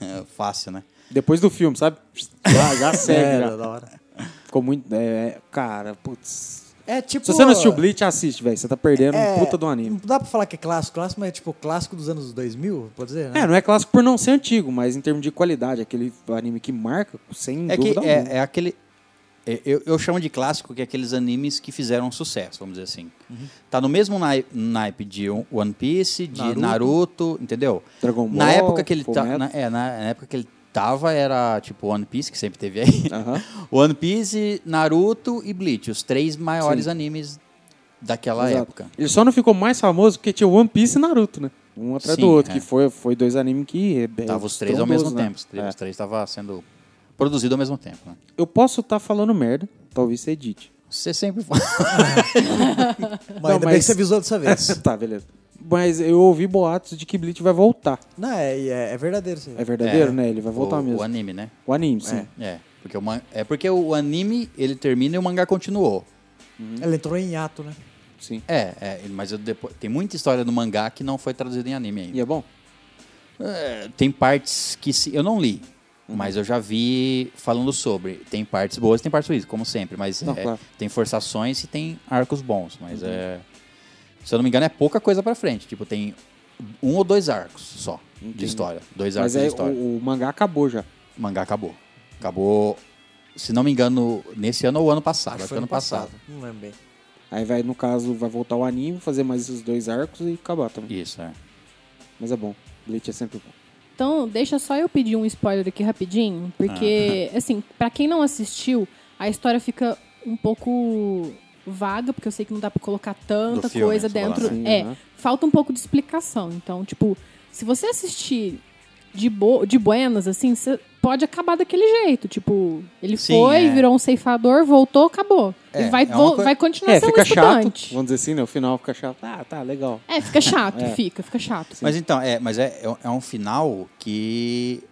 É fácil, né?
Depois do filme, sabe? Já, já segue.
É,
já.
da hora.
Ficou muito. é, cara, putz.
É tipo.
Se você não assistiu Bleach, assiste, velho. Você tá perdendo
é,
um puta do anime.
Não dá pra falar que é clássico, clássico, mas é tipo clássico dos anos 2000, pode dizer? Né?
É, não é clássico por não ser antigo, mas em termos de qualidade, é aquele anime que marca, sem
É que
dúvida alguma.
é, é aquele. é, eu, eu chamo de clássico que é aqueles animes que fizeram sucesso, vamos dizer assim.
Uhum.
Tá no mesmo nai- naipe de um, One Piece, de Naruto,
Naruto.
entendeu?
Dragon Ball,
é, na época que ele tá,
Fullmetal.
na, é, na- na época que ele tava era tipo One Piece que sempre teve aí.
Aham.
One Piece, Naruto e Bleach, os três maiores
Sim.
animes daquela
Exato.
época.
Ele só não ficou mais famoso porque tinha One Piece e Naruto, né? Um atrás
Sim,
do outro,
é.
que foi, foi dois animes que... é- é
Tava os três ao mesmo
estrondoso, né?
tempo. Os três-
É.
Os três tava sendo produzido ao mesmo tempo, né?
Eu posso estar falando merda, talvez você edite.
Você sempre fala.
Mas
não,
ainda bem
mas-
que você avisou dessa vez.
tá, beleza. Mas eu ouvi boatos de que Bleach vai voltar.
não, é, é, é verdadeiro isso aí.
É verdadeiro,
É.
né? Ele vai voltar
o,
mesmo.
O anime, né?
O anime, sim.
É. Porque o man... É porque o anime, ele termina e o mangá continuou.
Ela entrou em hiato, né?
Sim.
É, é ele- mas eu depois... tem muita história do mangá que não foi traduzida em anime ainda.
E é bom?
É, Tem partes que se... eu não li, mas eu já vi falando sobre. Tem partes boas tem partes ruins, como sempre. Mas
Não,
é,
claro.
tem forçações e tem arcos bons. Mas é... Se eu não me engano, é pouca coisa pra frente. Tipo, tem um ou dois arcos só de história. Dois arcos
Mas é,
de história.
o, o mangá acabou já.
O mangá acabou. Acabou, se não me engano, nesse ano ou ano passado. Acho que
foi
ano passado.
Não lembro bem.
Aí vai, no caso, vai voltar o anime, fazer mais esses dois arcos e acabar também.
Isso, é.
Mas é bom. Bleach é sempre bom.
Então, deixa só eu pedir um spoiler aqui rapidinho, porque,
Ah.
assim, pra quem não assistiu, a história fica um pouco vaga, porque eu sei que não dá pra colocar tanta
Do filme,
coisa
você fala,
dentro.
né? Sim,
é,
né?
falta um pouco de explicação. Então, tipo, se você assistir de, bo de buenas, assim, você pode acabar daquele jeito. Tipo, ele
Sim,
foi,
é.
virou um ceifador, voltou, acabou.
É,
e vai,
é uma
vo-
coi-
vai continuar
É,
sendo
fica chato.
estudante.
Vamos dizer assim, né? O final fica chato. Ah, tá, legal.
É, fica chato,
É.
fica, fica chato.
Mas então, é, mas é, é um- é um final que.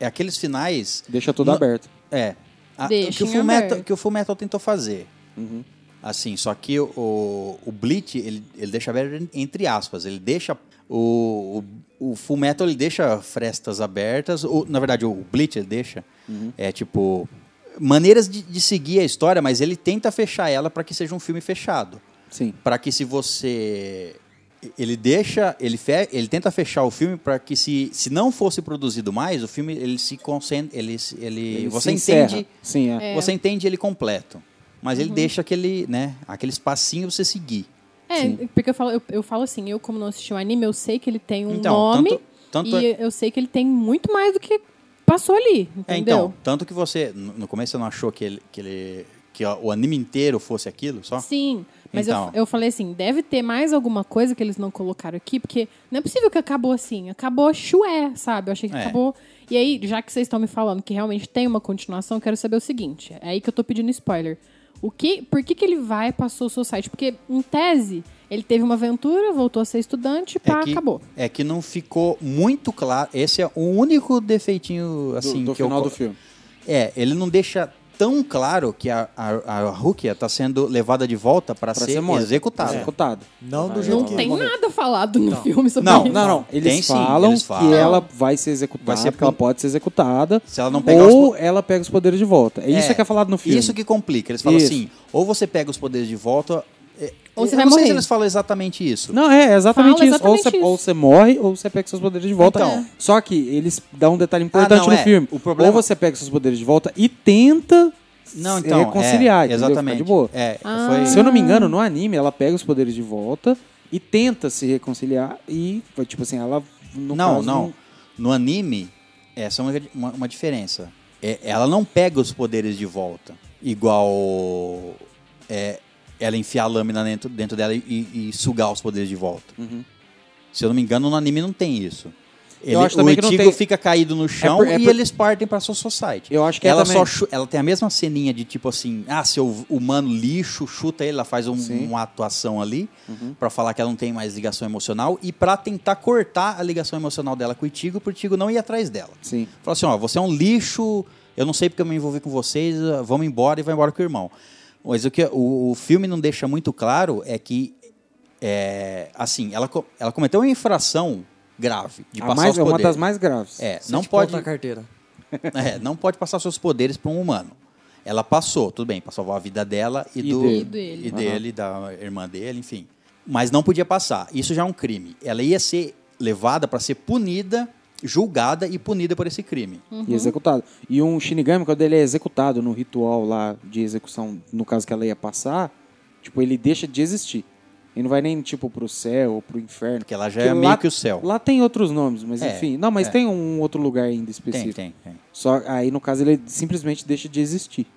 É aqueles finais.
Deixa tudo
Não-
aberto.
É. a-
Deixa
que, o
em
Full Metal,
aberto.
que o Full Metal tentou fazer. Assim, só que o, o, o Bleach, ele, ele deixa aberto entre aspas. Ele deixa. O, o, o Full Metal, ele deixa frestas abertas. Ou, na verdade, o Bleach, ele deixa. É tipo. Maneiras de, de seguir a história, mas ele tenta fechar ela para que seja um filme fechado.
Sim.
para que se você ele deixa ele fe, ele tenta fechar o filme para que se, se não fosse produzido mais o filme ele se concentra ele se- ele,
Ele
você
se encerra.
entende
Sim, é.
você entende ele completo mas
Uhum.
ele deixa aquele né aquele espacinho pra você seguir
É, porque eu falo, eu, eu falo assim, eu como não assisti o anime, eu sei que ele tem um
Então,
nome
tanto- tanto
e eu sei que ele tem muito mais do que passou ali, entendeu?
É, então tanto que você no no começo você não achou que ele, que ele que ó, o anime inteiro fosse aquilo só
Sim, mas
Então.
eu, eu falei assim, deve ter mais alguma coisa que eles não colocaram aqui, porque não é possível que acabou assim, acabou chué, sabe? Eu achei que
É.
acabou... E aí, já que vocês estão me falando que realmente tem uma continuação, eu quero saber o seguinte, é aí que eu tô pedindo spoiler. O que, por que que ele vai e passou o seu site? Porque, em tese, ele teve uma aventura, voltou a ser estudante, pá, Tá, acabou.
é que não ficou muito claro esse é o único defeitinho
Do,
assim
do
que eu
final
co-
do filme.
É, ele não deixa tão claro que a, a, a Rukia tá sendo levada de volta para
Pra
ser, É.
ser morta. É.
executada.
Executado.
Não do
Não Então.
jeito
Não
que
tem nada falado no filme sobre
Não,
isso.
Não, não. Eles,
Tem sim,
falam
eles falam.
que ela vai ser executada,
Vai ser
que ela
pun-
pode ser executada.
Se ela não pegar os
ou ela pega os poderes de volta. É isso que é falado no filme.
Isso que complica. Eles falam
Isso.
assim, ou você pega os poderes de volta... é,
Ou você
eu
vai
não sei
morrer.
se eles falam exatamente isso.
Não, é, é exatamente
Fala
isso. ou,
exatamente
você,
isso.
ou você morre, ou você pega seus poderes de volta.
Então.
Só que eles dão um detalhe importante
não,
no
é.
filme.
O problema-
Ou você pega seus poderes de volta e tenta
Não,
se
então,
reconciliar,
é,
entendeu?
exatamente.
Fica de boa.
É,
Ah.
foi...
Se eu não me engano, no anime, ela pega os poderes de volta e tenta se reconciliar e, foi tipo assim, ela... No
não,
caso,
não. No anime, essa é uma, uma, uma diferença. É, ela não pega os poderes de volta. Igual é, ela enfiar a lâmina dentro, dentro dela e, e- e sugar os poderes de volta.
Uhum.
Se eu não me engano, no anime não tem isso. Ele,
acho também
o
que não
Ichigo
tem.
fica caído no chão
por- é
e
por-
eles partem pra sua society.
Eu acho que é
ela
também.
só chu- ela tem a mesma ceninha de tipo assim, ah, seu humano lixo, chuta ele, ela faz um-
Sim. Uhum.
uma atuação ali pra falar que ela não tem mais ligação emocional e pra tentar cortar a ligação emocional dela com o Tigo, pro Tigo não ir atrás dela.
Sim.
Fala assim, ó, você é um lixo, eu não sei porque eu me envolvi com vocês, ah, vamos embora e vai embora com o irmão. Mas o que o, o filme não deixa muito claro é que é, assim, ela, co- ela cometeu uma infração grave de
A
passar
mais,
os
é uma
poderes.
das mais graves.
É,
Sete
não
pontos
pode
na carteira.
é, não pode passar seus poderes para um humano. Ela passou, tudo bem, pra salvar a vida dela e,
E
do,
dele.
E dele.
e dele, da irmã dele, enfim. Mas não podia passar. Isso já é um crime. Ela ia ser levada para ser punida, julgada e punida por esse crime.
Hum.
E executado. E um Shinigami, quando ele é executado no ritual lá de execução, no caso que ela ia passar, tipo, ele deixa de existir. Ele não vai nem, tipo, pro céu ou pro inferno.
Porque ela já
Porque
é
lá-
meio que o céu.
Lá tem outros nomes, mas
É,
enfim. Não, mas
é.
tem um outro lugar ainda específico.
Tem, tem, tem.
Só aí, no caso, ele simplesmente deixa de existir.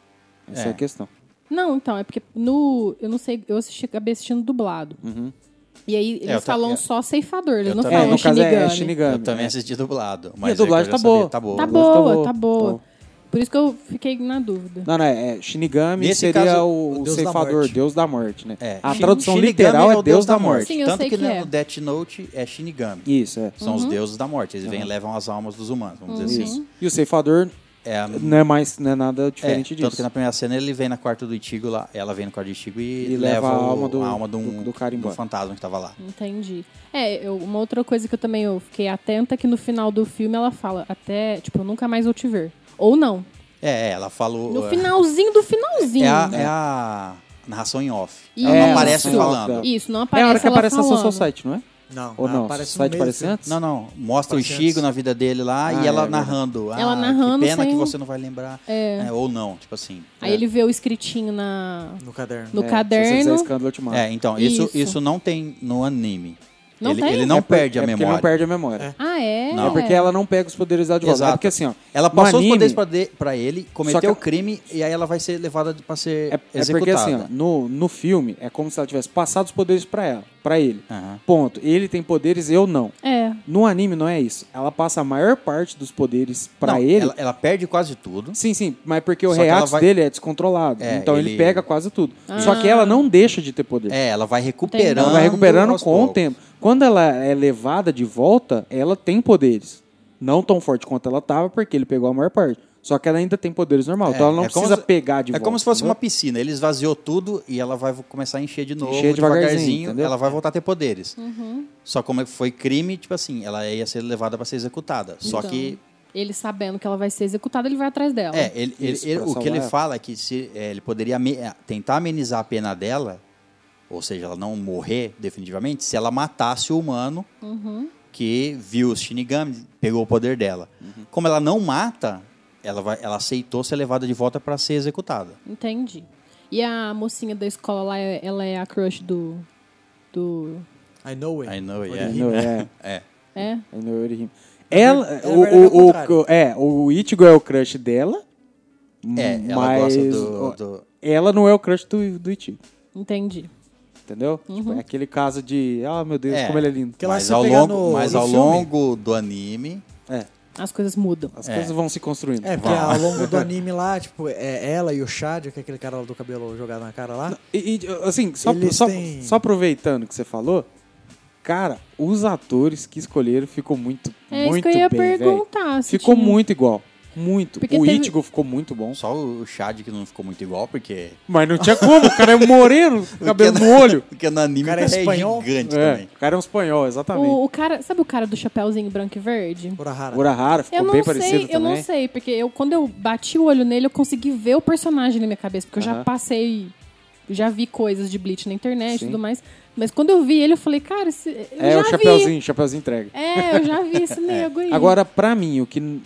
Essa é,
É.
a questão.
Não, então, é porque no. Eu não sei, eu assisti, acabei assistindo dublado.
Uhum.
E aí eles
eu ta-
falam
é.
só ceifador, eles
Eu
não
também.
É,
falam
no caso
Shinigami.
é Shinigami.
Eu também
é.
assisti dublado.
E
Mas
a
é que eu
dublagem
já
tá
sabia,
boa.
Tá boa.
Tá
Tá
boa,
boa,
tá
tá
boa.
boa.
Por isso que eu fiquei na dúvida.
Não, não, é, é, Shinigami
Nesse
seria
caso,
o,
o
o
Deus da
ceifador,
morte.
Deus da Morte, né?
É.
A
Shin-
tradução
Shinigami
literal é Deus, da Morte.
Sim, eu
Tanto
sei
que,
que
no
é. Uhum.
Death Note é Shinigami.
Isso, é.
São os deuses da morte. Eles
Uhum.
vêm e levam as almas dos humanos, vamos dizer assim.
Isso. E o ceifador
É a
não é mais não é nada
É,
diferente
Tanto que
disso.
na primeira cena ele vem na quarto do Ichigo lá, ela vem no quarto do Ichigo e,
E
leva
leva a
o-
alma do-
a alma de um,
do- do cara
de um
embora.
fantasma que tava lá.
Entendi. É, eu- uma outra coisa que eu também eu fiquei atenta é que no final do filme ela fala até, tipo, eu nunca mais vou te ver. Ou não.
É, é, ela falou.
No finalzinho do finalzinho.
é, a, é a narração em off.
Isso.
Ela não aparece
narração em off,
falando.
é.
Isso, não
é
aparece
a hora que
ela
aparece na
falando.
Social Site, não é?
Não, ah,
Ah,
Ou não?
Aparece
Social Site
um
um
no meio do
aparece
filme.
antes?
Não, não. Mostra o
Aparece
Ichigo
antes.
na vida dele lá
Ah,
e ela
é,
narrando.
Ela
"Ah,
narrando
Que pena
sem-
que você não vai lembrar. É, ou não, tipo assim.
Aí ele vê o escritinho na,
No caderno.
no
né? É, Se você fizer
caderno.
escândalo, eu te mato.
É, então, isso,
Isso.
isso. não tem no anime.
Não
ele,
tem?
ele não
É por-
então perde a
é porque
memória.
Ele não perde a memória. É.
Ah, é?
Não.
porque ela não pega os poderes dela de volta. É
Exato.
porque assim, ó.
Ela
no
passou
anime,
os poderes pra, de- pra ele, cometeu
que-
o crime e aí ela vai ser levada de- pra ser
É, é
executada.
porque assim, ó, no, no filme é como se ela tivesse passado os poderes pra ela, para ele.
Aham.
Ponto. Ele tem poderes, eu não.
É.
No anime não é isso. Ela passa a maior parte dos poderes pra
Não,
ele.
Ela, ela perde quase tudo.
Sim, sim, mas porque o
Só que ela
reato
vai-
dele é descontrolado.
É,
então ele...
ele-
pega quase tudo. Só
Ah.
que ela não deixa de ter poder.
É, ela vai recuperando.
Ela vai recuperando
aos
com o
poucos.
tempo. Quando ela é levada de volta, ela tem poderes. Não tão forte quanto ela tava, porque ele pegou a maior parte. Só que ela ainda tem poderes normal. então ela não
é como
precisa
se-
pegar de
É
volta.
como se fosse uma
entendeu?
piscina. Ele esvaziou tudo e ela vai começar a encher de novo.
Encher devagarzinho, entendeu?
ela vai voltar a ter poderes. Só como foi crime, tipo assim, ela ia ser levada pra ser executada. Só
Então,
que
Ele sabendo que ela vai ser executada, ele vai atrás dela.
É, ele, ele-
Isso,
ele-
pra
o que
salvar
ele
ela.
fala é que se é, ele poderia ame- tentar amenizar a pena dela, ou seja, ela não morrer definitivamente, se ela matasse o humano que viu os Shinigami, pegou o poder dela.
Uhum.
Como ela não mata, ela, vai- ela aceitou ser levada de volta para ser executada.
Entendi. E a mocinha da escola lá, é- ela é a crush do. do.
I know it.
I know it,
Olha
yeah.
aí.
Não, é.
É.
É?
I know it him. Ela,
É, na
o,
verdade, é o
o, o,
contrário.
é, o Ichigo é o crush dela.
É,
mas
ela gosta do. do-
Ela não é o crush do, do Ichigo,
Entendi.
entendeu? Tipo, é aquele caso de, ah, meu Deus,
É.
como ele é lindo.
Que ela
Mas
se
ao,
pegar
longo,
no-
mas
no
ao
filme.
longo do anime,
É,
As coisas mudam.
as coisas vão se construindo.
É, porque ao longo do anime lá, tipo, é ela e o Shad, que é aquele cara lá do cabelo jogado na cara lá.
E, e, assim, só,
Eles
só,
têm-
só aproveitando o que você falou, cara, os atores que escolheram ficou muito,
É isso
muito
que eu ia
bem, velho.
perguntar. se
Ficou
tinha-
muito igual. Muito.
Porque
o
teve-
Ichigo ficou muito bom.
só o Shad que não ficou muito igual, porque.
Mas não tinha como, o cara é moreno, cabelo no olho.
Porque no anime
O cara é espanhol?
gigante
É,
também.
o cara é um espanhol, exatamente.
O, o cara, sabe o cara do chapéuzinho branco e verde?
Urahara.
Urahara ficou
Eu não
bem
sei,
parecido
eu
também.
não sei, porque eu, quando eu bati o olho nele, eu consegui ver o personagem na minha cabeça, porque eu já
Aham.
passei, já vi coisas de Bleach na internet
Sim.
e tudo mais. Mas quando eu vi ele, eu falei, cara, esse, eu
É,
já
o
vi.
chapeuzinho, o chapeuzinho entrega.
É, eu já vi esse nego aí.
Agora, pra mim, o que, n-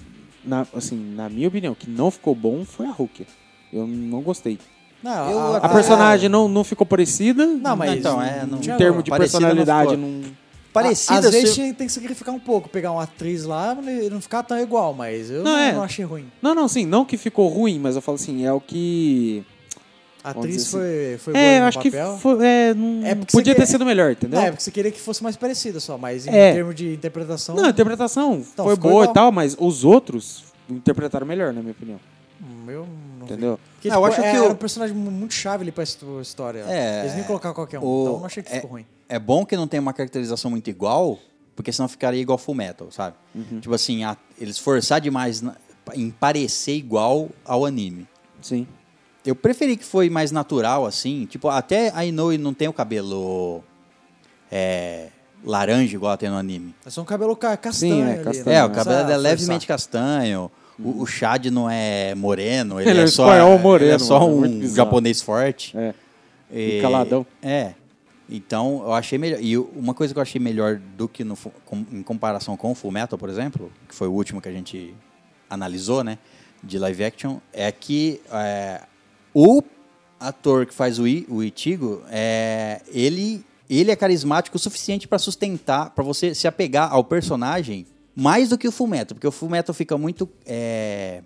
na, assim, na minha opinião, o que não ficou bom foi a Hulk. Eu não gostei.
Não,
Eu-
A personagem não, não ficou parecida.
Ah. Não, mas
Então, é, não-
Em termos de
Parecida não
personalidade,
ficou.
não...
Parecida,
Às vezes
se-
tinha- tem que sacrificar um pouco, pegar uma atriz lá e não ficar tão igual, mas eu
Não,
não,
é.
não achei ruim.
Não, não, sim, não que ficou ruim, mas eu falo assim, é o que.
A
Vamos
atriz
dizer
foi, foi boa
é, eu
no
acho
papel.
que foi. É, não-
É porque você
podia ter
quer-
sido melhor, entendeu?
Não, é porque você queria que fosse mais parecida só, mas em
É.
termos de interpretação.
Não, a interpretação foi
então- ficou
boa e
igual.
tal, mas os outros interpretaram melhor, na minha opinião.
hum, eu não sei.
Entendeu?
Porque,
Não, eu
tipo,
acho
é,
que
era
o-
um personagem mu- muito chave ali pra histó- história.
É,
Eles nem colocaram qualquer um,
o-
então eu não achei que ficou ruim.
É bom que não tem uma caracterização muito igual, porque senão ficaria igual Full Metal, sabe? Tipo assim, a- eles forçar demais na- em parecer igual ao anime.
Sim.
Eu preferi que foi mais natural, assim. Tipo, até a Inoue não tem o cabelo é, laranja igual ela tem no anime.
É só um cabelo ca- castanho.
Sim, é,
ali,
castanho.
né?
É, o
Não
cabelo
precisa
dela é levemente
forçar.
castanho. O, o Chad não é moreno, ele,
Ele
é,
é um
só,
espanhol moreno,
ele é só
mano, é muito
um
bizarro.
japonês forte.
É.
É,
E caladão.
É. Então, eu achei melhor. E uma coisa que eu achei melhor do que no, fu- com- em comparação com o Full Metal, por exemplo, que foi o último que a gente analisou, né? De live action, é que é, o ator que faz o, I- o Itigo, é, ele, ele é carismático o suficiente para sustentar, para você se apegar ao personagem mais do que o Full Metal, porque o Full Metal fica muito. é,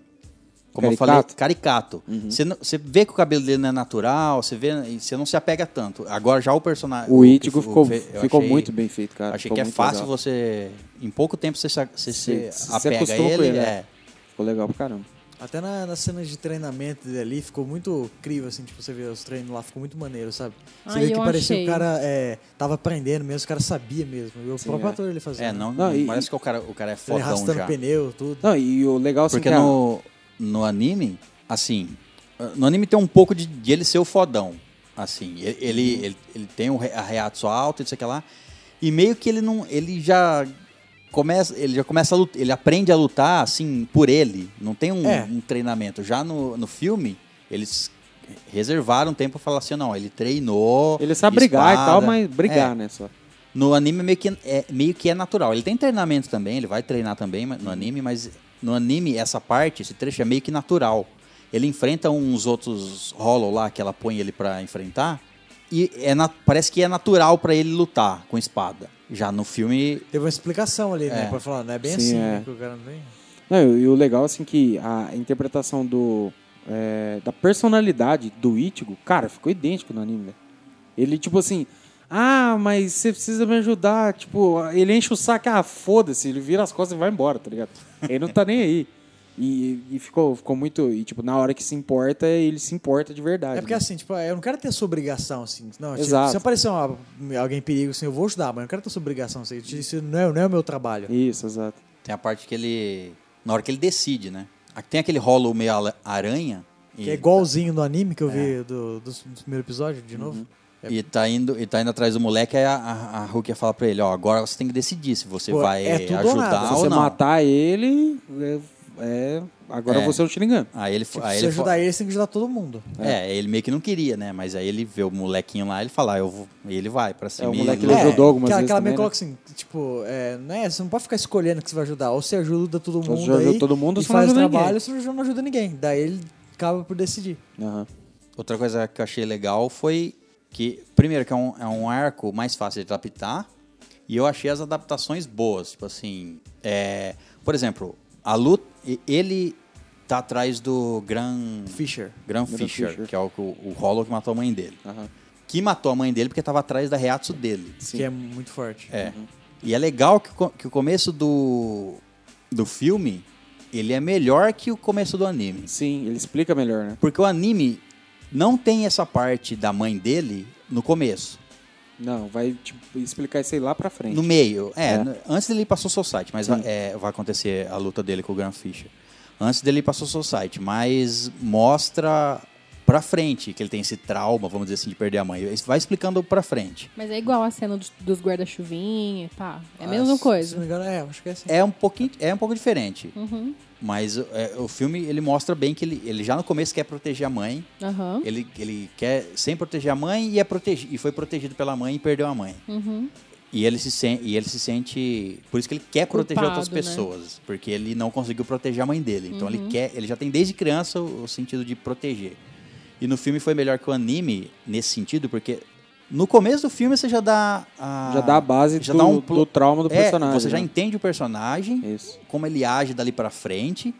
como eu falei,
Caricato. Uhum.
caricato. Você, não- você vê que o cabelo dele não é natural, você vê, e você não se apega tanto. Agora já o personagem.
O Ítigo
que-
ficou,
fe- eu
ficou
achei-
muito bem feito, cara.
Achei
Ficou
que é
muito
fácil
legal.
você. Em pouco tempo você se, você se,
Se- se
apega a
acostuma
ele.
com ele,
é.
é. Ficou legal pra caramba.
Até na- nas cenas de treinamento dele ali ficou muito incrível, assim, tipo, você vê os treinos lá, ficou muito maneiro, sabe? Você
Ah,
vê que
eu
parecia que
achei.
o cara é, tava aprendendo mesmo, o cara sabia mesmo. E o próprio
é.
ator ele fazia.
É, não,
Não,
não
e-
parece que o cara, o cara é
Ele
fodão
arrastando
já.
pneu, tudo.
Não, e o legal assim,
Porque
que a-
no, no anime, assim. No anime tem um pouco de, de ele ser o fodão. Assim, ele, ele,
Uhum.
ele, ele tem um re- a reato alta e não sei o que lá. E meio que ele não. Ele já começa. Ele já começa a lutar. Ele aprende a lutar, assim, por ele. Não tem um,
É.
um treinamento. Já no, no filme, eles reservaram tempo pra falar assim, não, ele treinou.
Ele sabe brigar e tal,
espada.
mas brigar,
É.
né? Só.
No anime meio que é, meio que é natural. Ele tem treinamento também, ele vai treinar também mas- no anime, mas no anime essa parte, esse trecho é meio que natural. Ele enfrenta uns outros Hollow lá que ela põe ele pra enfrentar e é na- parece que é natural pra ele lutar com espada. Já no filme
Teve uma explicação ali, né?
É.
Pra falar, não é bem
Sim,
assim,
é.
né? Que o cara não tem.
Não, e, e o legal, assim, que a interpretação do. é, da personalidade do Ítigo, cara, ficou idêntico no anime, velho. Ele, tipo assim. Ah, mas você precisa me ajudar. Tipo, ele enche o saco, ah, foda-se, ele vira as costas e vai embora, tá ligado? Ele não tá nem aí. E, e ficou, ficou muito. E, tipo, na hora que se importa, ele se importa de verdade.
É porque
né?
assim, tipo, eu não quero ter sua obrigação, assim. Não, tipo,
Exato.
se aparecer uma- alguém em perigo, assim, eu vou ajudar, mas eu não quero ter sua obrigação, assim. Isso não é, não é o meu trabalho.
Isso, exato.
tem a parte que ele na hora que ele decide, né? Ah, Tem aquele Hollow meio ala- aranha e,
Que é igualzinho no anime que eu
É.
vi do, do, do primeiro episódio, de
Uhum.
novo.
e tá indo e tá indo atrás do moleque, aí a, a, a Rukia fala pra ele, ó, agora você tem que decidir se você
Pô,
vai
é tudo ou nada.
ajudar
Se
Ah, ou,
você
não.
matar ele, é. é- agora
É.
você é o Shinigami.
Aí ele, fa-
Tipo,
aí
se
ele
você
fa-
ajudar ele, você tem que ajudar todo mundo.
É, ele meio que não queria, né? Mas aí ele vê o molequinho lá, ele fala, "Ah, eu vou... e ele vai pra cima.
o
e-
moleque Ele
é,
ajudou algumas
aquela,
vezes
Aquela
também, né?
meio coloca assim, tipo, é, né, você não pode ficar escolhendo que você vai ajudar. Ou você ajuda todo
Ou você
mundo
ajuda
aí,
todo mundo, ou
e
você não
faz o
ajuda
trabalho,
ninguém.
ou você não ajuda ninguém. Daí ele acaba por decidir.
Aham.
É. Outra coisa que eu achei legal foi que, primeiro, que é um, é um arco mais fácil de adaptar, e eu achei as adaptações boas. Tipo assim, é, por exemplo, a luta, e- ele tá atrás do Gran...
Fisher.
Gran É.
Gran
Fisher,
Fisher.
que é o, o Hollow que matou a mãe dele.
aham.
Que matou a mãe dele porque tava atrás da Reatsu dele.
Que é muito forte.
É. E é legal que, o co- que o começo do, do filme, ele é melhor que o começo do anime.
Sim, ele explica melhor, né?
Porque o anime não tem essa parte da mãe dele no começo.
Não, vai tipo, explicar isso aí lá pra frente.
No meio. É,
É.
no- antes dele ir pra Society, mas vai, é, vai acontecer a luta dele com o Grand Fisher. Antes dele ir pra Society, mas mostra pra frente que ele tem esse trauma, vamos dizer assim, de perder a mãe. Isso Vai explicando pra frente.
Mas é igual a cena dos, dos guarda-chuvinha e pá. É a
Ah,
mesma
se- Se não
coisa.
me engano, é, acho que é assim.
É um pouquinho, é um pouco diferente.
Uhum.
Mas é, o filme ele mostra bem que ele, ele já no começo quer proteger a mãe.
Aham.
Ele, ele quer sem proteger a mãe e é protegi e foi protegido pela mãe e perdeu a mãe.
Uhum.
E ele se sente, e ele se sente, por isso que ele quer proteger
Culpado,
outras
né? Uhum.
pessoas, porque ele não conseguiu proteger a mãe dele. Então ele quer, ele já tem desde criança o, o sentido de proteger. E no filme foi melhor que o anime nesse sentido, porque no começo do filme você já dá a,
Já dá a base
já
do,
dá um plo-
do trauma do
é,
personagem.
Você já
né?
entende o personagem,
Isso.
como ele age dali pra frente.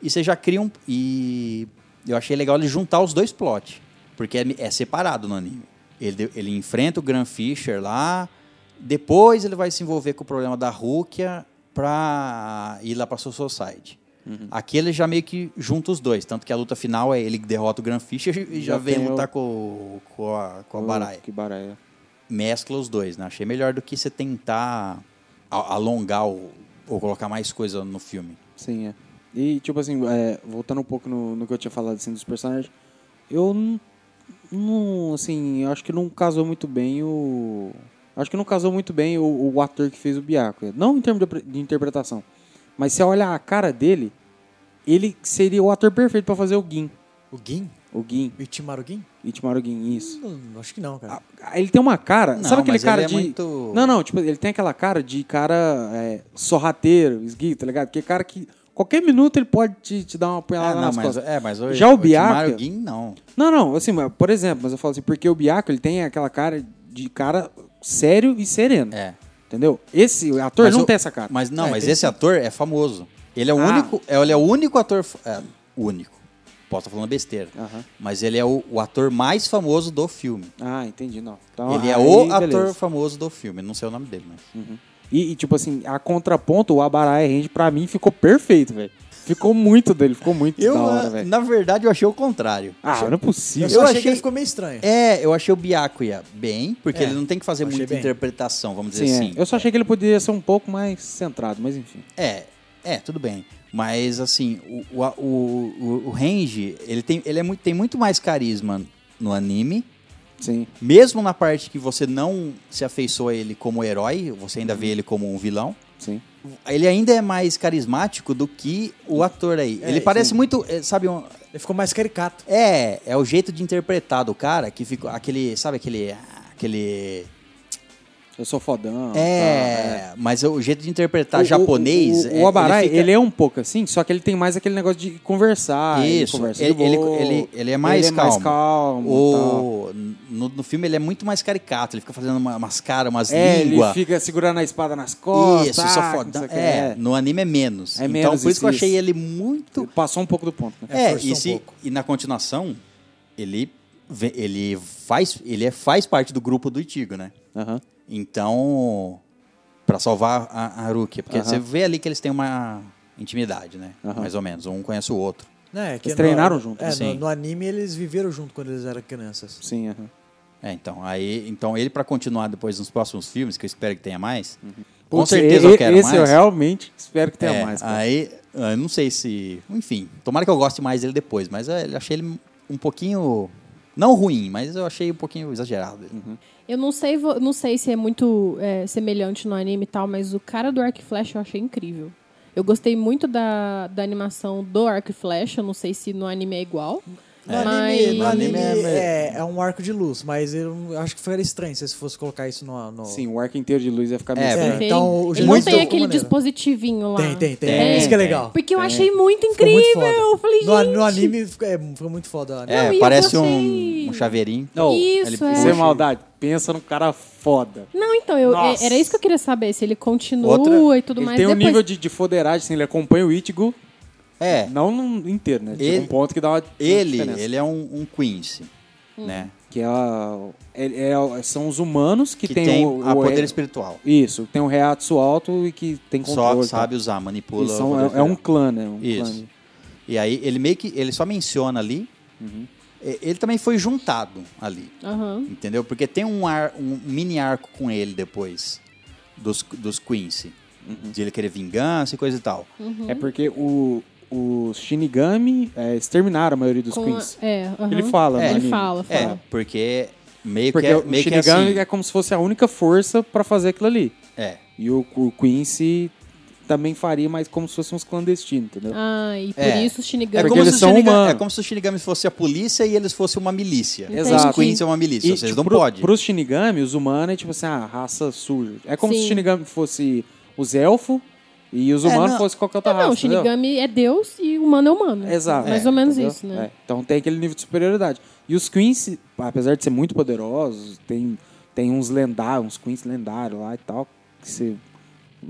E você já cria um. E eu achei legal ele juntar os dois plots. Porque é, é separado no anime. Ele, ele enfrenta o Grand Fisher lá. Depois ele vai se envolver com o problema da Rukia pra ir lá pra sua Society.
Uhum.
Aqui ele já meio que junta os dois. Tanto que a luta final é ele que derrota o Grand Fisher e já,
Já
vem
tem
lutar
o-
com, o- com a, com a
Oh,
Baraya
Que baralha.
mescla os dois, né? Achei melhor do que você tentar a- alongar o- ou colocar mais coisa no filme.
Sim, é. E, tipo assim, é, voltando um pouco no, no que eu tinha falado, assim, dos personagens, eu n- não, assim, eu acho que não casou muito bem o... Acho que não casou muito bem o, o ator que fez o Biaco. Não em termos de, apre- de interpretação, mas você olha a cara dele, Ele seria o ator perfeito pra fazer o Gin.
O Gin?
O Gin.
O Itimaru Gin?
Itimaru Gin, isso.
Não, acho que não, cara.
Ah, Ele tem uma cara.
Não,
sabe aquele
mas
cara
ele é
de.
muito-
Não, não, tipo, ele tem aquela cara de cara é, sorrateiro, esguio, tá ligado? Que é cara que. Qualquer minuto ele pode te, te dar uma apunhalada
Ah, não,
nas
mas,
costas.
é, mas o-
Já o
Timar
Biaka-
Guin, não.
Não, não, assim, mas, por exemplo, mas eu falo assim, porque o Biaco ele tem aquela cara de cara sério e sereno.
É.
Entendeu? Esse ator
Mas
não
o-
tem essa cara.
Mas não,
É,
mas
tem
esse ator é famoso. Ele é o
Ah.
único, é, ele é o único ator fa- é, único. Posso estar falando besteira.
Aham.
Mas ele é o, o ator mais famoso do filme.
Ah, entendi, não. Então,
ele é
aí,
o
beleza.
ator famoso do filme, não sei o nome dele, mas.
E, e, tipo assim, a contraponto, o Abarai Range, pra mim, ficou perfeito, velho. Ficou muito dele, ficou muito
Eu,
da
ah,
hora, velho.
na verdade, eu achei o contrário.
Ah, não é
Eu,
possível.
só
eu
achei, que
achei-
ele ficou meio estranho.
É, eu achei o Biakuya bem, porque
É,
ele não tem que fazer
achei
muita
bem.
interpretação, vamos dizer
Sim, é.
assim.
Eu só achei que ele poderia ser um pouco mais centrado, mas enfim.
É, é, tudo bem. Mas assim, o, o, o, o Range, ele, tem, ele é muito, tem muito mais carisma no anime.
Sim.
Mesmo na parte que você não se afeiçoa a ele como herói, você ainda
Uhum.
vê ele como um vilão.
Sim.
Ele ainda é mais carismático do que o ator aí. ele parece muito, é, sabe, um-
Ele ficou mais caricato.
é, é o jeito de interpretar do cara que ficou aquele, sabe aquele aquele
Eu sou fodão. tá,
é, mas o jeito de interpretar
O- o-
japonês,
O, o,
é,
o Abarai, ele,
fica-
é um pouco assim, só que ele tem mais aquele negócio de conversar.
Isso,
Ele, conversa
ele-
de boa,
ele- ele- ele é mais
ele é mais
calmo.
calmo. tá. tal.
O- no, no filme ele é muito mais caricato, ele fica fazendo uma, umas caras, umas
É, ele
línguas.
fica segurando a espada nas costas.
isso, isso é
ah,
fodão.
não sei o que,
É, no anime é menos.
É
então,
menos
por isso,
isso,
que eu achei
isso.
ele muito.
Passou um pouco do ponto, né?
É,
É,
forçou
e,
um
se-
pouco.
e na continuação, ele, vê- ele, faz, ele é- faz parte do grupo do Itigo, né?
Aham.
Então, pra salvar a, a Haruki. Porque
Aham.
você vê ali que eles têm uma intimidade, né?
Aham.
Mais ou menos. Um conhece o outro.
Né? É que
Eles
no-
treinaram junto,
É,
sim.
no, no anime eles viveram junto quando eles eram crianças.
Sim, aham.
É, então, aí, então ele pra continuar depois nos próximos filmes, que eu espero que tenha mais. com
Putz,
certeza
e-
eu quero
esse
é
mais.
eu realmente espero que tenha
É,
mais. cara.
Aí, eu não sei se. Enfim, tomara que eu goste mais dele depois, mas é, eu achei ele um pouquinho. Não ruim, mas eu achei um pouquinho exagerado.
Uhum.
Eu não sei, vo- não sei se é muito é, semelhante no anime e tal, mas o cara do Arc Flash eu achei incrível. Eu gostei muito da, da animação do Arc Flash, eu não sei se no anime é igual.
No
Mas-
anime, no anime
anime é-
é, é um arco de luz, mas eu não- acho que ficaria estranho se você fosse colocar isso no. no...
Sim, o arco inteiro de luz ia
É,
ficar meio estranho.
Ele-
então, o
ele
jeito
não
muito-
tem aquele
maneiro.
dispositivinho lá.
Tem, tem, tem.
Tem,
isso que é
tem.
legal.
Porque eu achei muito
Ficou
incrível.
muito foda.
eu falei,
no,
gente.
no anime fica, é, fica muito foda. o anime.
É,
e eu
parece
gostei.
um, um chaveirinho.
Não,
Isso,
ele-
é.
Hoje-
Sem maldade, pensa num cara foda.
Não, então, eu,
Nossa.
é- era isso que eu queria saber, se ele continua
Outra-
e tudo
ele
mais.
tem um
Depois,
nível de, de foderagem, assim, ele acompanha o Itigo,
É,
não no inteiro, né? Chega
Ele-
um ponto que dá uma
ele,
diferença.
ele é um, um Quincy,
Uhum.
né?
Que é, a- é- é- são os humanos que,
Que
tem,
tem,
o,
a
o-
poder espiritual.
Isso, tem um reato alto e que tem
Só
controle.
sabe usar,
tá?
manipula.
E
o
são-
poder
é, é um
espiritual.
clã, né? Um
Isso.
clã.
E aí ele meio que. Ele só menciona ali.
Uhum.
E- Ele também foi juntado ali.
Aham.
Entendeu? Porque tem um, ar- um mini arco com ele depois. Dos, dos Quincy.
Uhum.
De ele querer vingança e coisa e tal.
Uhum.
É porque o, os Shinigami é, exterminaram a maioria dos
Com a-
Queens.
é, aham.
Ele fala, né, no
Ele
anime.
fala,
É,
fala.
porque meio
Uhum. Porque
que é,
o
meio que é
Shinigami
assim.
é como se fosse a única força pra fazer aquilo ali.
É.
E o, o Quincy também faria, mas como se fosse uns clandestinos, entendeu?
Ah, e por
É.
isso o Shinigami...
É
porque
como,
eles
se o
são
Shinigami,
humanos.
é como se o Shinigami fosse a polícia e eles fossem uma milícia.
Exato.
Os Queens são uma milícia, ou seja,
tipo,
não
pro,
pode.
Pros Shinigami, os humanos é tipo assim, a raça suja. É como se
Sim.
o Shinigami fosse os elfos e os
É,
humanos
não.
fossem qualquer outra raça.
não, o
entendeu?
Shinigami é Deus e humano é humano.
Exato.
Mais
É,
ou menos
Entendeu?
isso, né?
É, Então tem aquele nível de superioridade. E os Queens, apesar de ser muito poderosos, tem, tem uns lendários, uns Queens lendários lá e tal, que se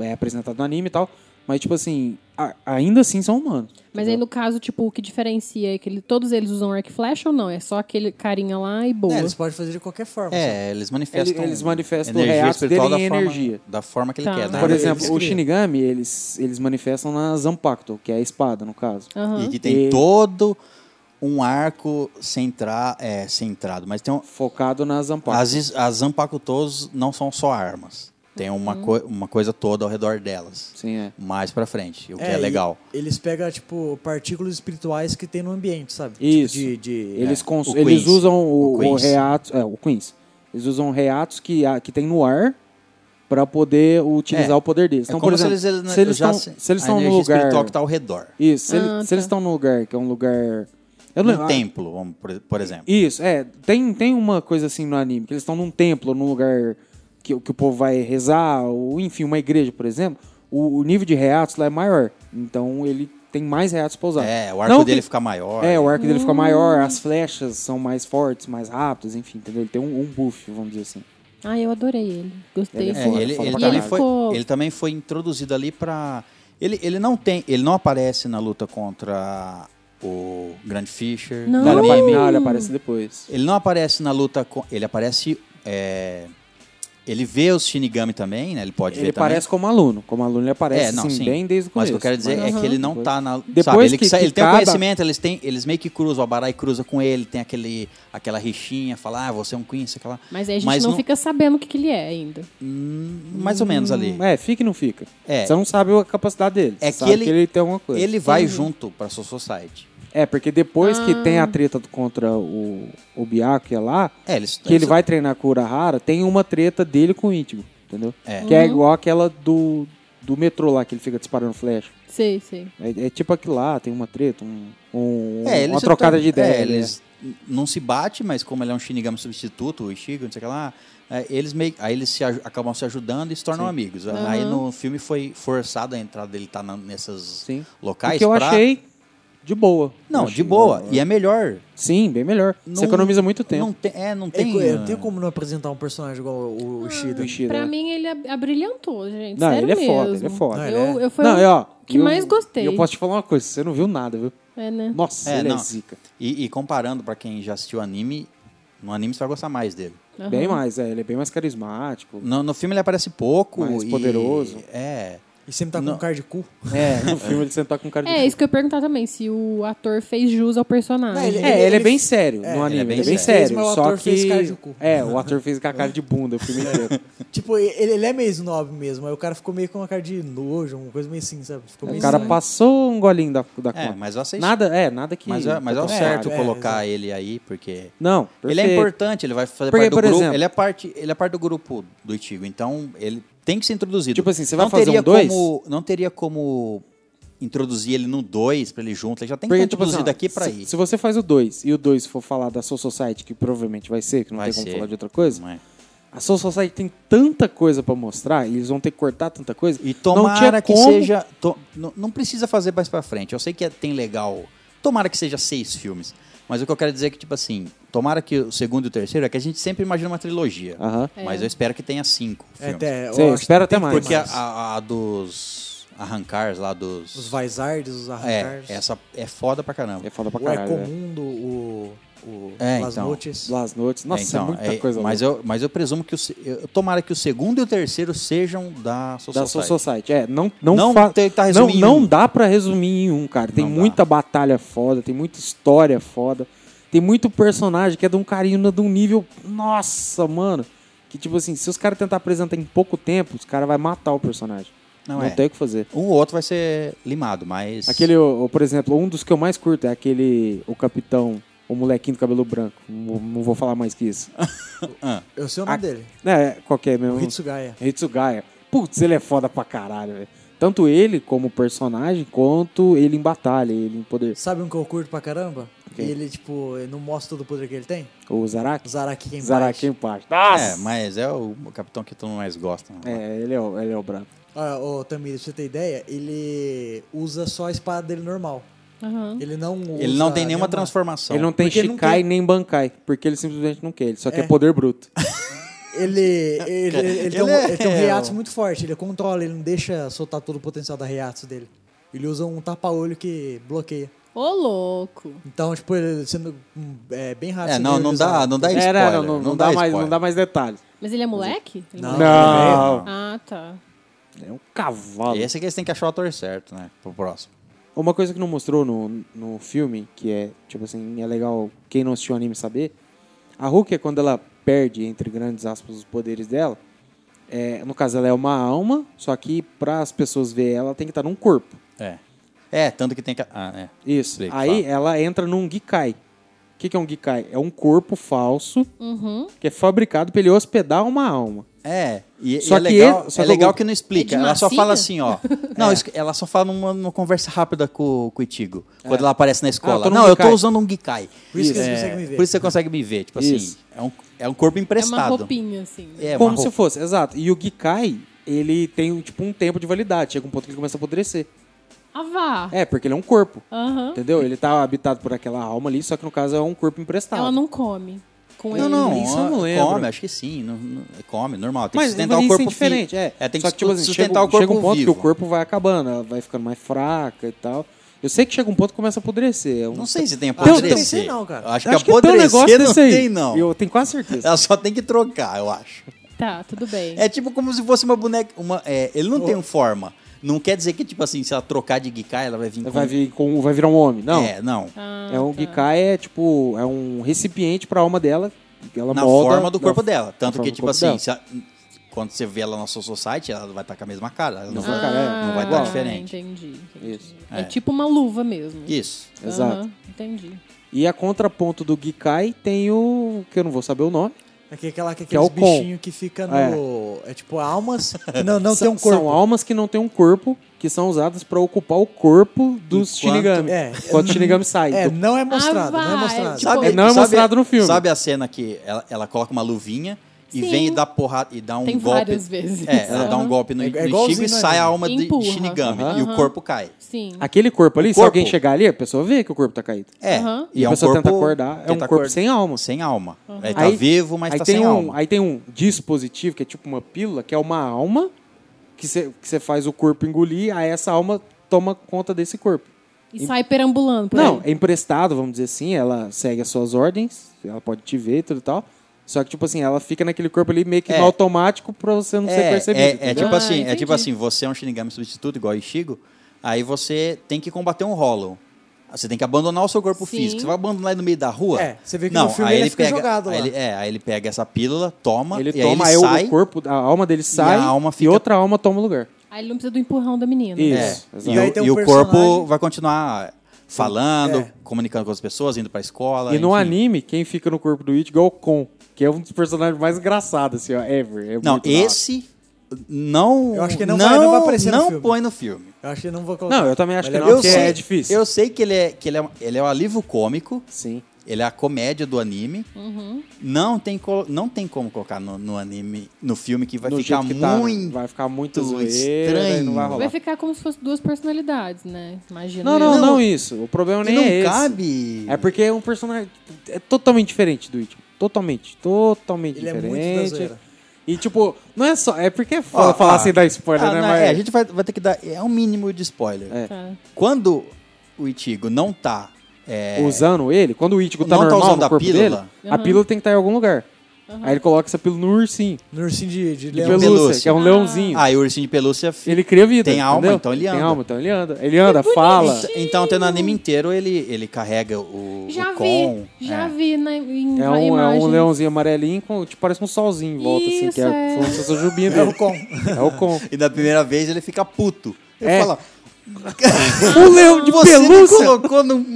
é apresentado no anime e tal, mas tipo assim, a- ainda assim são humanos.
Mas aí, no caso, tipo, o que diferencia é que ele- todos eles usam arc e flecha ou não? É só aquele carinha lá e boa.
É, eles podem fazer de qualquer forma. sabe?
É, eles manifestam.
Ele- eles manifestam o
energia
reato
espiritual
dele em
da
energia.
Forma, da forma que
Tá.
ele quer. né?
Por
Ah,
exemplo,
eles
o
criam.
Shinigami, eles, eles manifestam na Zanpakuto, que é a espada, no caso.
Aham.
E que tem
E-
todo um arco centra, é, centrado. Mas tem um,
Focado na Zanpakuto.
as, is- as Zanpakutos não são só armas. Tem uma,
Uhum.
coi- uma coisa toda ao redor delas.
Sim, é.
Mais pra frente, o que é,
e
legal.
Eles pegam, tipo, partículas espirituais que tem no ambiente, sabe? Tipo,
Isso.
de- de-
eles,
é,
cons-
o
eles
Queens.
usam o,
O
o
Queens.
reato. É, o Queens. Eles usam reatos que, a- que tem no ar pra poder utilizar
É.
o poder deles.
É
Então,
como
por exemplo,
se eles,
se eles
já
estão
se-
se eles
a
estão no
energia
lugar,
espiritual que tá- está ao redor.
isso, se, ele-
Ah,
se eles estão num lugar que é um lugar, eu não
Um templo, vamos, por, por exemplo.
Isso, é. Tem, tem uma coisa assim no anime, que eles estão num templo, num lugar que, o- que o povo vai rezar, ou enfim, uma igreja, por exemplo. O, o nível de reatos lá é maior. Então ele tem mais reatos pra usar.
É, o arco
Não
dele
que-
fica maior. né?
É, o arco dele fica maior, as flechas são mais fortes, mais rápidas, enfim, entendeu? Ele tem um, um buff, vamos dizer assim.
Ah, eu adorei ele. Gostei.
Ele é
É,
foda,
ele,
foda
ele também
pra
caralho.
foi,
Ficou-
ele também foi introduzido ali pra. Ele, ele não tem, ele não aparece na luta contra o Grand Fisher. no
Não.
Não,
anime.
ele não, ele aparece depois.
Ele não aparece na luta com. Ele aparece. é, ele vê os Shinigami também, né? Ele pode
Ele
ver também.
aparece como aluno. Como aluno, ele aparece
É, não,
assim,
sim.
bem desde o
Mas o
começo.
que eu quero dizer é que ele não tá na.
Depois
sabe, ele,
que-
sa-
que
ele tem o
cada-
conhecimento, eles, têm, eles meio que cruzam, o Abarai cruza com ele, tem aquele, aquela rixinha, fala, ah, você é um Queen, sei lá.
Mas aí a gente
Mas
não,
não-
fica sabendo o que, que ele é ainda.
Hum, mais ou menos ali.
É, fica e não fica.
É.
Você não sabe a capacidade dele.
É que
Você sabe
ele-
que ele tem alguma coisa.
Ele vai junto pra Soul Society.
É, porque depois que tem
Ah.
a treta do- contra o, o Biakia lá,
É, eles,
que ele
eles-
vai treinar com o Urahara, tem uma treta dele com o Ichigo, entendeu?
É.
Uhum.
Que é igual aquela do, do metrô lá, que ele fica disparando flecha.
Sei, sei.
É, é tipo aquilo lá, tem uma treta, um, um-
É, eles
uma trocada de
É,
ideia. né?
eles n- não se batem, mas como ele é um Shinigami substituto, o Ishigo, não sei o que lá, é, eles meio, aí eles se, aju- acabam se ajudando e se tornam amigos. Aí no filme foi forçada a entrada dele tá na, nessas
Sim.
locais
o que eu
pra-
achei de boa.
Não,
Eu
de
achei-
boa. E é melhor.
Sim, bem melhor.
Não-
Você economiza muito
Não
tempo.
tem, é, não
É,
tem.
co- é,
uh,
não tem como não apresentar um personagem igual
Ah.
o, o Shida.
do Ishida,
Pra
né?
mim, ele ab- abrilhantou, gente.
Não,
Sério
ele é foda,
mesmo.
ele é foda.
Não, ele
Eu,
é.
eu fui
não,
o
e, ó,
que
eu-
mais gostei.
e Eu posso te falar uma coisa, você não viu nada, viu?
É, né?
Nossa,
É,
ele
não.
é zica.
E, e comparando pra quem já assistiu anime, no anime você vai gostar mais dele.
Aham.
Bem mais, é, ele é bem mais carismático.
No, no filme ele aparece pouco.
Mais
e-
poderoso.
É.
E sempre tá com
Não.
um cara de cu.
É.
No filme ele sentar com cara de...
É, isso que eu ia perguntar também, se o ator fez jus ao personagem.
Não, ele-
É, ele, é
ele-
bem sério
é,
no
ele
anime,
é
ele é
bem
bem,
sério.
sério.
Mas o
só
ator
que
fez cara de cu.
É, o ator fez com a cara de bunda o filme inteiro.
Tipo, ele, ele é meio snob mesmo. Aí o cara ficou meio com uma cara de nojo, uma coisa meio assim, sabe? Ficou
o
meio
cara
estranho.
passou um golinho da, da
É,
conta.
mas eu aceito.
Nada, é, nada que
Mas, é- mas é o
É,
certo
é,
colocar ele aí, porque.
Não,
Ele é
perfeito.
importante, ele vai fazer parte
Porque,
do
por
grupo.
exemplo-
ele, é parte, ele é parte do grupo do Itigo, então ele tem que ser introduzido.
Tipo assim, você vai
não
fazer
teria
um dois?
Como, não teria como introduzir ele no 2 pra ele junto, ele já tem que
Porque,
ser
tipo assim,
introduzido
ó,
daqui pra
se,
ir.
se você faz o 2 e o 2 for falar da Soul Society, que provavelmente vai ser, que não
Vai
tem como
ser.
falar de outra coisa,
Não é?
a Soul Society tem tanta coisa pra mostrar, e eles vão ter que cortar tanta coisa.
E
não tinha
tomara que
como-
seja. to- não, não precisa fazer mais pra frente. Eu sei que é- tem legal. Tomara que seja seis filmes. Mas o que eu quero dizer é que, tipo assim, tomara que o segundo e o terceiro é que a gente sempre imagina uma trilogia.
Aham.
Mas eu espero que tenha cinco
É,
filmes.
até, eu
Sim,
acho que
espera até
tem né? que
mais.
ter
Porque a, a- a dos arrancares lá dos.
Os Vaisardes, os
É,
Arrancards.
essa é foda pra caramba.
É foda pra
O É
caralho. né?
Comundo, o. O
É,
Las
então.
Noches.
Las Noites. Nossa,
É, então,
é muita
é,
coisa
mas
louca.
eu, mas eu presumo que o, se- eu, tomara que o segundo e o terceiro sejam da Soul
Da Soul
Society.
Society. É, não, não,
Não
fa-
tem- tá
não,
resumindo em um.
não dá pra resumir em um, cara. Tem
Não dá.
muita batalha foda, tem muita história foda. Tem muito personagem que é de um carinho de um nível. Nossa, mano. Que tipo assim, se os caras tentar apresentar em pouco tempo, os caras vão matar o personagem.
Não
Não,
é.
tem o que fazer.
Um ou outro vai ser limado, mas. é,
Aquele, o- o, por exemplo, um dos que eu mais curto é aquele. O capitão. O molequinho do cabelo branco. Não, não vou falar mais que isso.
Eu sei o nome
A-
dele.
é, qualquer mesmo.
O Hitsugaya.
Hitsugaya. Putz, ele é foda pra caralho, velho. Tanto ele como personagem, quanto ele em batalha, ele em poder.
Sabe um que eu curto pra caramba?
Quem?
Ele, tipo, ele não mostra todo o poder que ele tem?
O Zaraki?
Zaraki quem
Zaraki em parte.
É,
Nossa!
mas é o, o capitão que todo mundo mais gosta.
É,
né?
ele, é o, ele é o branco.
Olha, Ah, ô, Tamir, pra você ter ideia, ele usa só a espada dele normal.
é-
Aham.
Ele não usa
Ele não tem nenhuma transformação.
ele não tem
porque ele não
Shikai
tem-
nem Bankai, porque ele simplesmente não quer, ele só
É.
quer poder bruto.
Ele, ele, ele,
Ele
tem um,
é-
ele tem um reato muito forte, ele controla, ele não deixa soltar todo o potencial da reato dele. Ele usa um tapa-olho que bloqueia.
Ô, louco.
Então, tipo, ele sendo hum, é, bem rápido.
É,
você
não,
vê ele
não dá,
usar.
não dá
É,
spoiler.
não, não, não dá mais, não
spoiler.
dá mais detalhes.
Mas ele é moleque? Ele é
Não.
moleque?
Não.
Ah, tá.
Ele é um cavalo.
Esse é que eles têm que achar o ator certo, né? Pro próximo.
Uma coisa que não mostrou no, no filme, que é, tipo assim, é legal quem não assistiu o anime saber, a Rukia, quando ela perde, entre grandes aspas, os poderes dela, é, no caso ela é uma alma, só que para as pessoas ver ela, ela tem que estar num corpo.
É. É, tanto que tem que. Ah, é.
Isso.
Sei que
Aí
fala.
ela entra num Gikai. O que, que é um Gikai? É um corpo falso
Uhum.
que é fabricado para ele hospedar uma alma.
É. E,
Só
e é
que
legal,
ele- só
é
que eu
legal
vou-
que não explica.
É de
ela só
massinha?
fala assim, ó. Não,
É.
isso- ela só fala numa, numa conversa rápida com, com o Itigo.
É.
Quando ela aparece na escola.
tô no
não, eu tô
Gikkai."
usando um Gikai.
Por isso que você consegue me ver.
Por isso você consegue me ver. Tipo assim,
Isso.
é um, é um corpo
É uma
emprestado.
roupinha, assim.
É, uma
Como
roupa.
se fosse, exato. E o Gikai, ele tem tipo um tempo de validade. Chega um ponto que ele começa a apodrecer.
Ah, vá.
É, porque ele é um corpo.
Aham.
Entendeu? Ele tá habitado por aquela alma ali, só que no caso é um corpo emprestado.
Ela não come. Com
Não,
ele.
não,
um
é,
Isso eu não
come,
lembro.
acho que sim. não- não- é, come, normal. Tem que
Mas
sustentar o
isso
corpo
é
fi-
diferente, é.
tem
Só
que, tipo,
assim,
sustentar
chega,
o corpo
chega um ponto
vivo.
que o corpo vai acabando, ela vai ficando mais fraca e tal. Eu sei que chega um ponto que começa a apodrecer. É um-
Não sei se tem
Ah, eu não
apodrecer.
pensei não, cara.
Acho, que
Acho que tem um
apodrecer
negócio
não
desse aí.
tem, não.
Eu tenho quase certeza.
Ela só tem que trocar, eu acho.
Tá, tudo bem.
É tipo como se fosse uma boneca. Uma, é, ele não
Oh.
tem forma. Não quer dizer que, tipo assim, se ela trocar de Gikai, ela vai vir com.
Vai, vir com, vai virar um homem. Não. É,
É, não.
Ah.
um
tá.
Gikai, é tipo. É um recipiente pra alma dela. que Ela
na
molda-
forma do
na-
corpo dela. Tanto
forma
que,
do
tipo
corpo dela.
assim, se ela- quando você vê ela na sua society, ela vai estar com a mesma cara. Ela não,
Ah.
Mesma
vai,
cara,
não
é.
vai estar
Igual.
diferente.
tá, Entendi. entendi.
Isso.
É. tipo uma luva mesmo.
Isso.
Exato.
Aham, entendi.
E a contraponto do Gikai tem o. que eu não vou saber o nome.
Aqui, aquela, aqueles
é o com.
bichinhos que fica no. É, tipo almas. Não, não tem
São-
um corpo.
São almas que não têm um corpo, que são usadas pra ocupar o corpo dos
Enquanto-
Shinigami.
é.
Quando o Shinigami sai.
É,
do-
não é mostrado,
Ah,
não é
vai.
mostrado.
Tipo,
É, não é mostrado no filme.
Sabe a cena que ela, ela coloca uma luvinha e
Sim.
vem e dá porrada e dá um
Tem
golpe.
várias vezes.
É, ela dá um golpe no,
É- é
no Ichigo
igualzinho,
e
né,
sai a
gente?
alma de
Empurra.
Shinigami e o
Aham.
corpo cai.
Sim.
Aquele corpo ali, se
corpo.
alguém chegar ali, a pessoa vê que o corpo tá caído.
É.
Aham.
E,
E
é
a
um
pessoa
corpo,
tenta acordar, é um
tenta
corpo
acordar-
sem alma.
Sem alma. Ele tá
Aí-
vivo, mas
aí
tá
tem
sem
um,
alma.
Aí tem um dispositivo que é tipo uma pílula, que é uma alma que você que você faz o corpo engolir, aí essa alma toma conta desse corpo.
E sai perambulando por
Não,
aí.
é emprestado, vamos dizer assim, ela segue as suas ordens, ela pode te ver e tudo e tal. Só que, tipo assim, ela fica naquele corpo ali meio que
É.
no automático pra você não ser percebido.
É,
entendeu?
tipo
Ah,
assim, é
entendi.
tipo assim, você é um Shinigami substituto, igual o Ishigo, aí você tem que combater um Hollow. Você tem que abandonar o seu corpo
Sim.
físico. Você vai abandonar ele no meio da rua?
É, você vê que
não,
no filme
aí
ele fica
pega,
jogado
aí
lá.
ele- é, aí ele pega essa pílula, toma,
Ele
e
toma,
aí
aí
ele
o
sai.
corpo, a alma dele sai
a alma
e,
fica-
outra alma toma o lugar.
Aí ele não precisa do empurrão da menina.
Isso.
É,
exato.
e,
E aí
o,
tem um
e o corpo
personagem-
vai continuar falando,
É.
comunicando com as pessoas, indo pra escola.
E no
enfim.
anime, quem fica no corpo do Ichigo é o Kon, que é um dos personagens mais engraçados, assim, ó, ever. É
Não,
muito da hora.
esse não.
Eu acho que não vai- não vai aparecer no
não
filme.
põe no filme.
Eu acho que eu não vou colocar.
Não, eu também acho
Mas
que
ele
não,
é
porque
bom.
é difícil.
Eu sei que ele é, que ele é, ele é um alívio cômico,
Sim.
ele é a comédia do anime.
Uhum.
Não, tem co- não tem como colocar no, no anime, no filme, que vai
No
ficar
jeito que tá,
muito.
vai ficar muito
muito
zoeira, daí não vai
estranho.
rolar.
Vai ficar como se fosse duas personalidades, né? Imagina.
Não,
eu.
não, não,
Não.
isso. O problema
que
nem
não
é esse.
cabe.
É porque é um personagem é totalmente diferente do Ichigo. Totalmente, totalmente
Ele é muito da
diferente.
zoeira.
e tipo, não é só, é porque é foda
Ó,
falar
ah,
sem dar spoiler,
Ah,
né,
não,
mas
é, a gente vai, vai ter que dar. É um mínimo de spoiler.
É.
Tá.
Quando o Ichigo não tá. é,
usando ele, quando o Ichigo tá
Não tá
normal
usando
no
a
corpo
pílula?
dele, a pílula tem que estar em algum lugar. Aí ele coloca essa pílula no ursinho,
No ursinho de, de
de
leão.
pelúcia,
pelúcia.
que é um leãozinho.
Ah, e o ursinho de pelúcia. fi-
Ele cria vida,
Tem alma,
entendeu?
então ele anda.
Tem alma, então ele anda. Ele anda, fala.
Então, até no anime inteiro, ele, ele carrega o,
Já
o com.
vi, já
é.
vi na, em
É um, é
imagens.
um leãozinho amarelinho, com, tipo, parece um solzinho em volta, assim, que
Isso,
é,
é.
como se fosse a jubinha
É
dele.
o com.
É o com.
E na primeira vez ele fica puto. Ele
É.
fala,
O leão de
Você me
pelúcia!
colocou no.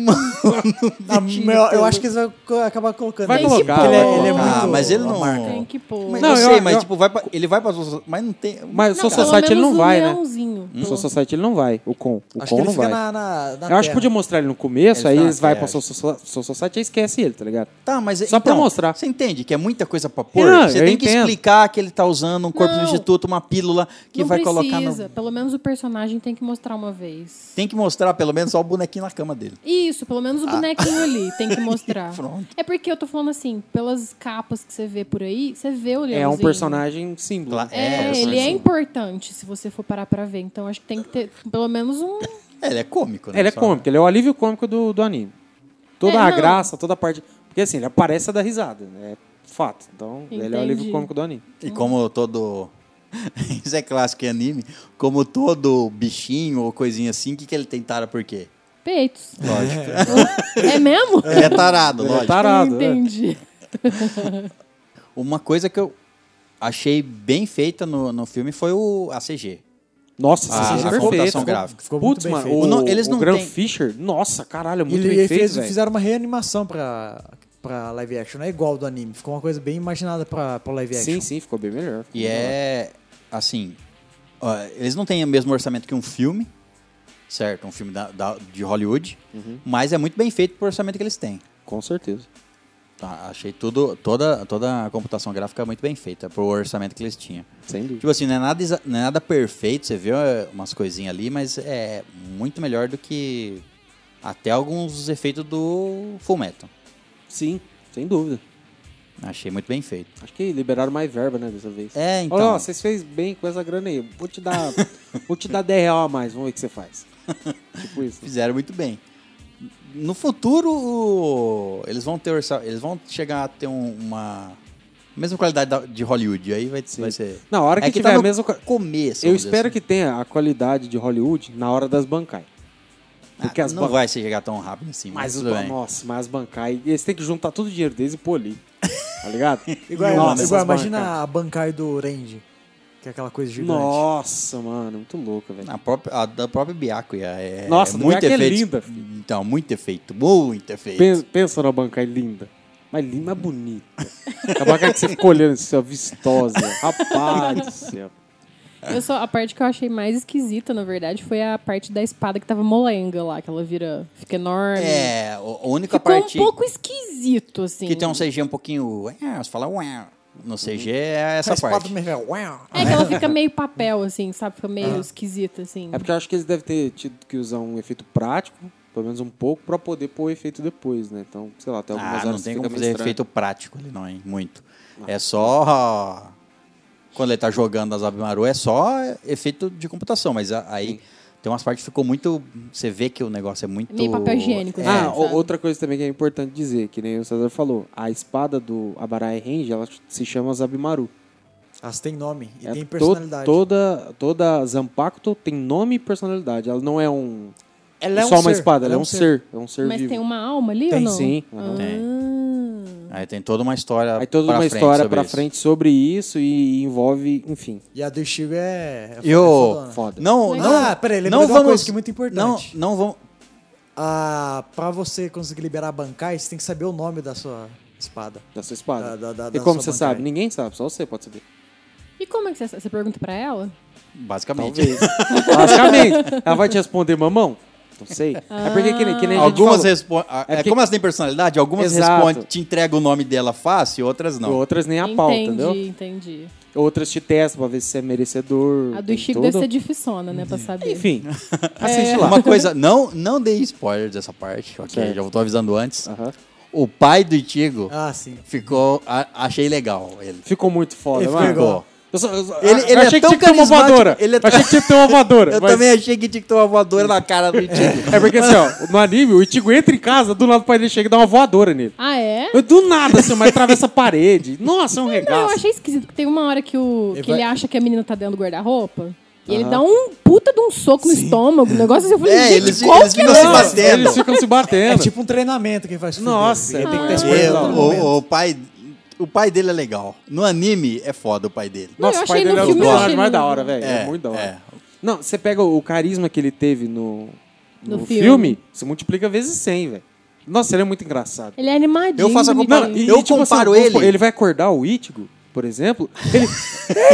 Ah, meu, eu acho que eles vão co- acabar colocando.
Vai
isso,
colocar,
porque Ele, é-
vai
ele é
colocar.
muito.
Ah, mas ele não.
uma marca.
Tem que pôr.
Mas
Não,
eu
eu-
sei, mas
eu-
tipo, vai pra- ele vai pra sua. Mas não tem.
Mas o
Não, pelo
Society ele não
menos
vai,
o
né?
leãozinho,
O
pô.
Society ele não vai, o com. O
Acho que
com
ele
não
fica
vai.
na, na, na
Eu acho
terra.
que podia mostrar ele no começo,
Ele
aí
tá na
eles vai
terra,
pra
acho.
Soul Society e esquece ele, tá ligado?
Tá, mas
Só pra mostrar.
Você entende que é muita coisa pra pôr?
Não,
você
eu
tem que
entendo.
explicar que ele tá usando um corpo
Não.
substituto, uma pílula que
não
vai
precisa.
colocar no.
Pelo menos o personagem tem que mostrar uma vez.
Tem que mostrar pelo menos só o bonequinho na cama dele.
Isso, pelo menos o bonequinho ali tem que mostrar.
Pronto.
É porque eu tô falando assim, pelas capas que você vê por aí, você vê o leãozinho.
É um personagem um símbolo.
Cla-
É,
É,
ele é
sim.
importante se você for parar pra ver. Então acho que tem que ter pelo menos um.
É, ele é cômico, né?
Ele é
só.
cômico, ele é o alívio cômico do, do anime. Toda
É,
a
não.
graça, toda a parte. Porque assim, ele aparece a dar risada, né? É fato. Então, ele é o alívio
Entendi.
cômico do anime.
E como todo. Isso é clássico em anime. Como todo bichinho ou coisinha assim, o que, que ele tem tara por quê?
Peitos.
Lógico.
É mesmo?
Ele é tarado,
Ele é
lógico.
tarado. né?
Entendi.
Uma coisa que eu achei bem feita no, no filme foi o ACG.
Nossa,
Ah,
essa
a
cena é perfeita.
computação gráfica.
Ficou muito
Putz,
bem
mano,
feito.
o,
Não, eles
o
não
Graham
têm-
Fisher, nossa, caralho, é muito
Ele-
bem
eles
feito, velho.
fizeram uma reanimação pra, pra live action. Não é igual do anime. Ficou uma coisa bem imaginada pra, pra live action.
Sim, sim, ficou bem melhor. Ficou
E é assim. ó, eles não têm o mesmo orçamento que um filme, certo? Um filme da- da- de Hollywood, mas é muito bem feito pro orçamento que eles têm.
melhor. Com certeza.
Tá, achei tudo, toda, toda a computação gráfica muito bem feita pro orçamento que eles tinham.
Sem dúvida.
Tipo assim, não é nada, exa- não é nada perfeito, você vê é, umas coisinhas ali, mas é muito melhor do que até alguns efeitos do Full Metal.
Tipo, Sim, sem dúvida.
Achei muito bem feito.
Acho que liberaram mais verba, né, dessa vez.
É, então.
Olha, ó, vocês fez bem com essa grana aí. Vou te dar, vou te dar 10 real a mais, vamos ver o que você faz. tipo isso.
Fizeram muito bem. No futuro, o- eles vão ter orça- eles vão chegar a ter um- uma mesma qualidade da- de Hollywood, aí vai, vai ser.
Na hora que
é
tiver
tá
a
no
mesma co-
começo. assim.
Eu espero que tenha a qualidade de Hollywood na hora das bancai. Porque as
Ah, não
ban-
vai se chegar tão rápido assim, mas,
Mas, os
tudo
ban-
bem.
nossa, mas as bancai, eles têm que juntar todo o dinheiro deles e polir. Tá ligado?
Igual,
Nossa,
igual,
as
imagina
bancai.
a Bankai do Range, que é aquela coisa gigante.
Nossa, mano, muito louco, velho.
A, própria, a da própria Byakuya é
Nossa,
é
a
muito
Byakuya é
efeito.
linda,
Então, muito efeito, muito efeito.
Pensa, pensa numa bancai linda. Mas linda, mas bonita. A bancai que você fica olhando assim, ó, vistosa. Rapaz do céu.
Eu só, a parte que eu achei mais esquisita, na verdade, foi a parte da espada que tava molenga lá, que ela vira. Fica enorme.
É, a a única
Ficou
parte
um pouco esquisito, assim.
que tem um CG um pouquinho, ué, você fala ué, no CG
Uhum.
é essa
Essa parte.
parte.
É que ela fica meio papel, assim, sabe? Fica meio esquisita, assim.
É porque eu acho que eles devem ter tido que usar um efeito prático, pelo menos um pouco, pra poder pôr o efeito depois, né? Então, sei lá, até algumas
Ah,
horas
não tem
fica
como
meio
fazer
estranho.
efeito prático ali, não, hein? Muito. É só. Quando ele tá jogando as Abimaru, é só efeito de computação, mas a- aí tem umas partes que ficou muito. Você vê que o negócio é muito.
Meio papel higiênico, assim,
Ah,
sabe?
o- outra coisa também que é importante dizer, que nem o César falou, a espada do Abarai Range, ela se chama Zabimaru.
Elas têm nome e
É
tem
to-
personalidade.
toda, toda Zampacto tem nome e personalidade. Ela não é um
Ela
só uma
ser,
espada, ela é um ser, é um ser
Mas
vivo.
tem uma alma ali
Tem,
ou não?
Sim.
Ah.
aham.
Aí tem toda uma história.
Aí toda
pra
uma
frente
história
sobre
pra
isso.
frente sobre isso e envolve, enfim.
E a do Ichigo é. é
E o.
fodona.
Foda.
Não,
Legal.
não.
Ah, peraí, lembrei
não
de uma
vamos,
coisa que é muito importante.
Não, não vamos.
Ah, pra você conseguir liberar a Bankai, você tem que saber o nome da sua espada.
Da sua espada.
Da- da- da-
e
da
como você
sua
sabe?
bancai.
Ninguém sabe, só você pode saber.
E como é que você, você pergunta pra ela?
Basicamente.
Talvez. Basicamente. Ela vai te responder, mamão? Não sei. É porque que nem, que nem a gente
Algumas
falou.
respondem.
É
É
porque-
como elas têm personalidade, algumas
Exato.
respondem, te entregam o nome dela fácil, outras
E
não.
Outras nem a
entendi,
pau, entendeu?
entendi.
Outras te testam pra ver se você é merecedor.
A do
tem
Chico
tudo.
deve ser É. dificona, né? Pra saber.
Enfim, assiste lá.
É, Uma coisa, não, não dei spoiler dessa parte, ok?
Certo.
Já vou tô avisando antes.
Aham.
O pai do Tigo
Ah, sim.
ficou. a- achei legal ele.
Ficou muito foda,
Ele
mano.
ficou.
Eu só- eu só-
Ele-
eu
ele é
achei que
tão
tinha que ter uma
carismático,
voadora.
ele é
Eu achei que tinha que ter uma voadora.
Eu
mas-
também achei que tinha que ter uma voadora na cara do Tigo.
É porque assim, ó, no anime, o Ichigo entra em casa, do lado o pai dele chega e dá uma voadora nele.
Ah, é?
Eu, do nada, assim, mas atravessa a parede. Nossa, é um
Não, eu
regaço.
achei esquisito, porque tem uma hora que, o,
Ele
que
vai-
ele acha que a menina tá dentro do guarda-roupa. E ele dá um puta de um soco no estômago, um negócio assim, eu falei,
É,
gente,
eles-
qual
eles
que é
ficam se
o-
batendo.
Eles ficam se batendo.
É tipo um treinamento que
assim,
faz
Nossa,
ele tem que
é
ter
muito
esperto
legal.
no
o,
momento.
o pai. O pai dele é legal. No anime é foda o pai dele.
Não,
Nossa,
eu
o pai
achei
dele
no
é o
filme, eu
personagem
achei
mais
no-
da hora, velho. É, muito da hora.
é.
Não, você pega o, o carisma que ele teve no, no,
No
filme,
filme.
você multiplica vezes 100, velho. Nossa, ele é muito engraçado.
Ele tá é animadinho.
Eu faço a
bonitinho.
compara-
e-
eu
e, tipo,
comparo
assim, vamos
ele-
supor, Ele vai acordar o Ichigo, por exemplo. Ele.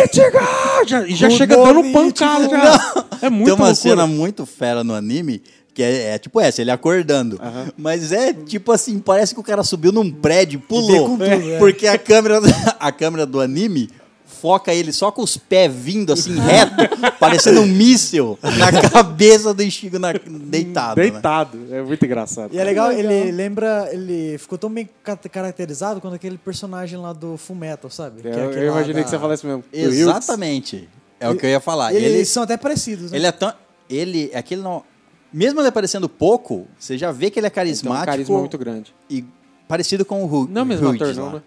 Ichigo! Já, e já chega dando
nome
pancada. Já. É muito
Tem uma
loucura.
cena muito fera no anime. Que é, é tipo essa, ele acordando. Mas é tipo assim, parece que o cara subiu num prédio e pulou.
com tudo, é.
Porque a câmera, a câmera do anime foca ele só com os pés vindo assim reto, parecendo um míssil na cabeça do Ichigo na- deitado. né?
Deitado. É muito engraçado.
E é legal, ele lembra. Ele ficou tão bem ca- caracterizado quanto aquele personagem lá do Fullmetal, sabe?
Eu,
é aquele
eu
lá
imaginei
da-
que você assim, falasse mesmo. Do Wilkes.
Exatamente. É o que eu ia falar.
Eles,
Ele,
são até parecidos, né?
ele é tão. Ele. é Aquele não. Mesmo ele aparecendo pouco, você já vê que ele é
Tem um
carismático.
carisma muito grande.
e parecido com o Hulk.
Não é o mesmo
Hughes
ator, não,
lá.
né?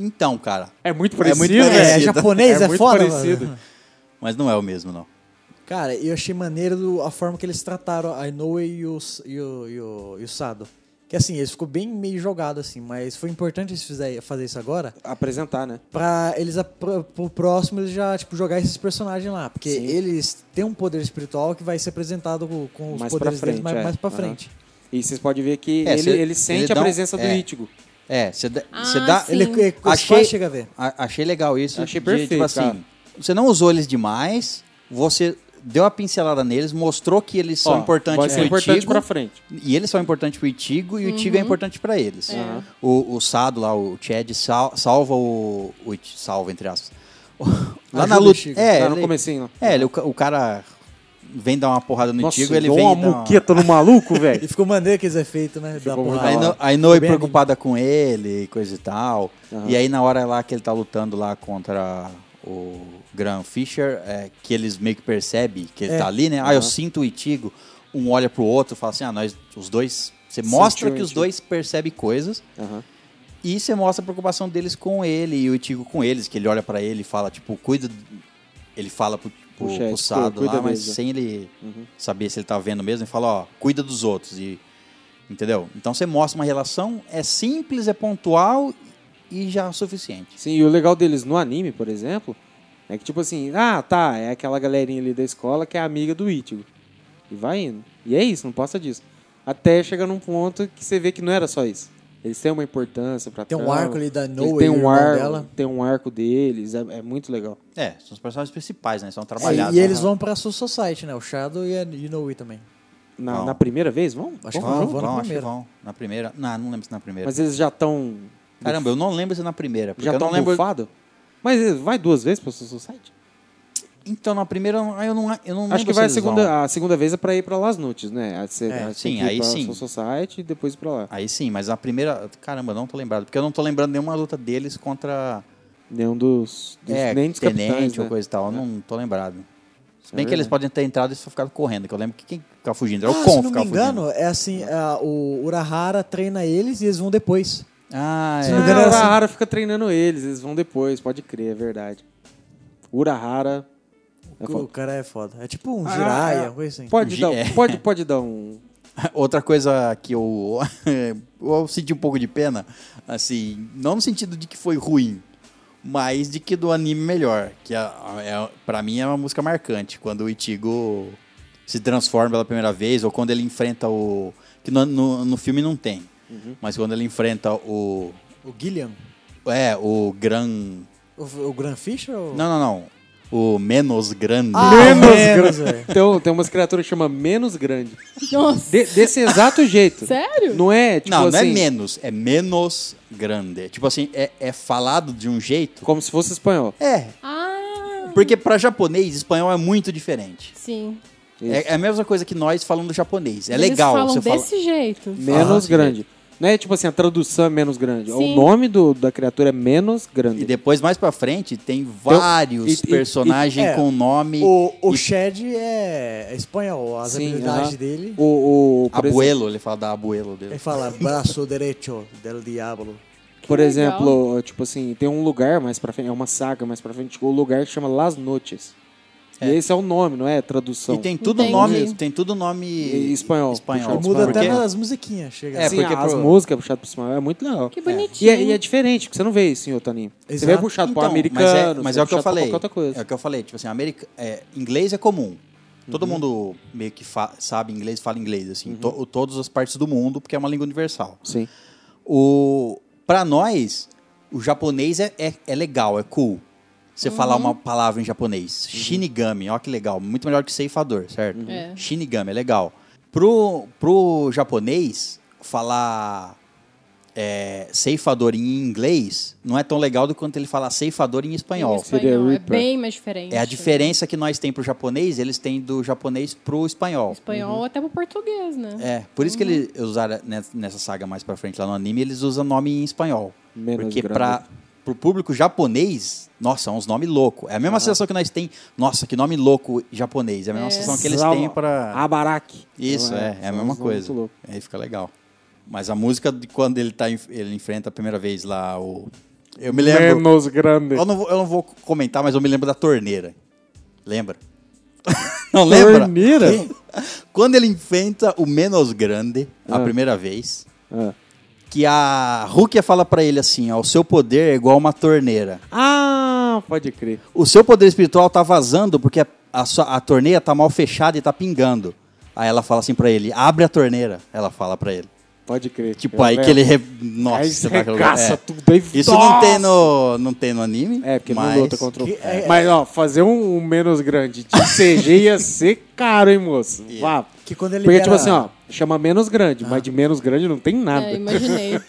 Então, cara.
É muito
É muito
parecido,
parecido.
velho.
É, japonês, é
muito
foda,
parecido.
mano.
Mas não é o mesmo, não.
é
Cara, eu achei maneiro do- a forma que eles trataram a Inoue e o, S- e o, e o, e o Sado. Que assim, eles ficou bem meio jogado assim, mas foi importante eles fizer, fazer isso agora
Apresentar, né?
pra eles a- pro, pro próximo eles já tipo jogar esses personagens lá, porque
Sim.
eles têm um poder espiritual que vai ser apresentado com, com os
Mais pra
poderes deles
frente,
mais,
é.
mais pra
Aham.
frente.
E vocês podem ver que
É,
ele,
cê-
ele sente
ele
a
dá um-
presença do
é.
Ichigo.
É, você dá.
Ah,
você dá
sim.
Ele é,
achei,
chega a ver.
a- achei legal isso.
Achei
de,
perfeito,
Tipo assim,
cara.
você não usou eles demais, você deu uma pincelada neles, mostrou que eles são
Ó,
importantes
Vai
pro
ser importante
Ichigo,
pra frente.
E eles são importantes pro Itigo e o Itigo é
Uhum.
importante pra eles.
É.
O, o Sado lá, o Chad, sal- salva o. o Ichi- salva, entre aspas. Lá
Ajuda
na
o
luta.
Ichigo.
É,
Lá Tá no
ele-
comecinho, lá.
É, ele- o, ca- o cara vem dar uma porrada no
Nossa,
Itigo, ele
dou
vem.
uma
e dá uma-
muqueta no maluco,
E
velho.
ficou maneiro aqueles efeitos, né? Da
Ficou muito
porrada.
Aí,
da
no,
hora.
aí Noe
Bem
preocupada com ele e coisa e tal. E aí na hora lá que ele tá lutando lá contra o Graham Fisher, é, que eles meio que percebem que ele
É.
tá ali, né? Ah, eu sinto o Itigo. Um olha pro outro e fala assim, ah, nós, os dois... Você mostra
o
que os
Ichigo.
dois percebem coisas
Aham.
e você mostra a preocupação deles com ele e o Itigo com eles, que ele olha pra ele e fala, tipo, cuida... Ele fala pro, pro,
Pro chefe,
pro Sado
cu- cuida
lá, mas
mesmo. Uhum.
sem ele saber se ele tá vendo mesmo, ele fala, ó, cuida dos outros e... Entendeu? Então você mostra uma relação, é simples, é pontual e já é o suficiente.
Sim, e o legal deles no anime, por exemplo, é que tipo assim, ah, tá, é aquela galerinha ali da escola que é amiga do Ichigo. E vai indo. E é isso, não passa disso. Até chegar num ponto que você vê que não era só isso. Eles têm uma importância pra
Tem um
trama,
arco ali da
eles
Noe
têm
e o
um
irmão
arco,
dela.
Tem um arco deles, é, é muito legal.
É, são os personagens principais, né? São
É,
trabalhados.
e eles
né?
vão pra Soul Society, né? O Shadow e a Inoue também.
Na,
Vão.
na primeira vez, vão?
Acho que é.
Vão,
vão,
vão,
na
acho que
primeira.
vão. Na primeira. Não, não lembro se na primeira.
Mas eles já estão.
Caramba, eu não lembro se na primeira. Porque
Já
eu não
estão
lembro.
bufado? Mas eles- vai duas vezes pra Soul Society?
Então, na primeira eu não, eu não lembro.
Acho que
se
vai a
eles vão.
segunda, a segunda vez é pra ir pra Las Nutes, né? A, cê-
É,
a- tem
sim,
que ir
aí
pra
sim.
Soul Society e depois ir pra lá.
Aí sim, mas na primeira. Caramba, eu não tô lembrado. Porque eu não tô lembrando nenhuma luta deles contra.
Nenhum dos, dos
é,
nem dos
tenente
capitães,
ou
né?
coisa e tal. Eu
É.
não tô lembrado. Se
É
bem que eles
verdade.
podem ter entrado e só ficado correndo. Que eu lembro que quem ficava fugindo era
Ah,
o Kon
se não me
ficava
engano,
fugindo.
é assim, ah, o Urahara treina eles e eles vão depois.
Ah,
Se
é.
não
Ah,
me engano,
o
era assim.
Urahara fica treinando eles, eles vão depois, pode crer, é verdade. Urahara. É
O
foda.
cara é foda. É tipo um
Ah,
Jiraiya,
é.
uma coisa assim.
Pode
Gi-
dar,
é.
pode, pode dar um.
Outra coisa que eu, eu senti um pouco de pena, assim, não no sentido de que foi ruim, mas de que do anime melhor, que é, é, para mim é uma música marcante, quando o Ichigo se transforma pela primeira vez, ou quando ele enfrenta o... que no, no, no filme não tem, mas quando ele enfrenta o...
O Gilliam.
é, o Gran...
O, o Gran Fisher? Ou...
não, não, não, o Menos Grande.
Ah,
Menos
menos, velho.
Então, tem umas criaturas que chama menos grande.
Nossa,
De- desse exato jeito.
Sério?
Não é, tipo
não, não
assim,
é menos, é menos grande. Tipo assim, é, é falado de um jeito
como se fosse espanhol.
É.
Ah,
Porque pra japonês, espanhol é muito diferente.
sim.
Isso.
É, é a mesma coisa que nós falando japonês. É
Eles
legal
falam
você falar.
desse jeito.
Menos
Ah,
grande. Não é tipo assim, a tradução é menos grande.
Sim.
O nome do, da criatura é menos grande.
E depois, mais pra frente, tem vários
Então, e- e-
personagens
e- é.
com nome.
O, o
e-
Shed é, é espanhol, as
Sim,
habilidades
aham.
dele.
O, o, por exemplo- é
abuelo, ele fala da abuelo dele.
Ele fala braço derecho del diablo.
Por
Que
exemplo, tipo assim, tem um lugar mais pra frente, é uma saga mais pra frente, o lugar que chama Las Noches. E esse é o nome, não é a tradução.
E tem tudo
Entendi.
nome. Tem tudo nome.
E- espanhol.
espanhol.
Puxado
E muda
Porque- Então,
até nas musiquinhas, chega
É,
assim.
Sim,
porque
as
pro-
músicas puxadas pro espanhol é muito legal.
Que
E
bonitinho.
é, e é diferente, porque você não vê isso em outro anime. Você vê
Exato.
puxado
Então,
pro americano,
Mas é, mas é
você vê
o que eu
puxado pra
falei.
qualquer outra coisa. Uhum.
É o que eu falei. Tipo assim, america, é, inglês é comum. Todo mundo meio que fa- sabe inglês, fala inglês, assim, to- todas as partes do mundo, porque é uma língua universal.
Sim.
o para nós o japonês é, é, é legal é cool você falar uma palavra em japonês shinigami ó que legal muito melhor que ceifador certo
É.
shinigami Uhum. é legal pro pro japonês falar é, ceifador em inglês não é tão legal do quanto ele falar ceifador em espanhol
Seria
espanhol é
Reaper.
bem mais diferente.
é a diferença que nós tem pro japonês eles têm do japonês pro espanhol
Espanhol até pro português, né?
é, por isso que eles usaram ne- nessa saga mais pra frente lá no anime, eles usam nome em espanhol.
Menos
porque
grande.
para pro público japonês, nossa, é uns nomes loucos. É a
Ah.
mesma sensação que nós tem, nossa, que nome louco japonês. É a mesma sensação que eles
Salva-
têm pra.
Abaraki.
Isso,
Então,
é, é a
são
mesma
uns nomes
coisa.
muito loucos.
Aí fica legal. Mas a música de quando ele tá em- ele enfrenta a primeira vez lá o eu me lembro.
Menos grande.
Eu não, vou, eu não vou comentar, mas eu me lembro da torneira. Lembra? não lembra?
Torneira?
Sim. Quando ele enfrenta o Menos Grande a primeira vez,
Ah.
que a Rukia fala pra ele assim, ó, o seu poder é igual uma torneira.
Ah, pode crer.
O seu poder espiritual tá vazando porque a, a sua- a torneira tá mal fechada e tá pingando. Aí ela fala assim pra ele, abre a torneira, ela fala pra ele.
Pode crer.
Tipo,
Eu
aí que
lembro.
ele. Re... Nossa,
Aí
você vai jogar.
regaça
É.
tudo aí.
Isso não
Nossa!
tem, no, não tem no anime.
É, porque
mas...
não luta contra o.
Que- é-
Mas, ó, fazer um, um menos grande de CG ia ser caro, hein, moço? Vá.
Que quando ele
Porque, tipo
libera-
assim, ó, chama menos grande, mas de menos grande não tem nada.
É, imaginei.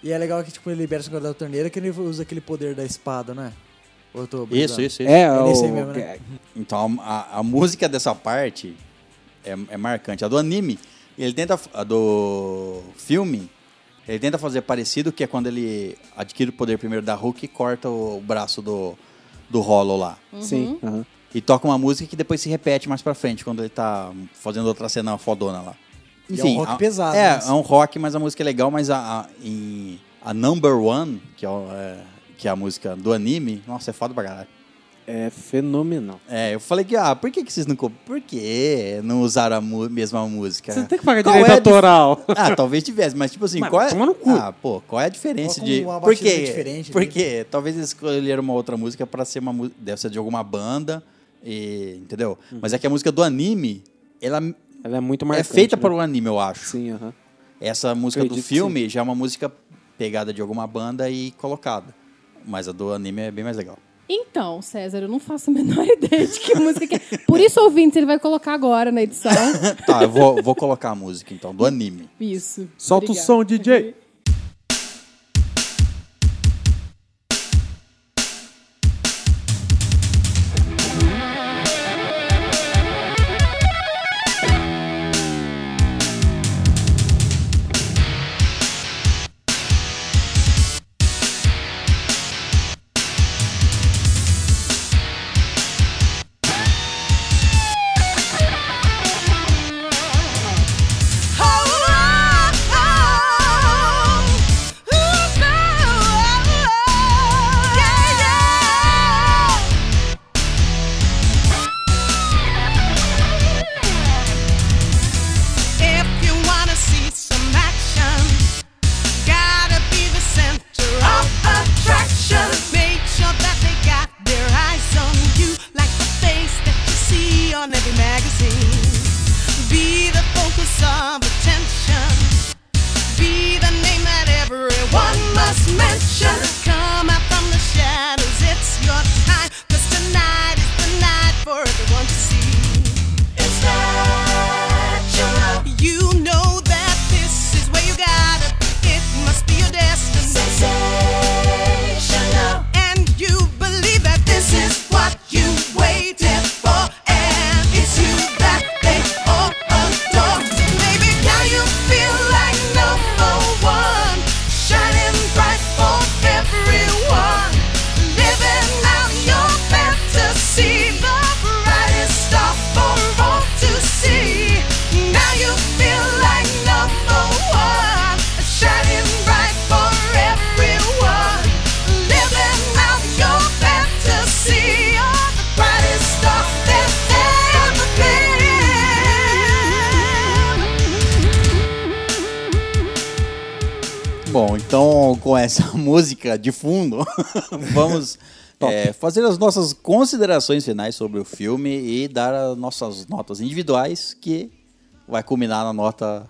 E é legal que tipo, ele libera o negócio da torneira que ele usa aquele poder da espada, né? Ou eu tô
Isso,
brisando?
isso, isso.
É,
É nesse
o...
aí mesmo, né?
Então a, a música dessa parte é, é marcante. A do anime, ele tenta. A do filme, ele tenta fazer parecido, que é quando ele adquire o poder primeiro da Hulk e corta o, o braço do, do Hollow lá.
Uhum.
Sim. aham.
E toca uma música que depois se repete mais pra frente, quando ele tá fazendo outra cena fodona lá.
E é um rock
a-
pesado,
É,
né?
é um rock, mas a música é legal, mas a, a, em- a Number One, que é, o- é- que é a música do anime, nossa, é foda pra caralho.
É fenomenal.
É, eu falei que, ah, por que, que vocês não... co- Por que não usaram a mu- mesma música?
Você tem que pagar
Qual
direito
é a dif-
autoral.
Ah, talvez tivesse, mas tipo assim,
Mas
qual é.
toma no cu.
Ah, pô, qual é a diferença
Coloca
de.
uma
Por
batida
quê?
diferente,
Por
né?
quê? Talvez eles escolheram uma outra música pra ser uma música. Deve ser de alguma banda. e- Entendeu? Mas é que a música do anime, ela
Ela é muito Uhum. marcante.
é feita
né?
para o anime, eu acho.
Sim, aham.
Essa música do
Acredito que
filme já é uma música pegada de alguma banda e colocada. Mas a do anime é bem mais legal.
Então, César, eu não faço a menor ideia de que música que é. Por isso, ouvintes, ele vai colocar agora na edição.
Tá, eu vou, vou colocar a música então, do anime.
Isso.
Solta o
Obrigada.
som, DJ.
If you wanna see some action, gotta be the center of attraction. Make sure that they got their eyes on you, like the face that you see on every magazine. Be the focus of attention be the name that everyone must mention. Come out from the shadows, it's your time. Cause tonight is the night for everyone to see. It's natural. You know that this is where you gotta be. It must be your destiny. Sensational. And you believe that this is what you waited for. And it's you that they all adore. Maybe now you feel like number one, shining bright for everyone. Living out your fantasy, the brightest star for all to see. Now you feel like number one, shining bright for everyone. Living out your fantasy, you're the brightest star that ever been.
Bom, então com essa música de fundo, vamos é, fazer as nossas considerações finais sobre o filme e dar as nossas notas individuais, que vai culminar na nota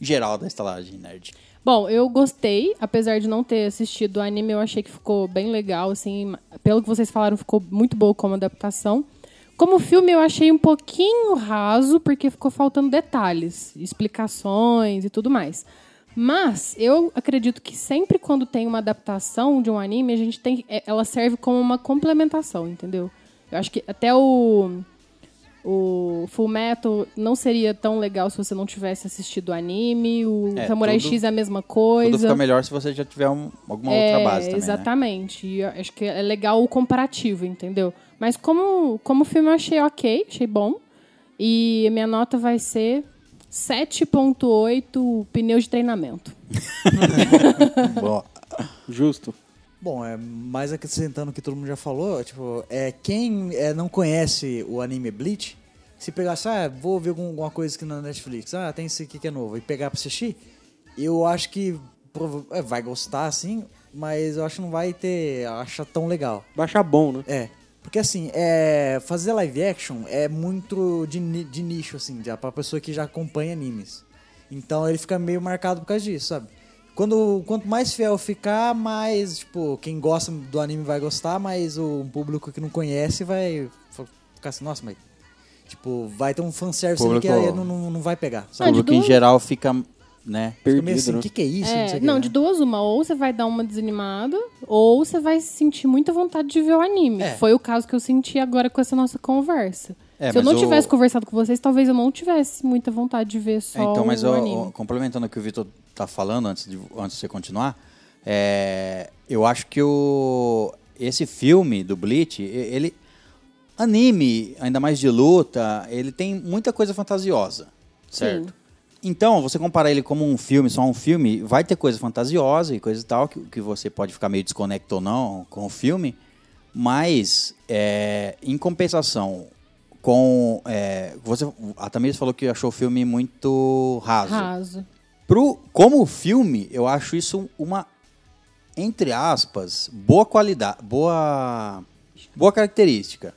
geral da estalagem nerd.
Bom, eu gostei, apesar de não ter assistido o anime, eu achei que ficou bem legal, assim, pelo que vocês falaram, ficou muito boa como adaptação. Como filme, eu achei um pouquinho raso, porque ficou faltando detalhes, explicações e tudo mais. Mas eu acredito que sempre quando tem uma adaptação de um anime, a gente tem, é- ela serve como uma complementação, entendeu? Eu acho que até o o Full Metal não seria tão legal se você não tivesse assistido o anime, o
É,
Samurai
tudo-
X é a mesma
Tudo
coisa. É,
fica melhor se você já tiver um- alguma outra base também, né?
Exatamente. E eu acho que é legal o comparativo, entendeu? Mas como, como filme eu achei ok, achei bom. E minha nota vai ser 7.8 pneus de treinamento.
Bom,
Justo.
Bom, é, mais acrescentando o que todo mundo já falou, tipo, é, quem é, não conhece o anime Bleach, se pegasse, ah, vou ver algum- alguma coisa aqui na Netflix, ah, tem esse aqui que é novo, e pegar pra assistir, eu acho que prova- é, vai gostar, assim, mas eu acho que não vai ter, acha tão legal.
Baixa bom, né?
É, porque assim, é, fazer live action é muito de, ni- de nicho, assim, já pra pessoa que já acompanha animes. Então ele fica meio marcado por causa disso, sabe? Quando, quanto mais fiel ficar, mais, tipo, quem gosta do anime vai gostar, mas o um público que não conhece vai f- ficar assim, nossa, mas. Tipo, vai ter um fanservice ali que
Público-
aí não, não, não vai pegar.
O
Sabe?
Não, de
público em
duas-
geral fica, né?
Fica meio assim,
né?
o que, que é isso?
É,
sei o que
não,
lá.
de duas, uma. Ou você vai dar uma desanimada, ou você vai sentir muita vontade de ver o anime.
É.
Foi o caso que eu senti agora com essa nossa conversa.
É,
Se eu
mas
não
o-
tivesse conversado com vocês, talvez eu não tivesse muita vontade de ver só
É, então, mas
o
eu-
anime.
eu- complementando o que o Vitor tá falando antes de, antes de você continuar, é, eu acho que o, esse filme do Bleach, e- ele anime, ainda mais de luta, ele tem muita coisa fantasiosa, certo? Então, você comparar ele como um filme, só um filme, vai ter coisa fantasiosa e coisa e tal, que, que você pode ficar meio desconecto ou não com o filme, mas, é, em compensação, com. é, você, a Tamiris falou que achou o filme muito raso.
Raso.
Pro, como filme, eu acho isso uma, entre aspas, boa qualidade, boa, boa característica.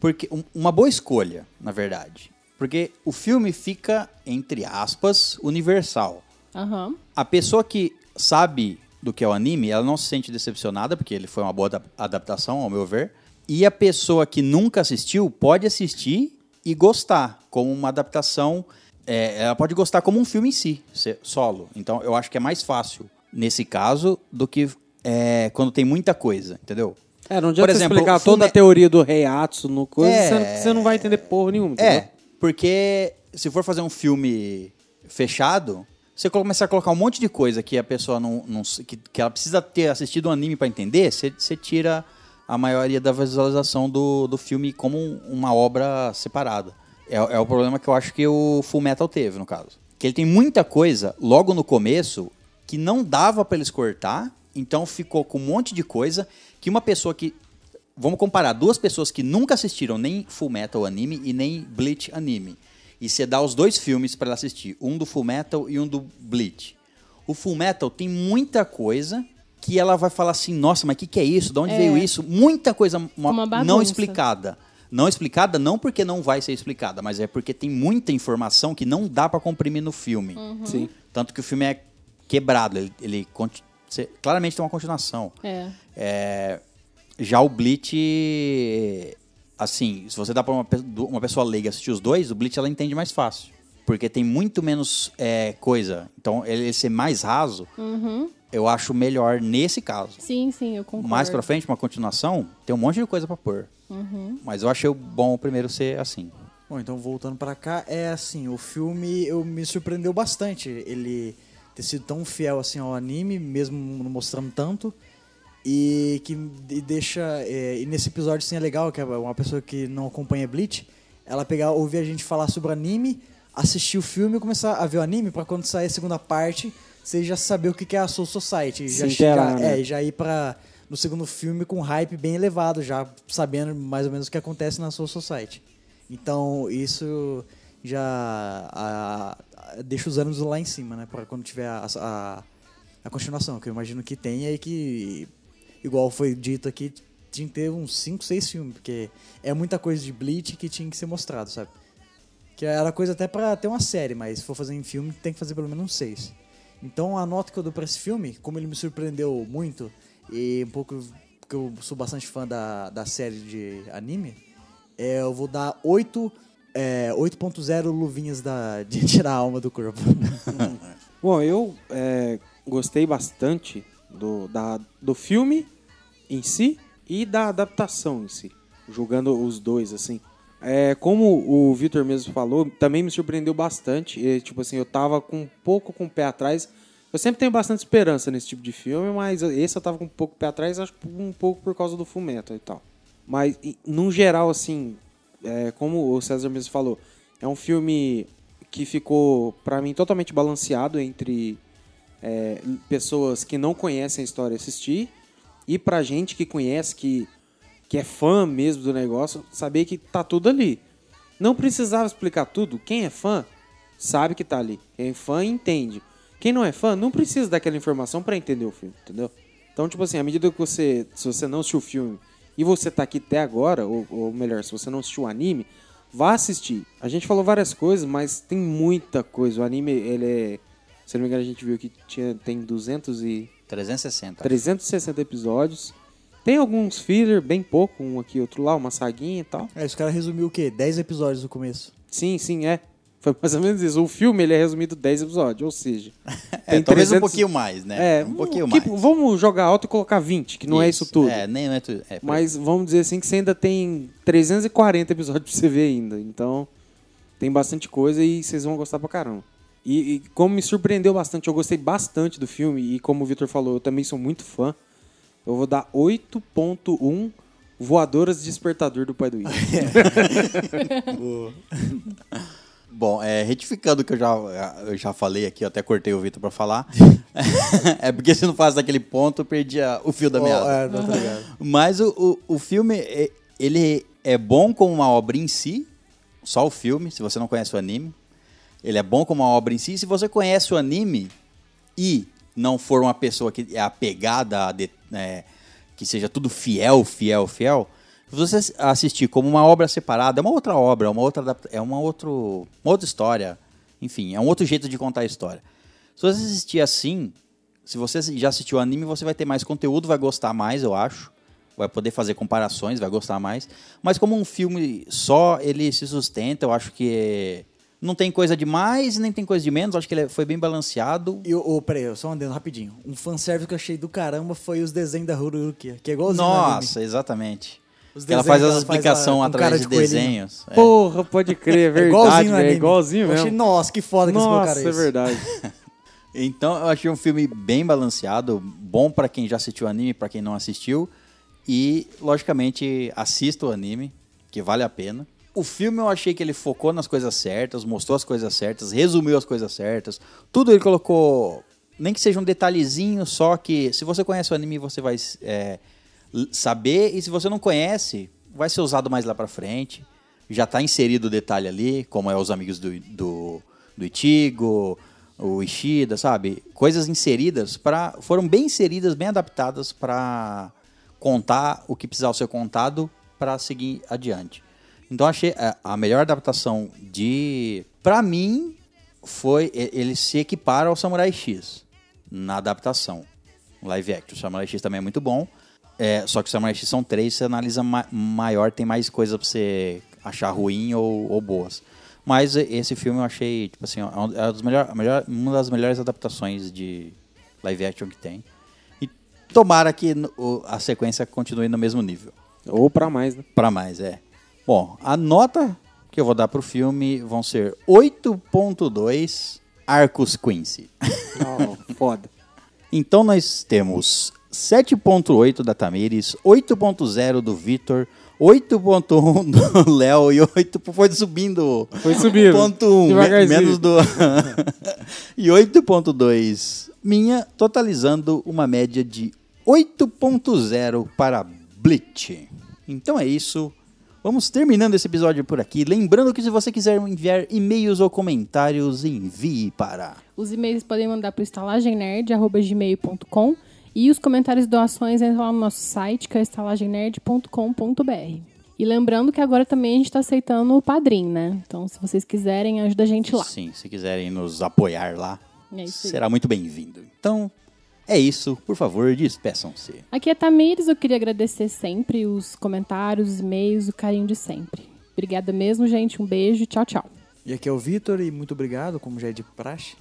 Porque um- uma boa escolha, na verdade. Porque o filme fica, entre aspas, universal.
Aham.
A pessoa que sabe do que é o anime, ela não se sente decepcionada, porque ele foi uma boa adap- adaptação, ao meu ver. E a pessoa que nunca assistiu pode assistir e gostar, como uma adaptação. é, ela pode gostar como um filme em si, se- solo. Então eu acho que é mais fácil nesse caso do que é, quando tem muita coisa, entendeu?
É, não adianta
Por exemplo,
você explicar toda a
Fume-
teoria do Reiatsu no coisa,
É.
você não- você não vai entender porra nenhuma.
É,
entendeu?
porque se for fazer um filme fechado, você começar a colocar um monte de coisa que a pessoa não. não s- que, que ela precisa ter assistido um anime pra entender, você você tira a maioria da visualização do, do filme como um- uma obra separada. É, é o problema que eu acho que o Full Metal teve, no caso. Que ele tem muita coisa logo no começo que não dava pra eles cortar, então ficou com um monte de coisa que uma pessoa que Vamos comparar duas pessoas que nunca assistiram nem Full Metal anime e nem Bleach anime. E você dá os dois filmes pra ela assistir, um do Full Metal e um do Bleach. O Full Metal tem muita coisa que ela vai falar assim: "Nossa, mas o que, que é isso? De onde veio isso?" Muita coisa mo-
Uma bagunça.
não explicada. Não explicada não porque não vai ser explicada, mas é porque tem muita informação que não dá pra comprimir no filme.
Uhum.
Sim.
Tanto que o filme é quebrado, ele, ele conti- cê- claramente tem uma continuação.
É.
É, já o Bleach, assim, se você dá pra uma, pe- du- uma pessoa leiga assistir os dois, o Bleach ela entende mais fácil. Porque tem muito menos é, coisa. Então, ele ser mais raso, eu acho melhor nesse caso.
Sim, sim, eu concordo.
Mais pra frente, uma continuação, tem um monte de coisa pra pôr. Mas eu achei bom o primeiro ser assim.
Bom, então voltando pra cá, é assim, o filme eu me surpreendeu bastante. Ele ter sido tão fiel assim ao anime, mesmo não mostrando tanto. E que de- deixa. é, e nesse episódio assim é legal, que é uma pessoa que não acompanha Bleach, ela pegar, ouvir a gente falar sobre anime, assistir o filme e começar a ver o anime pra quando sair a segunda parte, você já saber o que que é a Soul Society.
Se
já,
inteirar,
já,
né?
é, e já ir pra, no segundo filme com um hype bem elevado, já sabendo mais ou menos o que acontece na Soul Society. Então, isso já a- a- deixa os anos lá em cima, né? Pra quando tiver a, a, a continuação, que eu imagino que tenha e que, igual foi dito aqui, tinha que ter uns 5, 6 filmes, porque é muita coisa de Bleach que tinha que ser mostrado, sabe? Que era coisa até pra ter uma série, mas se for fazer em filme, tem que fazer pelo menos uns seis. Então a nota que eu dou pra esse filme, como ele me surpreendeu muito, e um pouco que eu sou bastante fã da, da série de anime, é, eu vou dar 8. É, 8.0 luvinhas da, de tirar a alma do corpo.
Bom, eu é, gostei bastante do, da, do filme em si e da adaptação em si, julgando os dois, assim. É, como o Vitor mesmo falou, também me surpreendeu bastante. E, tipo assim, eu tava com um pouco com o pé atrás. Eu sempre tenho bastante esperança nesse tipo de filme, mas esse eu tava com um pouco o pé atrás, acho que um pouco por causa do fumeto e tal. Mas, e, no geral, assim, é, como o César mesmo falou, é um filme que ficou, pra mim, totalmente balanceado entre é, pessoas que não conhecem a história assistir e pra gente que conhece, que, que é fã mesmo do negócio, saber que tá tudo ali. Não precisava explicar tudo. Quem é fã sabe que tá ali. Quem é fã entende. Quem não é fã não precisa daquela informação pra entender o filme, entendeu? Então, tipo assim, à medida que você, se você não assistiu o filme e você tá aqui até agora, ou, ou melhor, se você não assistiu o anime, Vá assistir. A gente falou várias coisas, mas tem muita coisa. O anime, ele é... Se não me engano, a gente viu que tinha, tem 200 e...
360.
360 episódios. Tem alguns filler, bem pouco, um aqui, outro lá, uma saguinha e tal.
É, os caras resumiu o quê? 10 episódios no começo.
Sim, sim, é. Foi mais ou menos isso. O filme ele é resumido em 10 episódios, ou seja.
É, talvez um pouquinho mais, né?
É,
um pouquinho
que-
mais.
Vamos jogar alto e colocar 20, que não é isso tudo.
É, nem não é tudo. É, por aí.
Mas vamos dizer assim que você ainda tem 340 episódios pra você ver ainda. Então, tem bastante coisa e vocês vão gostar pra caramba. E, e como me surpreendeu bastante, eu gostei bastante do filme. E como o Vitor falou, eu também sou muito fã. Eu vou dar 8.1 Voadoras Despertador do Pai do Ian.
Bom, é, retificando o que eu já, eu já falei aqui, eu até cortei o Vitor pra falar. é porque se não faz daquele ponto, eu perdi a- o fio da meada.
é, não, tá ligado.
Mas o, o, o filme, é- ele é bom como uma obra em si, só o filme, se você não conhece o anime. Ele é bom como uma obra em si. Se você conhece o anime e não for uma pessoa que é apegada, a de- é, que seja tudo fiel, fiel, fiel, se você ass- assistir como uma obra separada, é uma outra obra, é uma outra, adapta- é uma, outro, uma outra história. Enfim, é um outro jeito de contar a história. Se você assistir assim, se você já assistiu o anime, você vai ter mais conteúdo, vai gostar mais, eu acho. Vai poder fazer comparações, vai gostar mais. Mas como um filme só, ele se sustenta, eu acho que não tem coisa de mais nem tem coisa de menos. Acho que ele é- foi bem balanceado.
E o, o- peraí, só um adendo rapidinho. Um fanservice que eu achei do caramba foi os desenhos da Hururuki, que é igualzinho no anime.
Nossa, exatamente.
Os
Que ela
desenhos
faz
que
as
ela faz
explicação
lá, com cara
através de,
de coelhinho.
desenhos. É.
Porra, pode crer, é
É
verdade,
no
velho. É
anime.
igualzinho
Eu
mesmo.
achei, nossa, que foda que esse meu
Nossa,
cara é
é
esse.
verdade.
Então, eu achei um filme bem balanceado, bom pra quem já assistiu o anime, pra quem não assistiu. E, logicamente, assista o anime, que vale a pena. O filme eu achei que ele focou nas coisas certas, mostrou as coisas certas, resumiu as coisas certas. Tudo ele colocou, nem que seja um detalhezinho só, que se você conhece o anime, você vai é, l- saber. E se você não conhece, vai ser usado mais lá pra frente. Já tá inserido o detalhe ali, como é os amigos do, do, do Ichigo, o Ishida, sabe? Coisas inseridas para foram bem inseridas, bem adaptadas para contar o que precisava ser contado para seguir adiante. Então achei a, a melhor adaptação de para mim foi e- ele se equipara ao Samurai X na adaptação um live action. O Samurai X também é muito bom. É, só que o Samurai X são três, você analisa ma- maior, tem mais coisa pra você achar ruim ou, ou boas. Mas e- esse filme eu achei, tipo assim, ó, é um- é um dos melhor- a melhor- uma das melhores adaptações de live action que tem. E tomara que n- o- a sequência continue no mesmo nível.
Ou pra mais, né?
Pra mais, é. Bom, a nota que eu vou dar pro filme vão ser 8.2 Arcos Quincy.
foda.
Então nós temos 7.8 da Tamires, 8.0 do Vitor, 8.1 do Léo e 8 foi subindo.
Foi subindo,
1.1 me-
devagarzinho.
menos do e 8.2 minha, totalizando uma média de 8.0 para Blitz. Então é isso. Vamos terminando esse episódio por aqui. Lembrando que se você quiser enviar e-mails ou comentários, envie para
Os e-mails podem mandar para estalagemnerd.gmail.com e os comentários e doações entram lá no nosso site, que é estalagemnerd.com.br. E lembrando que agora também a gente está aceitando o Padrim, né? Então, se vocês quiserem, ajuda a gente lá.
Sim, se quiserem nos apoiar lá,
É isso aí.
será muito bem-vindo. Então, é isso. Por favor, despeçam-se.
Aqui é Tamires, eu queria agradecer sempre os comentários, os e-mails, o carinho de sempre. Obrigada mesmo, gente. Um beijo. Tchau, tchau.
E aqui é o Vitor e muito obrigado, como já é de praxe,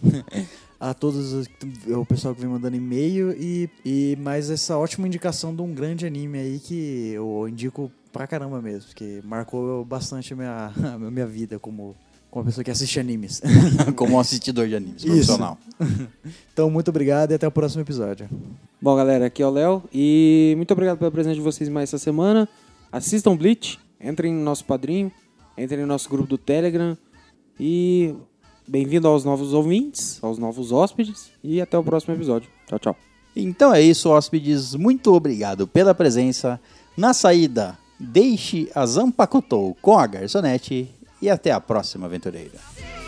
a todos os- o pessoal que vem mandando e-mail e, e mais essa ótima indicação de um grande anime aí que eu indico pra caramba mesmo, porque marcou bastante a minha, a minha vida como, como uma pessoa que assiste animes.
Como um assistidor de animes
Isso.
profissional.
Então, muito obrigado e até o próximo episódio.
Bom, galera, aqui é o Léo e muito obrigado pela presença de vocês mais essa semana. Assistam Bleach, entrem no nosso padrinho, entrem no nosso grupo do Telegram e bem-vindo aos novos ouvintes, aos novos hóspedes e até o próximo episódio. Tchau, tchau.
Então é isso, hóspedes. Muito obrigado pela presença. Na saída, deixe a Zampacotou com a garçonete. E até a próxima, aventureira.
Thank